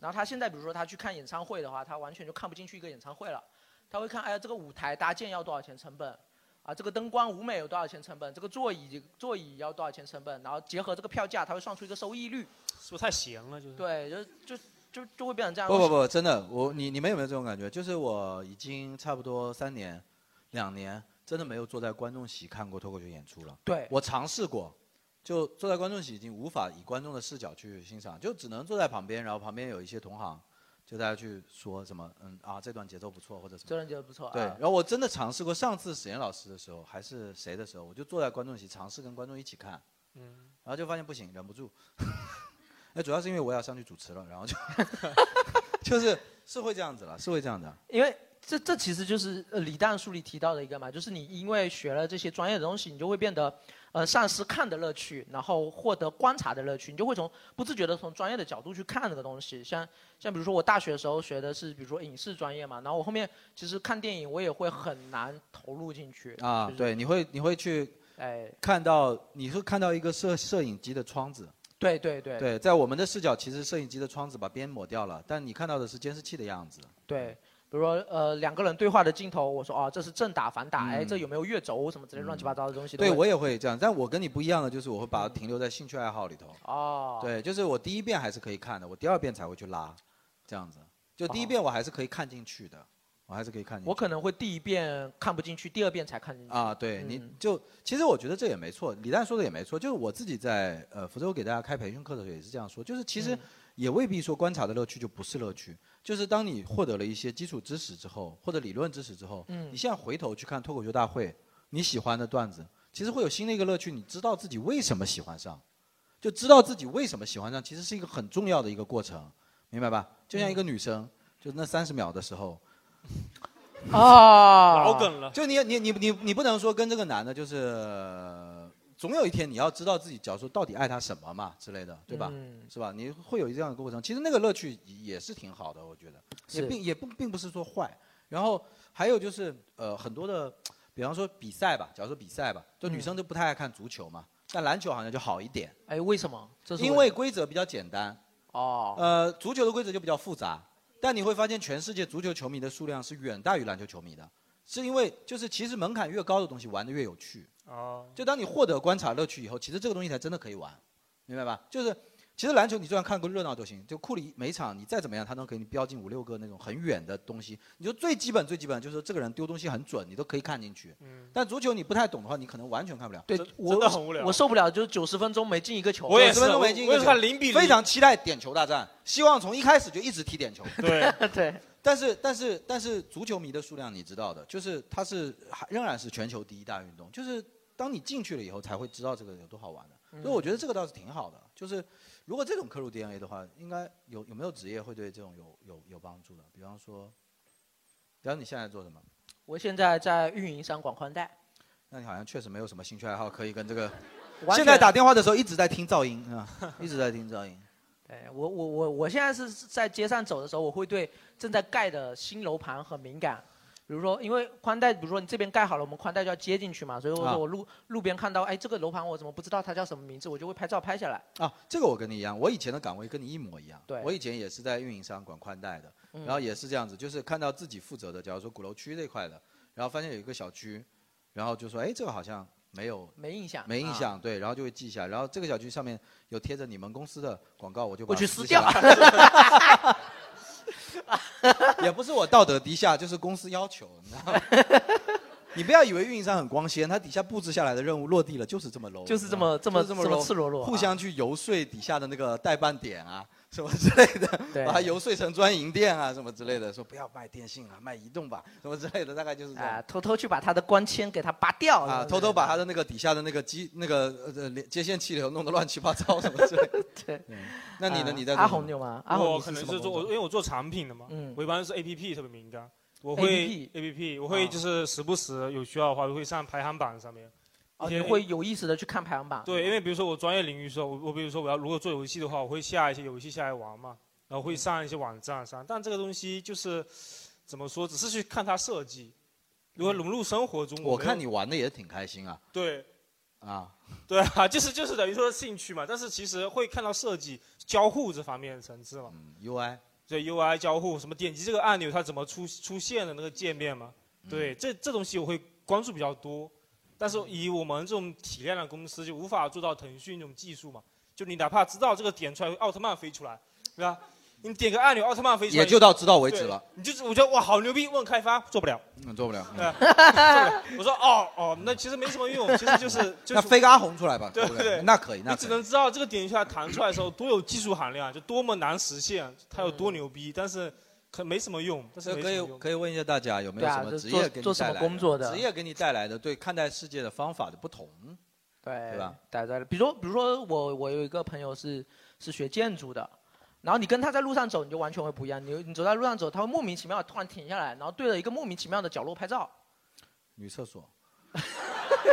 C: 然后他现在比如说他去看演唱会的话，他完全就看不进去一个演唱会了，他会看哎呀这个舞台搭建要多少钱成本。啊，这个灯光舞美有多少钱成本？这个座椅座椅要多少钱成本？然后结合这个票价，他会算出一个收益率。
B: 是不是太闲了？就是
C: 对，就就就就会变成这样。
A: 不不不，真的，我你你们有没有这种感觉？就是我已经差不多三年、两年，真的没有坐在观众席看过脱口秀演出了。
C: 对
A: 我尝试过，就坐在观众席已经无法以观众的视角去欣赏，就只能坐在旁边，然后旁边有一些同行，就大家去说什么，嗯啊，这段节奏不错，或者什么。
C: 这人觉得不错。
A: 对，
C: 啊
A: 然后我真的尝试过，上次史岩老师的时候，还是谁的时候，我就坐在观众席尝试跟观众一起看，
B: 嗯，
A: 然后就发现不行，忍不住， 那主要是因为我要上去主持了，然后就就是是会这样子了，是会这样的。
C: 因为这这其实就是呃李诞书里提到的一个嘛，就是你因为学了这些专业的东西，你就会变得呃丧失看的乐趣，然后获得观察的乐趣，你就会从不自觉的从专业的角度去看这个东西。像像比如说我大学的时候学的是比如说影视专业嘛，然后我后面其实看电影我也会很难投入进去
A: 啊
C: 就，是
A: 对，你会你会去
C: 哎
A: 看到，你会看到一个摄摄影机的窗子。
C: 对对对
A: 对，在我们的视角，其实摄影机的窗子把边抹掉了，但你看到的是监视器的样子。
C: 对，比如说呃两个人对话的镜头，我说啊这是正打反打，哎、
A: 嗯
C: 这有没有越轴什么之类乱七八糟的东西都
A: 对
C: 会。
A: 我也会这样，但我跟你不一样的就是，我会把它停留在兴趣爱好里头。
C: 哦，
A: 对，就是我第一遍还是可以看的，我第二遍才会去拉，这样子。就第一
C: 啊
A: 遍我还是可以看进去的，我还是可以看进去。
C: 我可能会第一遍看不进去，第二遍才看进去。
A: 啊，对，
C: 嗯
A: 你就其实我觉得这也没错，李诞说的也没错。就是我自己在呃福州给大家开培训课的时候也是这样说，就是其
C: 嗯
A: 实也未必说观察的乐趣就不是乐趣，就是当你获得了一些基础知识之后，或者理论知识之后，
C: 嗯
A: 你现在回头去看脱口秀大会，你喜欢的段子，其实会有新的一个乐趣，你知道自己为什么喜欢上，就知道自己为什么喜欢上，其实是一个很重要的一个过程，明白吧？就像一
C: 嗯
A: 个女生，就那三十秒的时候。
C: 啊
B: 老梗了
A: 就你你你你你不能说跟这个男的，就是呃总有一天你要知道自己，假如说到底爱他什么嘛之类的，对吧？
E: 嗯
A: 是吧？你会有这样一个过程，其实那个乐趣也是挺好的，我觉得也
E: 是
A: 并也不并不是说坏。然后还有就是呃很多的，比方说比赛吧，假如说比赛吧，就女生就不太爱看足球嘛，但篮球好像就好一点。
C: 哎，为什么？这是
A: 因为规则比较简单。
C: 哦。
A: 呃，足球的规则就比较复杂，但你会发现全世界足球球迷的数量是远大于篮球球迷的，是因为就是其实门槛越高的东西玩的越有趣。
B: 哦，
A: 就当你获得观察乐趣以后，其实这个东西才真的可以玩，明白吧？就是其实篮球你就算看个热闹就行，就库里每场你再怎么样，他能给你标进五六个那种很远的东西，你就最基本最基本就是这个人丢东西很准，你都可以看进去。
B: 嗯
A: 但足球你不太懂的话，你可能完全看不了。
C: 对，我我受不了，就是九十分钟没进一个球。
A: 90分钟没进一个球非常期待点球大战，希望从一开始就一直踢点球。
C: 对 对，
A: 但是但是但是足球迷的数量你知道的，就是它是还仍然是全球第一大运动，就是当你进去了以后才会知道这个有多好玩的。
E: 嗯
A: 所以我觉得这个倒是挺好的，就是如果这种刻入 DNA 的话，应该有有没有职业会对这种有有有帮助的？比方说，比方你现在做什么？
C: 我现在在运营商管宽带，
A: 那你好像确实没有什么兴趣爱好可以跟这个。
C: 完全
A: 现在打电话的时候一直在听噪音 啊，一直在听噪音。
C: 对我我我我现在是在街上走的时候，我会对正在盖的新楼盘很敏感。比如说，因为宽带，比如说你这边盖好了，我们宽带就要接进去嘛，所以我
A: 啊
C: 说我路、路边看到，哎，这个楼盘我怎么不知道它叫什么名字，我就会拍照拍下来。
A: 啊，这个我跟你一样，我以前的岗位跟你一模一样。
C: 对
A: 我以前也是在运营商管宽带的，
C: 嗯
A: 然后也是这样子，就是看到自己负责的，假如说鼓楼区这块的，然后发现有一个小区，然后就说，哎，这个好像没有
C: 没印象，啊
A: 没印象，对，然后就会记一下，然后这个小区上面有贴着你们公司的广告，我就把
C: 我
A: 它
C: 去
A: 撕
C: 撕掉
A: 下来也不是我道德低下，就是公司要求，你知道吗？你不要以为运营商很光鲜，他底下布置下来的任务落地了就是这么 low，
C: 就是这
A: 你
C: 么
A: 知道
C: 这么
A: 吗就是这么
C: 这么
A: low，
C: 赤裸裸啊
A: 互相去游说底下的那个代办点啊什么之类的，
C: 对
A: 把它游说成专营店啊什么之类的，说不要卖电信啊，卖移动吧，什么之类的，大概就是这样
C: 啊，。偷偷去把它的光纤给它拔掉
A: 啊，偷偷把他的那个底下的那个机那个呃连接线气流弄得乱七八糟什么之类的。 嗯
C: 对，啊
A: 那你呢？你在做
C: 阿
A: 什么
C: 红有吗？阿红
B: 啊我
C: 你
B: 可
C: 是
B: 能
C: 什么
B: 是做，
C: 工
B: 我
C: 作
B: 因为我做产品的嘛，
C: 嗯
B: 我一般是 A P P 特别敏感，我会 A P P，我
C: 啊
B: 会就是时不时有需要的话，我会上排行榜上面。
C: 哦，
B: 一
C: 你
B: 些
C: 会有意识的去看排行
A: 啊
C: 榜。
B: 对，因为比如说我专业领域说，我我比如说我要如果做游戏的话，我会下一些游戏下来玩嘛，然
A: 嗯
B: 后会上一些网站上，但这个东西就是怎么说，只是去看它设计，如何融入生活中。
A: 嗯我
B: 没有
A: 看你玩的也挺开心啊
B: 对
A: 啊！
B: 对啊，就是就是等于说兴趣嘛，但是其实会看到设计交互这方面的层次嘛。
A: UI
B: 对 UI 交互，什么点击这个按钮它怎么出出现的那个界面嘛？
A: 嗯
B: 对，这这东西我会关注比较多，但是以我们这种体量的公司就无法做到腾讯那种技术嘛，就你哪怕知道这个点出来会奥特曼飞出来，对吧？你点个按钮，奥特曼飞出来
A: 也就到知道为止了。
B: 对你就是我觉得哇，好牛逼！问开发做不了，
A: 嗯，做不了。
B: 对吧，做不了 我说哦哦，那其实没什么用，其实 就是就是
A: 那飞个阿红出来吧，
B: 对
A: 对不
B: 对，
A: 那可以，那
B: 你
A: 可
B: 只
A: 以。
B: 能知道这个点一下弹出来的时候多有技术含量，就多么难实现，它有多牛逼，但是可没什么用，但是
A: 这
B: 没
A: 可
B: 什
A: 以
B: 么用。
A: 可以问一下大家有没有
B: 对啊
A: 什么
B: 就
A: 职
B: 做
A: 业给你
B: 做什
A: 带
B: 么
A: 来
B: 工作的
A: 职业给你带来的对看待世界的方法的不同，
C: 对
A: 对吧？
C: 打在了，比如说，比如说我我有一个朋友是是学建筑的，然后你跟他在路上走，你就完全会不一样。你你走在路上走，他会莫名其妙地突然停下来，然后对着一个莫名其妙的角落拍照。
A: 女厕所。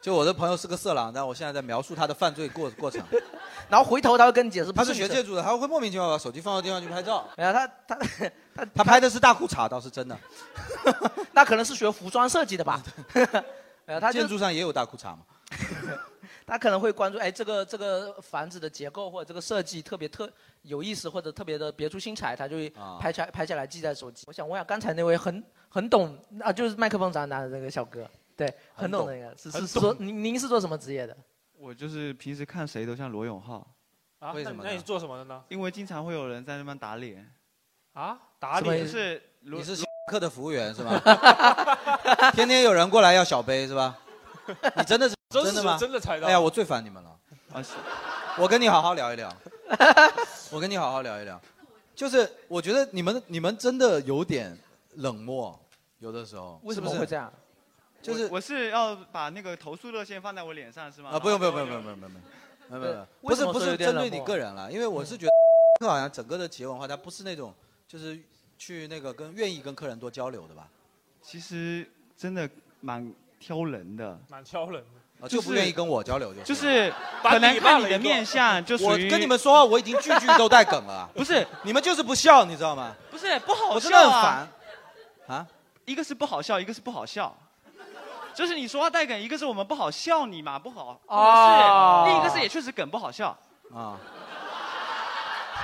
A: 就我的朋友是个色狼，但我现在在描述他的犯罪过过程。
C: 然后回头他会跟你解释，
A: 他是学建筑的，他会莫名其妙把手机放到地上去拍照。
C: 没有他他他
A: 他拍的是大裤衩，倒是真的。
C: 那可能是学服装设计的吧？没有，他就
A: 建筑上也有大裤衩嘛。
C: 他可能会关注，哎，这个这个房子的结构或者这个设计特别特有意思，或者特别的别出心裁，他就会
A: 啊
C: 拍下、拍下来记在手机。我想问一下，刚才那位很很懂啊，就是麦克风上拿的那个小哥，对，很
I: 很
C: 懂
I: 懂
C: 那个，是
I: 很
C: 是是
I: 懂
C: 做您您是做什么职业的？
I: 我就是平时看谁都像罗永浩，
B: 啊，
I: 为
B: 那
I: 什
B: 你
I: 么呢
B: 那你做什么的呢？
I: 因为经常会有人在那边打脸。
B: 啊，打
I: 什么
B: 脸
I: 意思就是
A: 你是 客的服务员是吧？ 天天有人过来要小杯是吧？你真的是
B: 真是
A: 的吗？
B: 真的猜到
A: 哎呀，我最烦你们了。
I: 啊，是
A: 我跟你好好 聊一聊， 我跟你好好聊一聊。就是我觉得你们你们真的有点冷漠，有的时候
I: 为什
A: 是不
I: 么
A: 是
I: 会这样？
A: 就是
I: 我我是要把那个投诉热线放在我脸上是吗？
A: 啊，不用不用不用不用不用不用不用不用，不是不是针对你个人了，因为
I: 嗯
A: 我是觉得 好像整个的企业文化它不是那种就是去那个跟愿意跟客人多交流的吧，
I: 其实真的蛮挑人的，
B: 蛮挑人
A: 啊
B: 的，
A: 就不愿意跟我交流就
I: 就是是可能看你的面相就
A: 我
I: 属于
A: 跟你们说话我已经句句都带梗了啊，
I: 不是
A: 你们就是不笑你知道吗？
I: 不是不好
A: 我真
I: 笑
A: 的很
I: 啊
A: 烦，啊，
I: 一个是不好笑，一个是不好笑。就是你说话带梗，一个是我们不好笑你嘛，不好，
A: 哦
I: 是另一个是也确实梗不好笑。
A: 啊。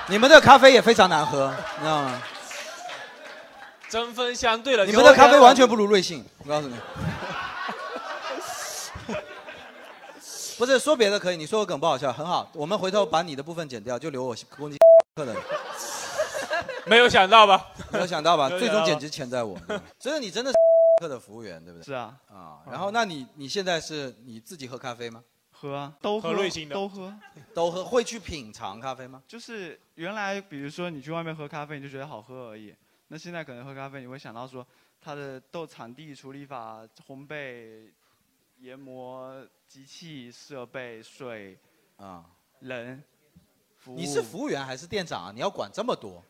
A: 你们的咖啡也非常难喝，你知道吗？
B: 针锋相对了。
A: 你们的咖啡完
B: 全。
A: 全不如瑞幸，我告诉你。不是说别的可以，你说我梗不好笑，很好，我们回头把你的部分剪掉，就留我攻击 客人。
B: 没有想到吧？
A: 没有想到吧？
B: 没有
A: 最
B: 想到
A: 终简直潜在我，真的，你真的是 客的服务员，对不对？
I: 是啊，
A: 啊。然后，那你你现在是你自己喝咖啡吗？
I: 喝啊，都喝喝瑞幸的都喝，
A: 都喝。会去品尝咖啡吗？
I: 就是原来比如说你去外面喝咖啡，你就觉得好喝而已。那现在可能喝咖啡，你会想到说它的豆产地、处理法、烘焙、研磨机器、设备、水
A: 啊、
I: 人、服务。
A: 你是服务员还是店长啊？你要管这么多？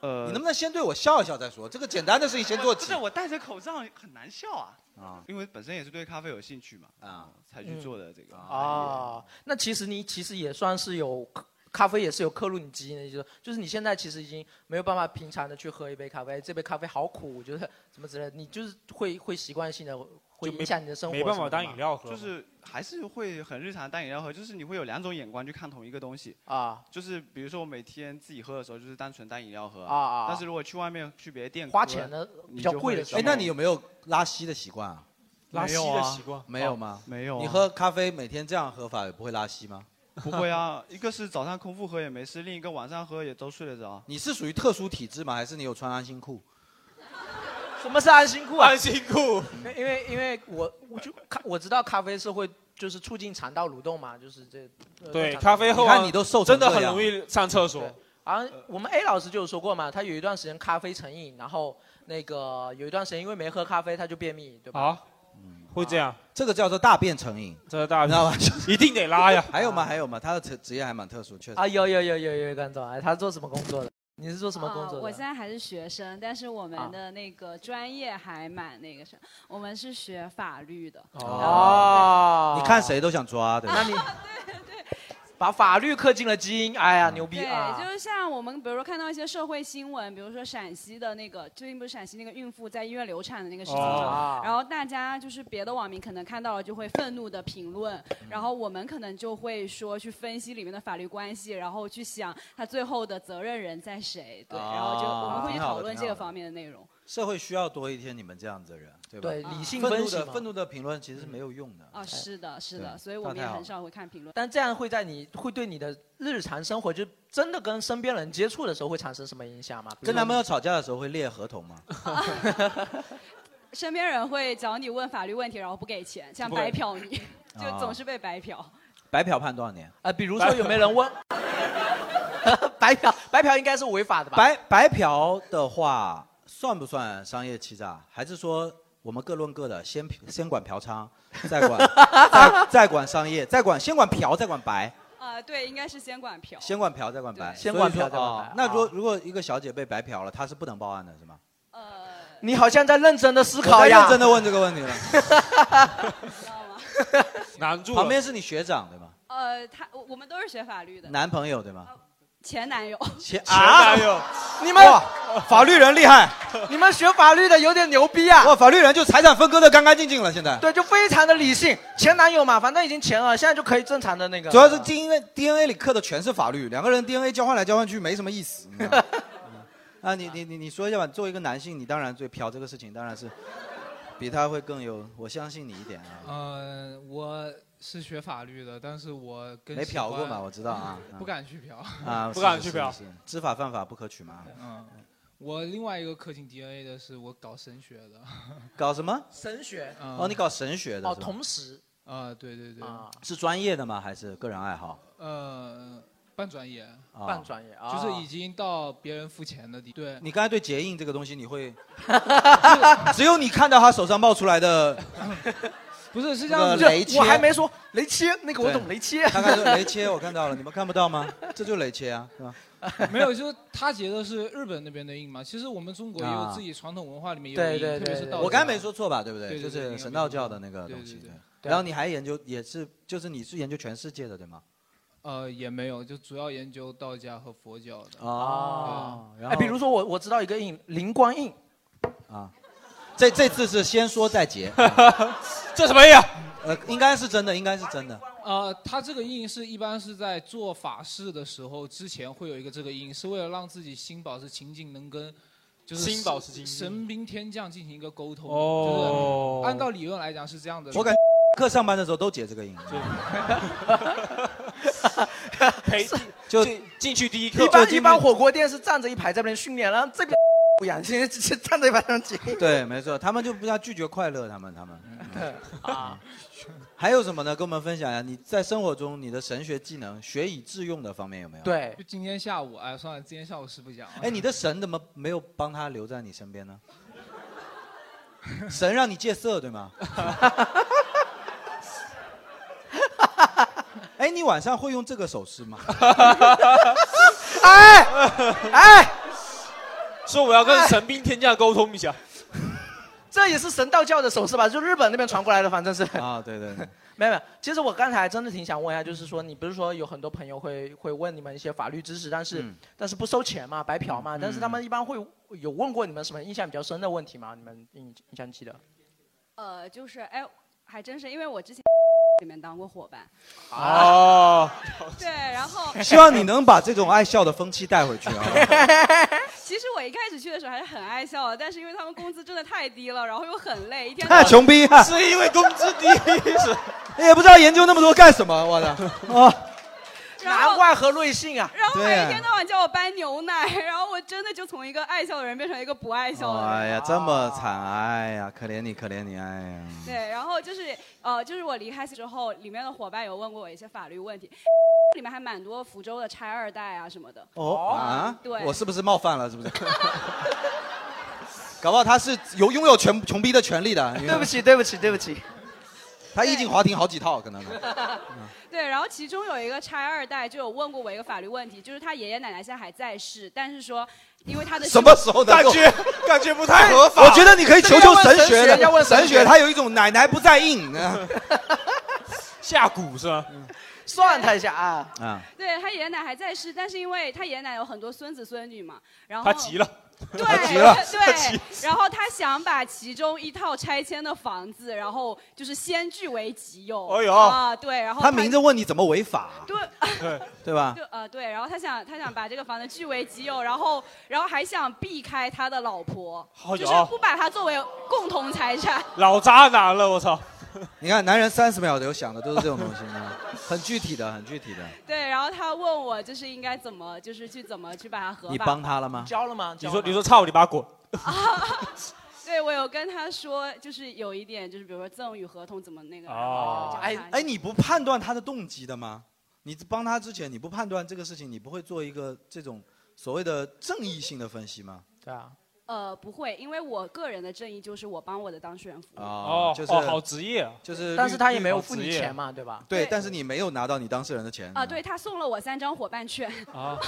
I: 呃
A: 你能不能先对我笑一笑再说？这个简单的事情先做
I: 不
A: 起
I: 是。我戴着口罩很难笑啊，
A: 啊，
I: 因为本身也是对咖啡有兴趣嘛，
A: 啊，嗯
I: 才去做的这个。
C: 啊，那其实你其实也算是有克咖啡也是有刻入你基因的，就是就是你现在其实已经没有办法平常的去喝一杯咖啡，这杯咖啡好苦，我觉得怎么之类的，你就是会会习惯性的会影响你的生活，
I: 就是还是会很日常当饮料喝，就是你会有两种眼光去看同一个东西
C: 啊。
I: 就是比如说我每天自己喝的时候，就是单纯当饮料喝
C: 啊啊
I: 但是如果去外面去别的店
C: 花
I: 喝
C: 钱的
I: 你
C: 比较
I: 就
C: 贵
I: 会
C: 的时候
A: 哎，那你有没有拉稀的习惯啊？
I: 拉稀的习惯
A: 没有吗？
I: 没有啊
A: 你喝咖啡每天这样喝法也不会拉稀吗？
I: 不会。啊，一个是早上空腹喝也没事，另一个晚上喝也都睡得着。
A: 你是属于特殊体质吗？还是你有穿安心裤？
C: 什么是安心裤啊？
B: 安心裤，
C: 因为因为我我就咖我知道咖啡是会就是促进肠道蠕动嘛，就是这呃
B: 对，
C: 肠道
B: 咖啡喝完真的很容易上厕所
C: 对。好像我们 A 老师就有说过嘛，他有一段时间咖啡成瘾，然后那个有一段时间因为没喝咖啡他就便秘，对吧？
B: 啊，会这样，
A: 这个叫做大便成瘾，
B: 这个大
A: 你知道吧？
B: 一定得拉呀。
A: 还有吗？还有吗？他的职职业还蛮特殊，确实。
C: 啊，有有有有有观众，哎，他做什么工作的？你是做
A: 哦
C: 什么工作
J: 呃我
C: 的
J: 现？在还是学生，但是我
C: 啊
J: 们的那个专业还蛮那个什么，我们是学法律的。
C: 哦
A: 你看谁都想抓的。
C: 那你把法律刻进了基因，哎呀，牛逼
J: 对，
C: 啊！
J: 就是像我们比如说看到一些社会新闻，比如说陕西的那个，最近不是陕西那个孕妇在医院流产的那个事情
C: 哦
A: 啊
J: 嘛，然后大家就是别的网民可能看到了就会愤怒的评论，
A: 嗯
J: 然后我们可能就会说去分析里面的法律关系，然后去想他最后的责任人在谁，对，然后就我们会
A: 哦
J: 去
A: 挺好的
J: 讨论
A: 挺
J: 这个
A: 好的
J: 方面的内容。
A: 社会需要多一天你们这样子的人，对吧？
C: 对理性
A: 愤
C: 分
A: 怒
C: 析
A: 的
C: 嘛
A: 愤怒的评论其实是没有用的。
J: 啊，是的，是的，
A: 对
J: 所以我
A: 那
J: 们也
A: 太好
J: 很
A: 了
J: 少会看评论。
C: 但这样会在你会对你的日常生活，就真的跟身边人接触的时候会产生什么影响吗？比如
A: 跟
C: 说
A: 男朋友吵架的时候会列合同吗？
J: 身边人会找你问法律问题，然后不给钱，像
A: 不给
J: 白嫖 你，就
A: 啊
J: 总是被白嫖。
A: 白嫖判多少年？
C: 啊，比如说有没有人问？白嫖，白嫖应该是违法的吧？
A: 白白嫖的话，算不算商业欺诈？还是说我们各论各的，先 先管嫖娼，再管再再管商业，再管先管嫖，再管白？
J: 啊，对，应该是先管嫖。
A: 先管嫖再管白，
J: 对
A: 所
C: 先
A: 以
C: 管嫖
A: 说
C: 再管
A: 哦
C: 白啊
A: 那如果如果一个小姐被白嫖了，她是不能报案的，是吗？
C: 你好像在认真的思考
A: 我在
C: 呀，
A: 认真的问这个问题 了。
B: 难住
J: 了
A: 旁边是你学长对吗？
J: 呃，他我我们都是学法律的，
A: 男朋友对吗？
J: 前男友。
A: 前
C: 啊你们
A: 哇法律人厉害，
C: 你们学法律的有点牛逼啊！
A: 哇，法律人就财产分割的干干净净了，现在。
C: 对，就非常的理性。前男友嘛，反正已经前了，现在就可以正常的那个。
A: 主要是 DNA DNA 里刻的全是法律，两个人 DNA 交换来交换去没什么意思。你 知道吗啊，你你你你说一下吧，作为一个男性，你当然最嫖这个事情当然是比他会更有，我相信你一点啊。
K: 呃，我是学法律的，但是我跟
A: 没
K: 喜
A: 嫖过
K: 欢，
A: 嘛，我知道啊
K: 不敢去嫖
A: 啊，
K: 不敢
A: 是
K: 去嫖
A: 是是是知法犯法不可取嘛。
K: 嗯，我另外一个刻进 DNA 的是我搞神学的，
A: 搞什么？
C: 神学
K: 嗯
A: 哦，你搞神学的
K: 哦
A: 是吧
K: 同
C: 时
K: 啊、对对对，
A: 是专业的吗？还是个人爱好？
K: 呃，半专业，
A: 啊半专业
K: 就是
A: 啊
K: 已经到别人付钱的地，对，
A: 你刚才对结印这个东西，你会 只有你看到他手上冒出来 的，
K: 不是是
A: 这样子这雷切
C: 我还没说雷切，那个我
A: 对
C: 懂雷切。
A: 他看雷切， 我看到了，你们看不到吗？这就雷切啊，是吧？
K: 没有，就是他结的是日本那边的印嘛。其实 我们中国也有
A: 啊
K: 自己传统文化里面有
A: 对
K: 印，
A: 对
K: 特别是
A: 对
K: 道
A: 我
K: 家
A: 刚才没说错吧？对不
K: 对？
A: 就
K: 对
A: 是
K: 对
A: 神
K: 没
A: 道
K: 有
A: 教的那个东西。
K: 对对对
A: 对然后你还研究，也是就是你是研究全世界的对吗？
K: 呃也没有，就主要研究道家和佛教的。
A: 哦然
C: 哎，
A: 后
C: 比如说我我知道一个印灵光印，
A: 啊，这这次是先说 再结，
B: 这什么呀？
A: 呃，应该是真的，应该是真的。
K: 呃，他这个印是一般是在做法事的时候之前会有一个这个印，是为了让自己心保持清净，能跟就是
B: 心保持
K: 神
B: 清净
K: 神兵天将进行一个沟通。
A: 哦
K: 就是按照理论来讲是这样的。
A: 我感觉 课上班的时候都结这个 印，
B: 陪
A: 就
B: 进去第一
C: 一般一般火锅店是站着一排在那边训练，然后这边不一样，现在直接站着一排上接。
A: 对，没错，他们就不要拒绝快乐，他们他们。 啊，还有什么呢？跟我们分享一下，你在生活中你的神学技能学以致用的方面有没有？，
C: 对，
K: 就今天下午，哎，算了，今天下午是不讲了。
A: 哎，你的神怎么没有帮他留在你身边呢？神让你戒色对吗？ 哎，你晚上会用这个手势 吗？
C: 哎哎，
B: 说我要跟神兵天将沟通一下。
C: 这也是神道教的手势吧？就日本那边传过来的，反正是。
A: 啊，对对对。
C: 没有没有，其实我刚才真的挺想问一下，就是说你不是说有很多朋友会会问你们一些法律知识，但是、
A: 嗯
C: 但是不收钱嘛，白嫖
E: 嗯
C: 嘛，但是他们一般会有问过你们什么印象比较深的问题吗？你们印印象记得？
J: 呃，就是哎，还真是，因为我 之前里面当过伙伴。
E: 啊
C: 啊
A: 哦，
J: 对，然后
A: 希望你能把这种爱笑的风气带回去 啊！
J: 其实我一开始去的时候还是很爱笑的，但是因为他们工资真的太低了，然后又很累，一天到
A: 太
J: 晚
A: 穷逼啊！
B: 是因为工资 低是？
A: 也不知道研究那么多干什么，我 的啊！
C: 难怪和瑞幸啊，
J: 然后还
A: 对
J: 一天到晚叫我搬牛奶，然后我真的就从一个爱笑的人变成一个不爱笑的人。
A: 哎呀，这么惨，哎呀，可怜你，可怜你，哎呀！
J: 对，然后就是呃，就是我离开之后，里面的伙伴有问过我一些法律问题，里面还蛮多福州的拆二代啊什么的。
A: 哦啊，
J: 对
A: 我 是不是冒犯了？是不是？ 搞不好他是有拥有全穷逼的权利的。
C: 对不起，对不起，对不起。
A: 他衣锦华庭好几套，可能。
J: 对，然后其中有一个拆二代就有问过我一个法律问题，就是他爷爷奶奶现在还在世，但是说因为他 的
A: 什么时候能够
B: 感觉不
A: 我觉得你可以求求神
C: 这个要问神
A: 的，
C: 学要问神学
A: 神学，他有一种奶奶不在 印啊
B: 下蛊是吧？
C: 算他一下啊，
A: 啊！
J: 对他爷爷奶奶还在世，但是因为他爷爷奶奶有很多孙子孙女嘛，然后
B: 他急了，
J: 对
B: 他急了， 他急
J: 对， 然后他想把其中一套拆迁的房子，然后就是先据为己有。
A: 哎呦
J: 啊，对，然后
A: 他明着问你怎么违法，
J: 对
A: 对对吧？
J: 就呃对，然后他想他想把这个房子据为己有，然后然后还想避开他的老婆，
B: 好
J: 就是
B: 有
J: 不把它作为共同财产。
B: 老渣男了，我操！
A: 你看，男人三十秒的有想的都是这种东西，啊很具体的，很具体的。
J: 对，然后他问我就是应该怎么，就是去怎么去把它合法。
A: 你帮他了吗？
C: 交了吗？
B: 你说你说操你妈滚！
J: 对，我有跟他说，就是有一点，就是比如说赠与合同怎么那个。
A: 哦，哎哎，你不判断他的动机的吗？你帮他之前，你不判断这个事情，你不会做一个这种所谓的正义性的分析吗？
C: 对啊，
J: 呃，不会，因为我个人的正义就是我帮我的当事人服务。
E: 啊，就是
B: 哦好职业啊
E: 就是，
J: 但是他也没有
C: 付你钱嘛，对吧？
E: 对，但是你没有拿到你当事人的钱
J: 啊、对他送了我三张伙伴券，
B: 啊，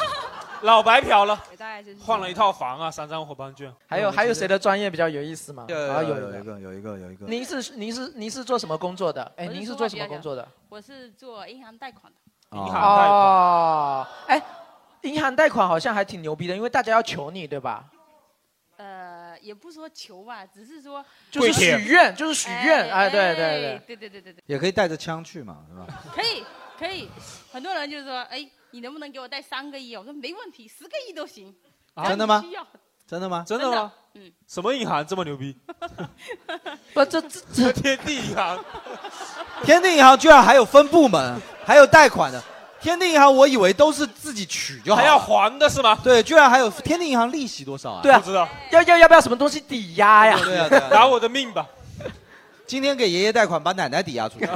B: 老白嫖了，
J: 大概就是这样
B: 换了一套房啊，三张伙伴券。
C: 还有还有谁的专业比较有意思吗？啊，
E: 有
C: 有
E: 有一个有一个有一个，
C: 您是您是您是做什么工作的？哎，
L: 我是
C: 您是
L: 说
C: 做什
L: 别
C: 么
L: 人
C: 工作的？
L: 我是做银行贷款的。
E: 银
B: 行贷款
C: 哦，哎，银行贷款好像还挺牛逼的，因为大家要求你，对吧？
L: 呃，也不说求吧，只是说
C: 就是许愿，就是许愿，哎，对对
L: 哎
C: 对。
L: 对对对对对，
E: 也可以带着枪去嘛，是 吧？
L: 可以可以。很多人就说，哎，你能不能给我贷三个亿啊？我说没问题，十个亿都行。
E: 啊
L: 只要
E: 真的
L: 你
E: 吗
L: 需要
E: 真的吗？
B: 真的吗？
L: 嗯，
B: 什么银行这么牛逼？
C: 不，这这
B: 这 天地银行，
A: 天地银行居然还有分部门，还有贷款的。天地银行我以为都是自己取就好，
B: 还要还的是吗？
A: 对，居然还有天地银行利息多少啊？
C: 对啊，
B: 知道
C: 要要要不要什么东西抵押呀？
A: 对 啊对啊，
B: 拿我的命吧！
A: 今天给爷爷贷款，把奶奶抵押出 去，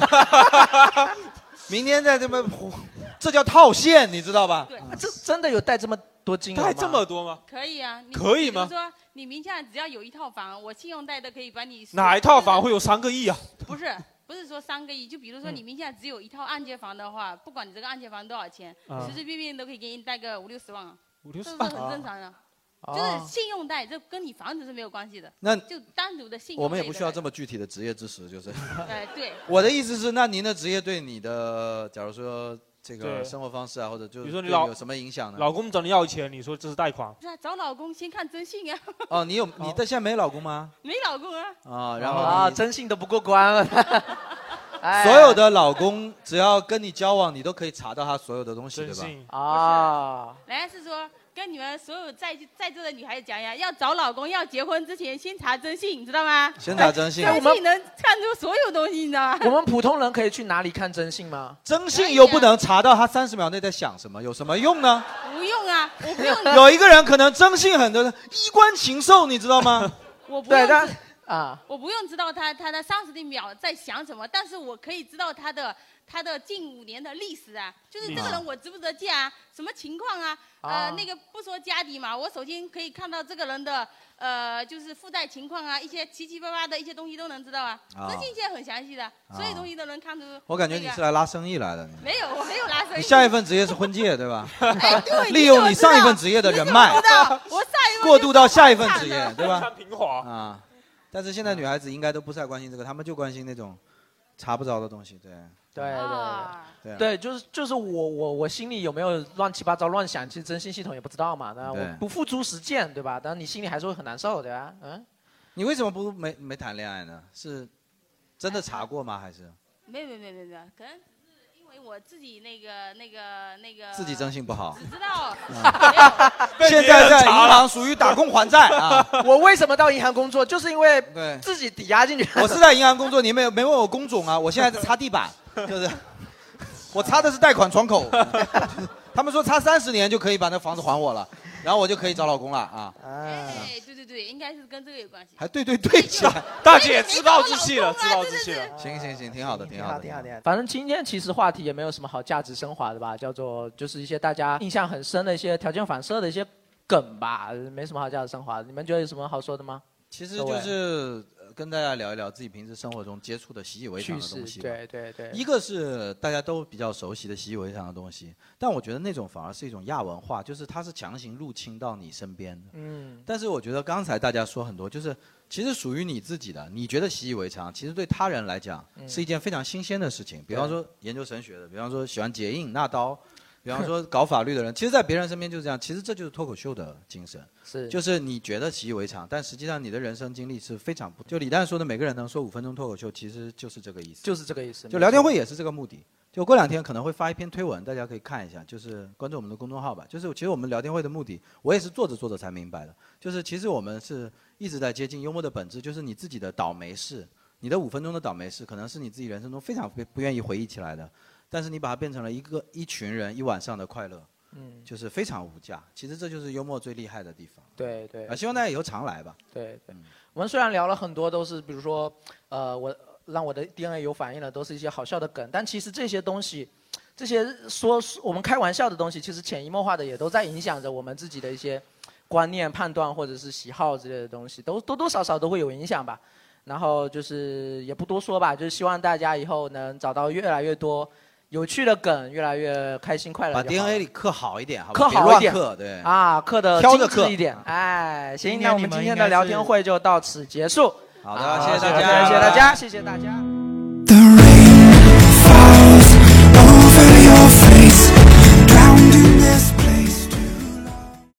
A: 明天再这么，这叫套现，你知道吧？
C: 啊这真的有贷这么多金额吗？
A: 贷这么多吗？
L: 可以啊，你
A: 可以吗
L: 比如说你名下只要有一套房，我信用贷都可以把你
B: 哪一套房会有三个亿啊？
L: 不是不是说三个亿，就比
A: 嗯
L: 如说你名下只有一套按揭房的话，不管你这个按揭房多少钱，
B: 啊
L: 随随便便都可以给你贷个五六十万啊，
B: 五六十
L: 这是不
B: 万
L: 是很正常的？
C: 哦
E: 啊
L: 就是信用贷，这跟你房子是没有关系的。
A: 那
L: 就单独的信用，
A: 我们也不需要。这么具体的职业知识，就是。
L: 哎，对，
A: 我的意思是，那您的职业对你的，假如说这个
B: 对
A: 生活方式啊，或者就
B: 比如
A: 是
B: 说你
A: 对
B: 老
A: 有什么影响呢？
B: 老公找你要钱，你说这是贷款，
L: 那啊找老公先看征信啊，
A: 哦，你有你的现在没老公吗？
L: 没老公啊，
A: 啊，然后
C: 啊，
A: 你
C: 征信都不过关 了。哎
A: 所有的老公只要跟你交往，你都可以查到他所有的东西，对
B: 征信
A: 吧？
C: 啊，
L: 人家是说跟你们所有在在座的女孩子讲呀，要找老公要结婚之前先查征信，你知道吗？
A: 先查征信啊
L: 哎
A: 我们
L: 征信能看出所有东西，你知道吗？
C: 我们普通人可以去哪里看征信吗？
A: 征信又不能查到他三十秒内在想什么，有什么用呢？
L: 不用啊，我不用。
A: 有一个人可能征信很多，衣冠禽兽，你知 道吗？
L: 我不用知，
C: 啊，
L: 我不用知道他他的三十秒在想什么，但是我可以知道他的他的近五年的历史啊，就是这个
A: 啊
L: 人我值不值得见啊，什么情况啊？
A: 啊
L: 呃，那个不说家底嘛，我首先可以看到这个人的呃，就是负债情况啊，一些七七八八的一些东西都能知道啊。
A: 啊
L: 征信现在很详细的，所有东西都能看出那个。
A: 我感觉你是来拉生意来的，你
L: 没有，我没有拉生意。
A: 你下一份职业是婚介，对吧？
L: 对
A: 利用你上一份职业的人脉
L: 我知，道，我上一份
A: 过渡到下一份职业，对
B: 非
A: 吧
B: 常？平滑
A: 啊，但是现在女孩子应该都不太关心这个，她们就关心那种查不着的东西，对。
C: 对
A: 对啊
C: 对对，就是就是我我我心里有没有乱七八糟乱想，其实征信系统也不知道嘛。那
A: 对
C: 我不付诸实践，对吧？但你心里还是会很难受的啊。嗯，
A: 你为什么不没没谈恋爱呢？是真的查过吗？还是
L: 没有没有没有没有没有，可能只是因为我自己那个那个那个
A: 自己征信不好？
L: 呃
A: 啊
L: 只知道
C: 被别
A: 现
C: 人
A: 在在银
C: 查了
A: 行属于打工还债啊！
C: 我为什么到银行工作，就是因为
A: 对
C: 自己抵押进去。
A: 我是在银行工作，你没有没问我工种啊？我现在在擦地板， 就是
L: 哎
A: 我擦的是贷款窗口。 他们说擦三十年就可以把那房子还我了，然后我就可以找老公了啊！
L: 哎，对对对，应该是跟这个有关系。
A: 还对对对起来，
B: 大姐自暴自弃了，自暴自弃了。
A: 行行行，挺好的，挺好的，挺好的。
C: 反正今天其实话题也没有什么好价值升华的吧，叫做就是一些大家印象很深的一些条件反射的一些梗吧，没什么好价值升华的。你们觉得有什么好说的吗？
A: 其实
C: 各位
A: 就是呃跟大家聊一聊自己平时生活中接触的习以为常的东
C: 趣事，
A: 西吧。
C: 对对对，
A: 一个是大家都比较熟悉的习以为常的东西，但我觉得那种反而是一种亚文化，就是它是强行入侵到你身边的。
C: 嗯，
A: 但是我觉得刚才大家说很多，就是其实属于你自己的，你觉得习以为常，其实对他人来讲
E: 嗯
A: 是一件非常新鲜的事情。比方说研究神学的，比方说喜欢结印、纳刀，比方说搞法律的人，其实，在别人身边就是这样。其实这就是脱口秀的精神，
C: 是
A: 就是你觉得习以为常，但实际上你的人生经历是非常不。就李诞说的，每个人能说五分钟脱口秀，其实就是这个意思。
C: 就是这个意思。
A: 就聊天会也是这个目的。就过两天可能会发一篇推文，大家可以看一下，就是关注我们的公众号吧。就是其实我们聊天会的目的，我也是做着做着才明白的，就是其实我们是一直在接近幽默的本质，就是你自己的倒霉事，你的五分钟的倒霉事，可能是你自己人生中非常不不愿意回忆起来的，但是你把它变成了一个一群人一晚上的快乐，
C: 嗯，
A: 就是非常无价。其实这就是幽默最厉害的地方
C: 对对
A: 啊！希望大家以后常来吧。
C: 对对，
A: 嗯
C: 我们虽然聊了很多都是，比如说，呃，我让我的 DNA 有反应了，都是一些好笑的梗，但其实这些东西，这些说我们开玩笑的东西，其实潜移默化的也都在影响着我们自己的一些观念、判断或者是喜好之类的东西，都多多少少都会有影响吧。然后就是也不多说吧，就是希望大家以后能找到越来越多有趣的梗，越来越开心快乐就
A: 把
C: 好了。
A: DNA 里刻好一点，好吧
C: 刻
A: 别
C: 好一
A: 乱
C: 点，
A: 刻对
C: 啊，刻的
A: 挑着
C: 精
A: 刻
C: 致一点，哎，行，
A: 今
C: 那
A: 天
C: 我
A: 你
C: 们
A: 们
C: 今天
A: 应该
C: 的聊
A: 是哎
C: 天会就到此结束。好
A: 好的，谢
C: 啊谢
A: 大家，
C: 谢谢大家，谢谢大家。
M: The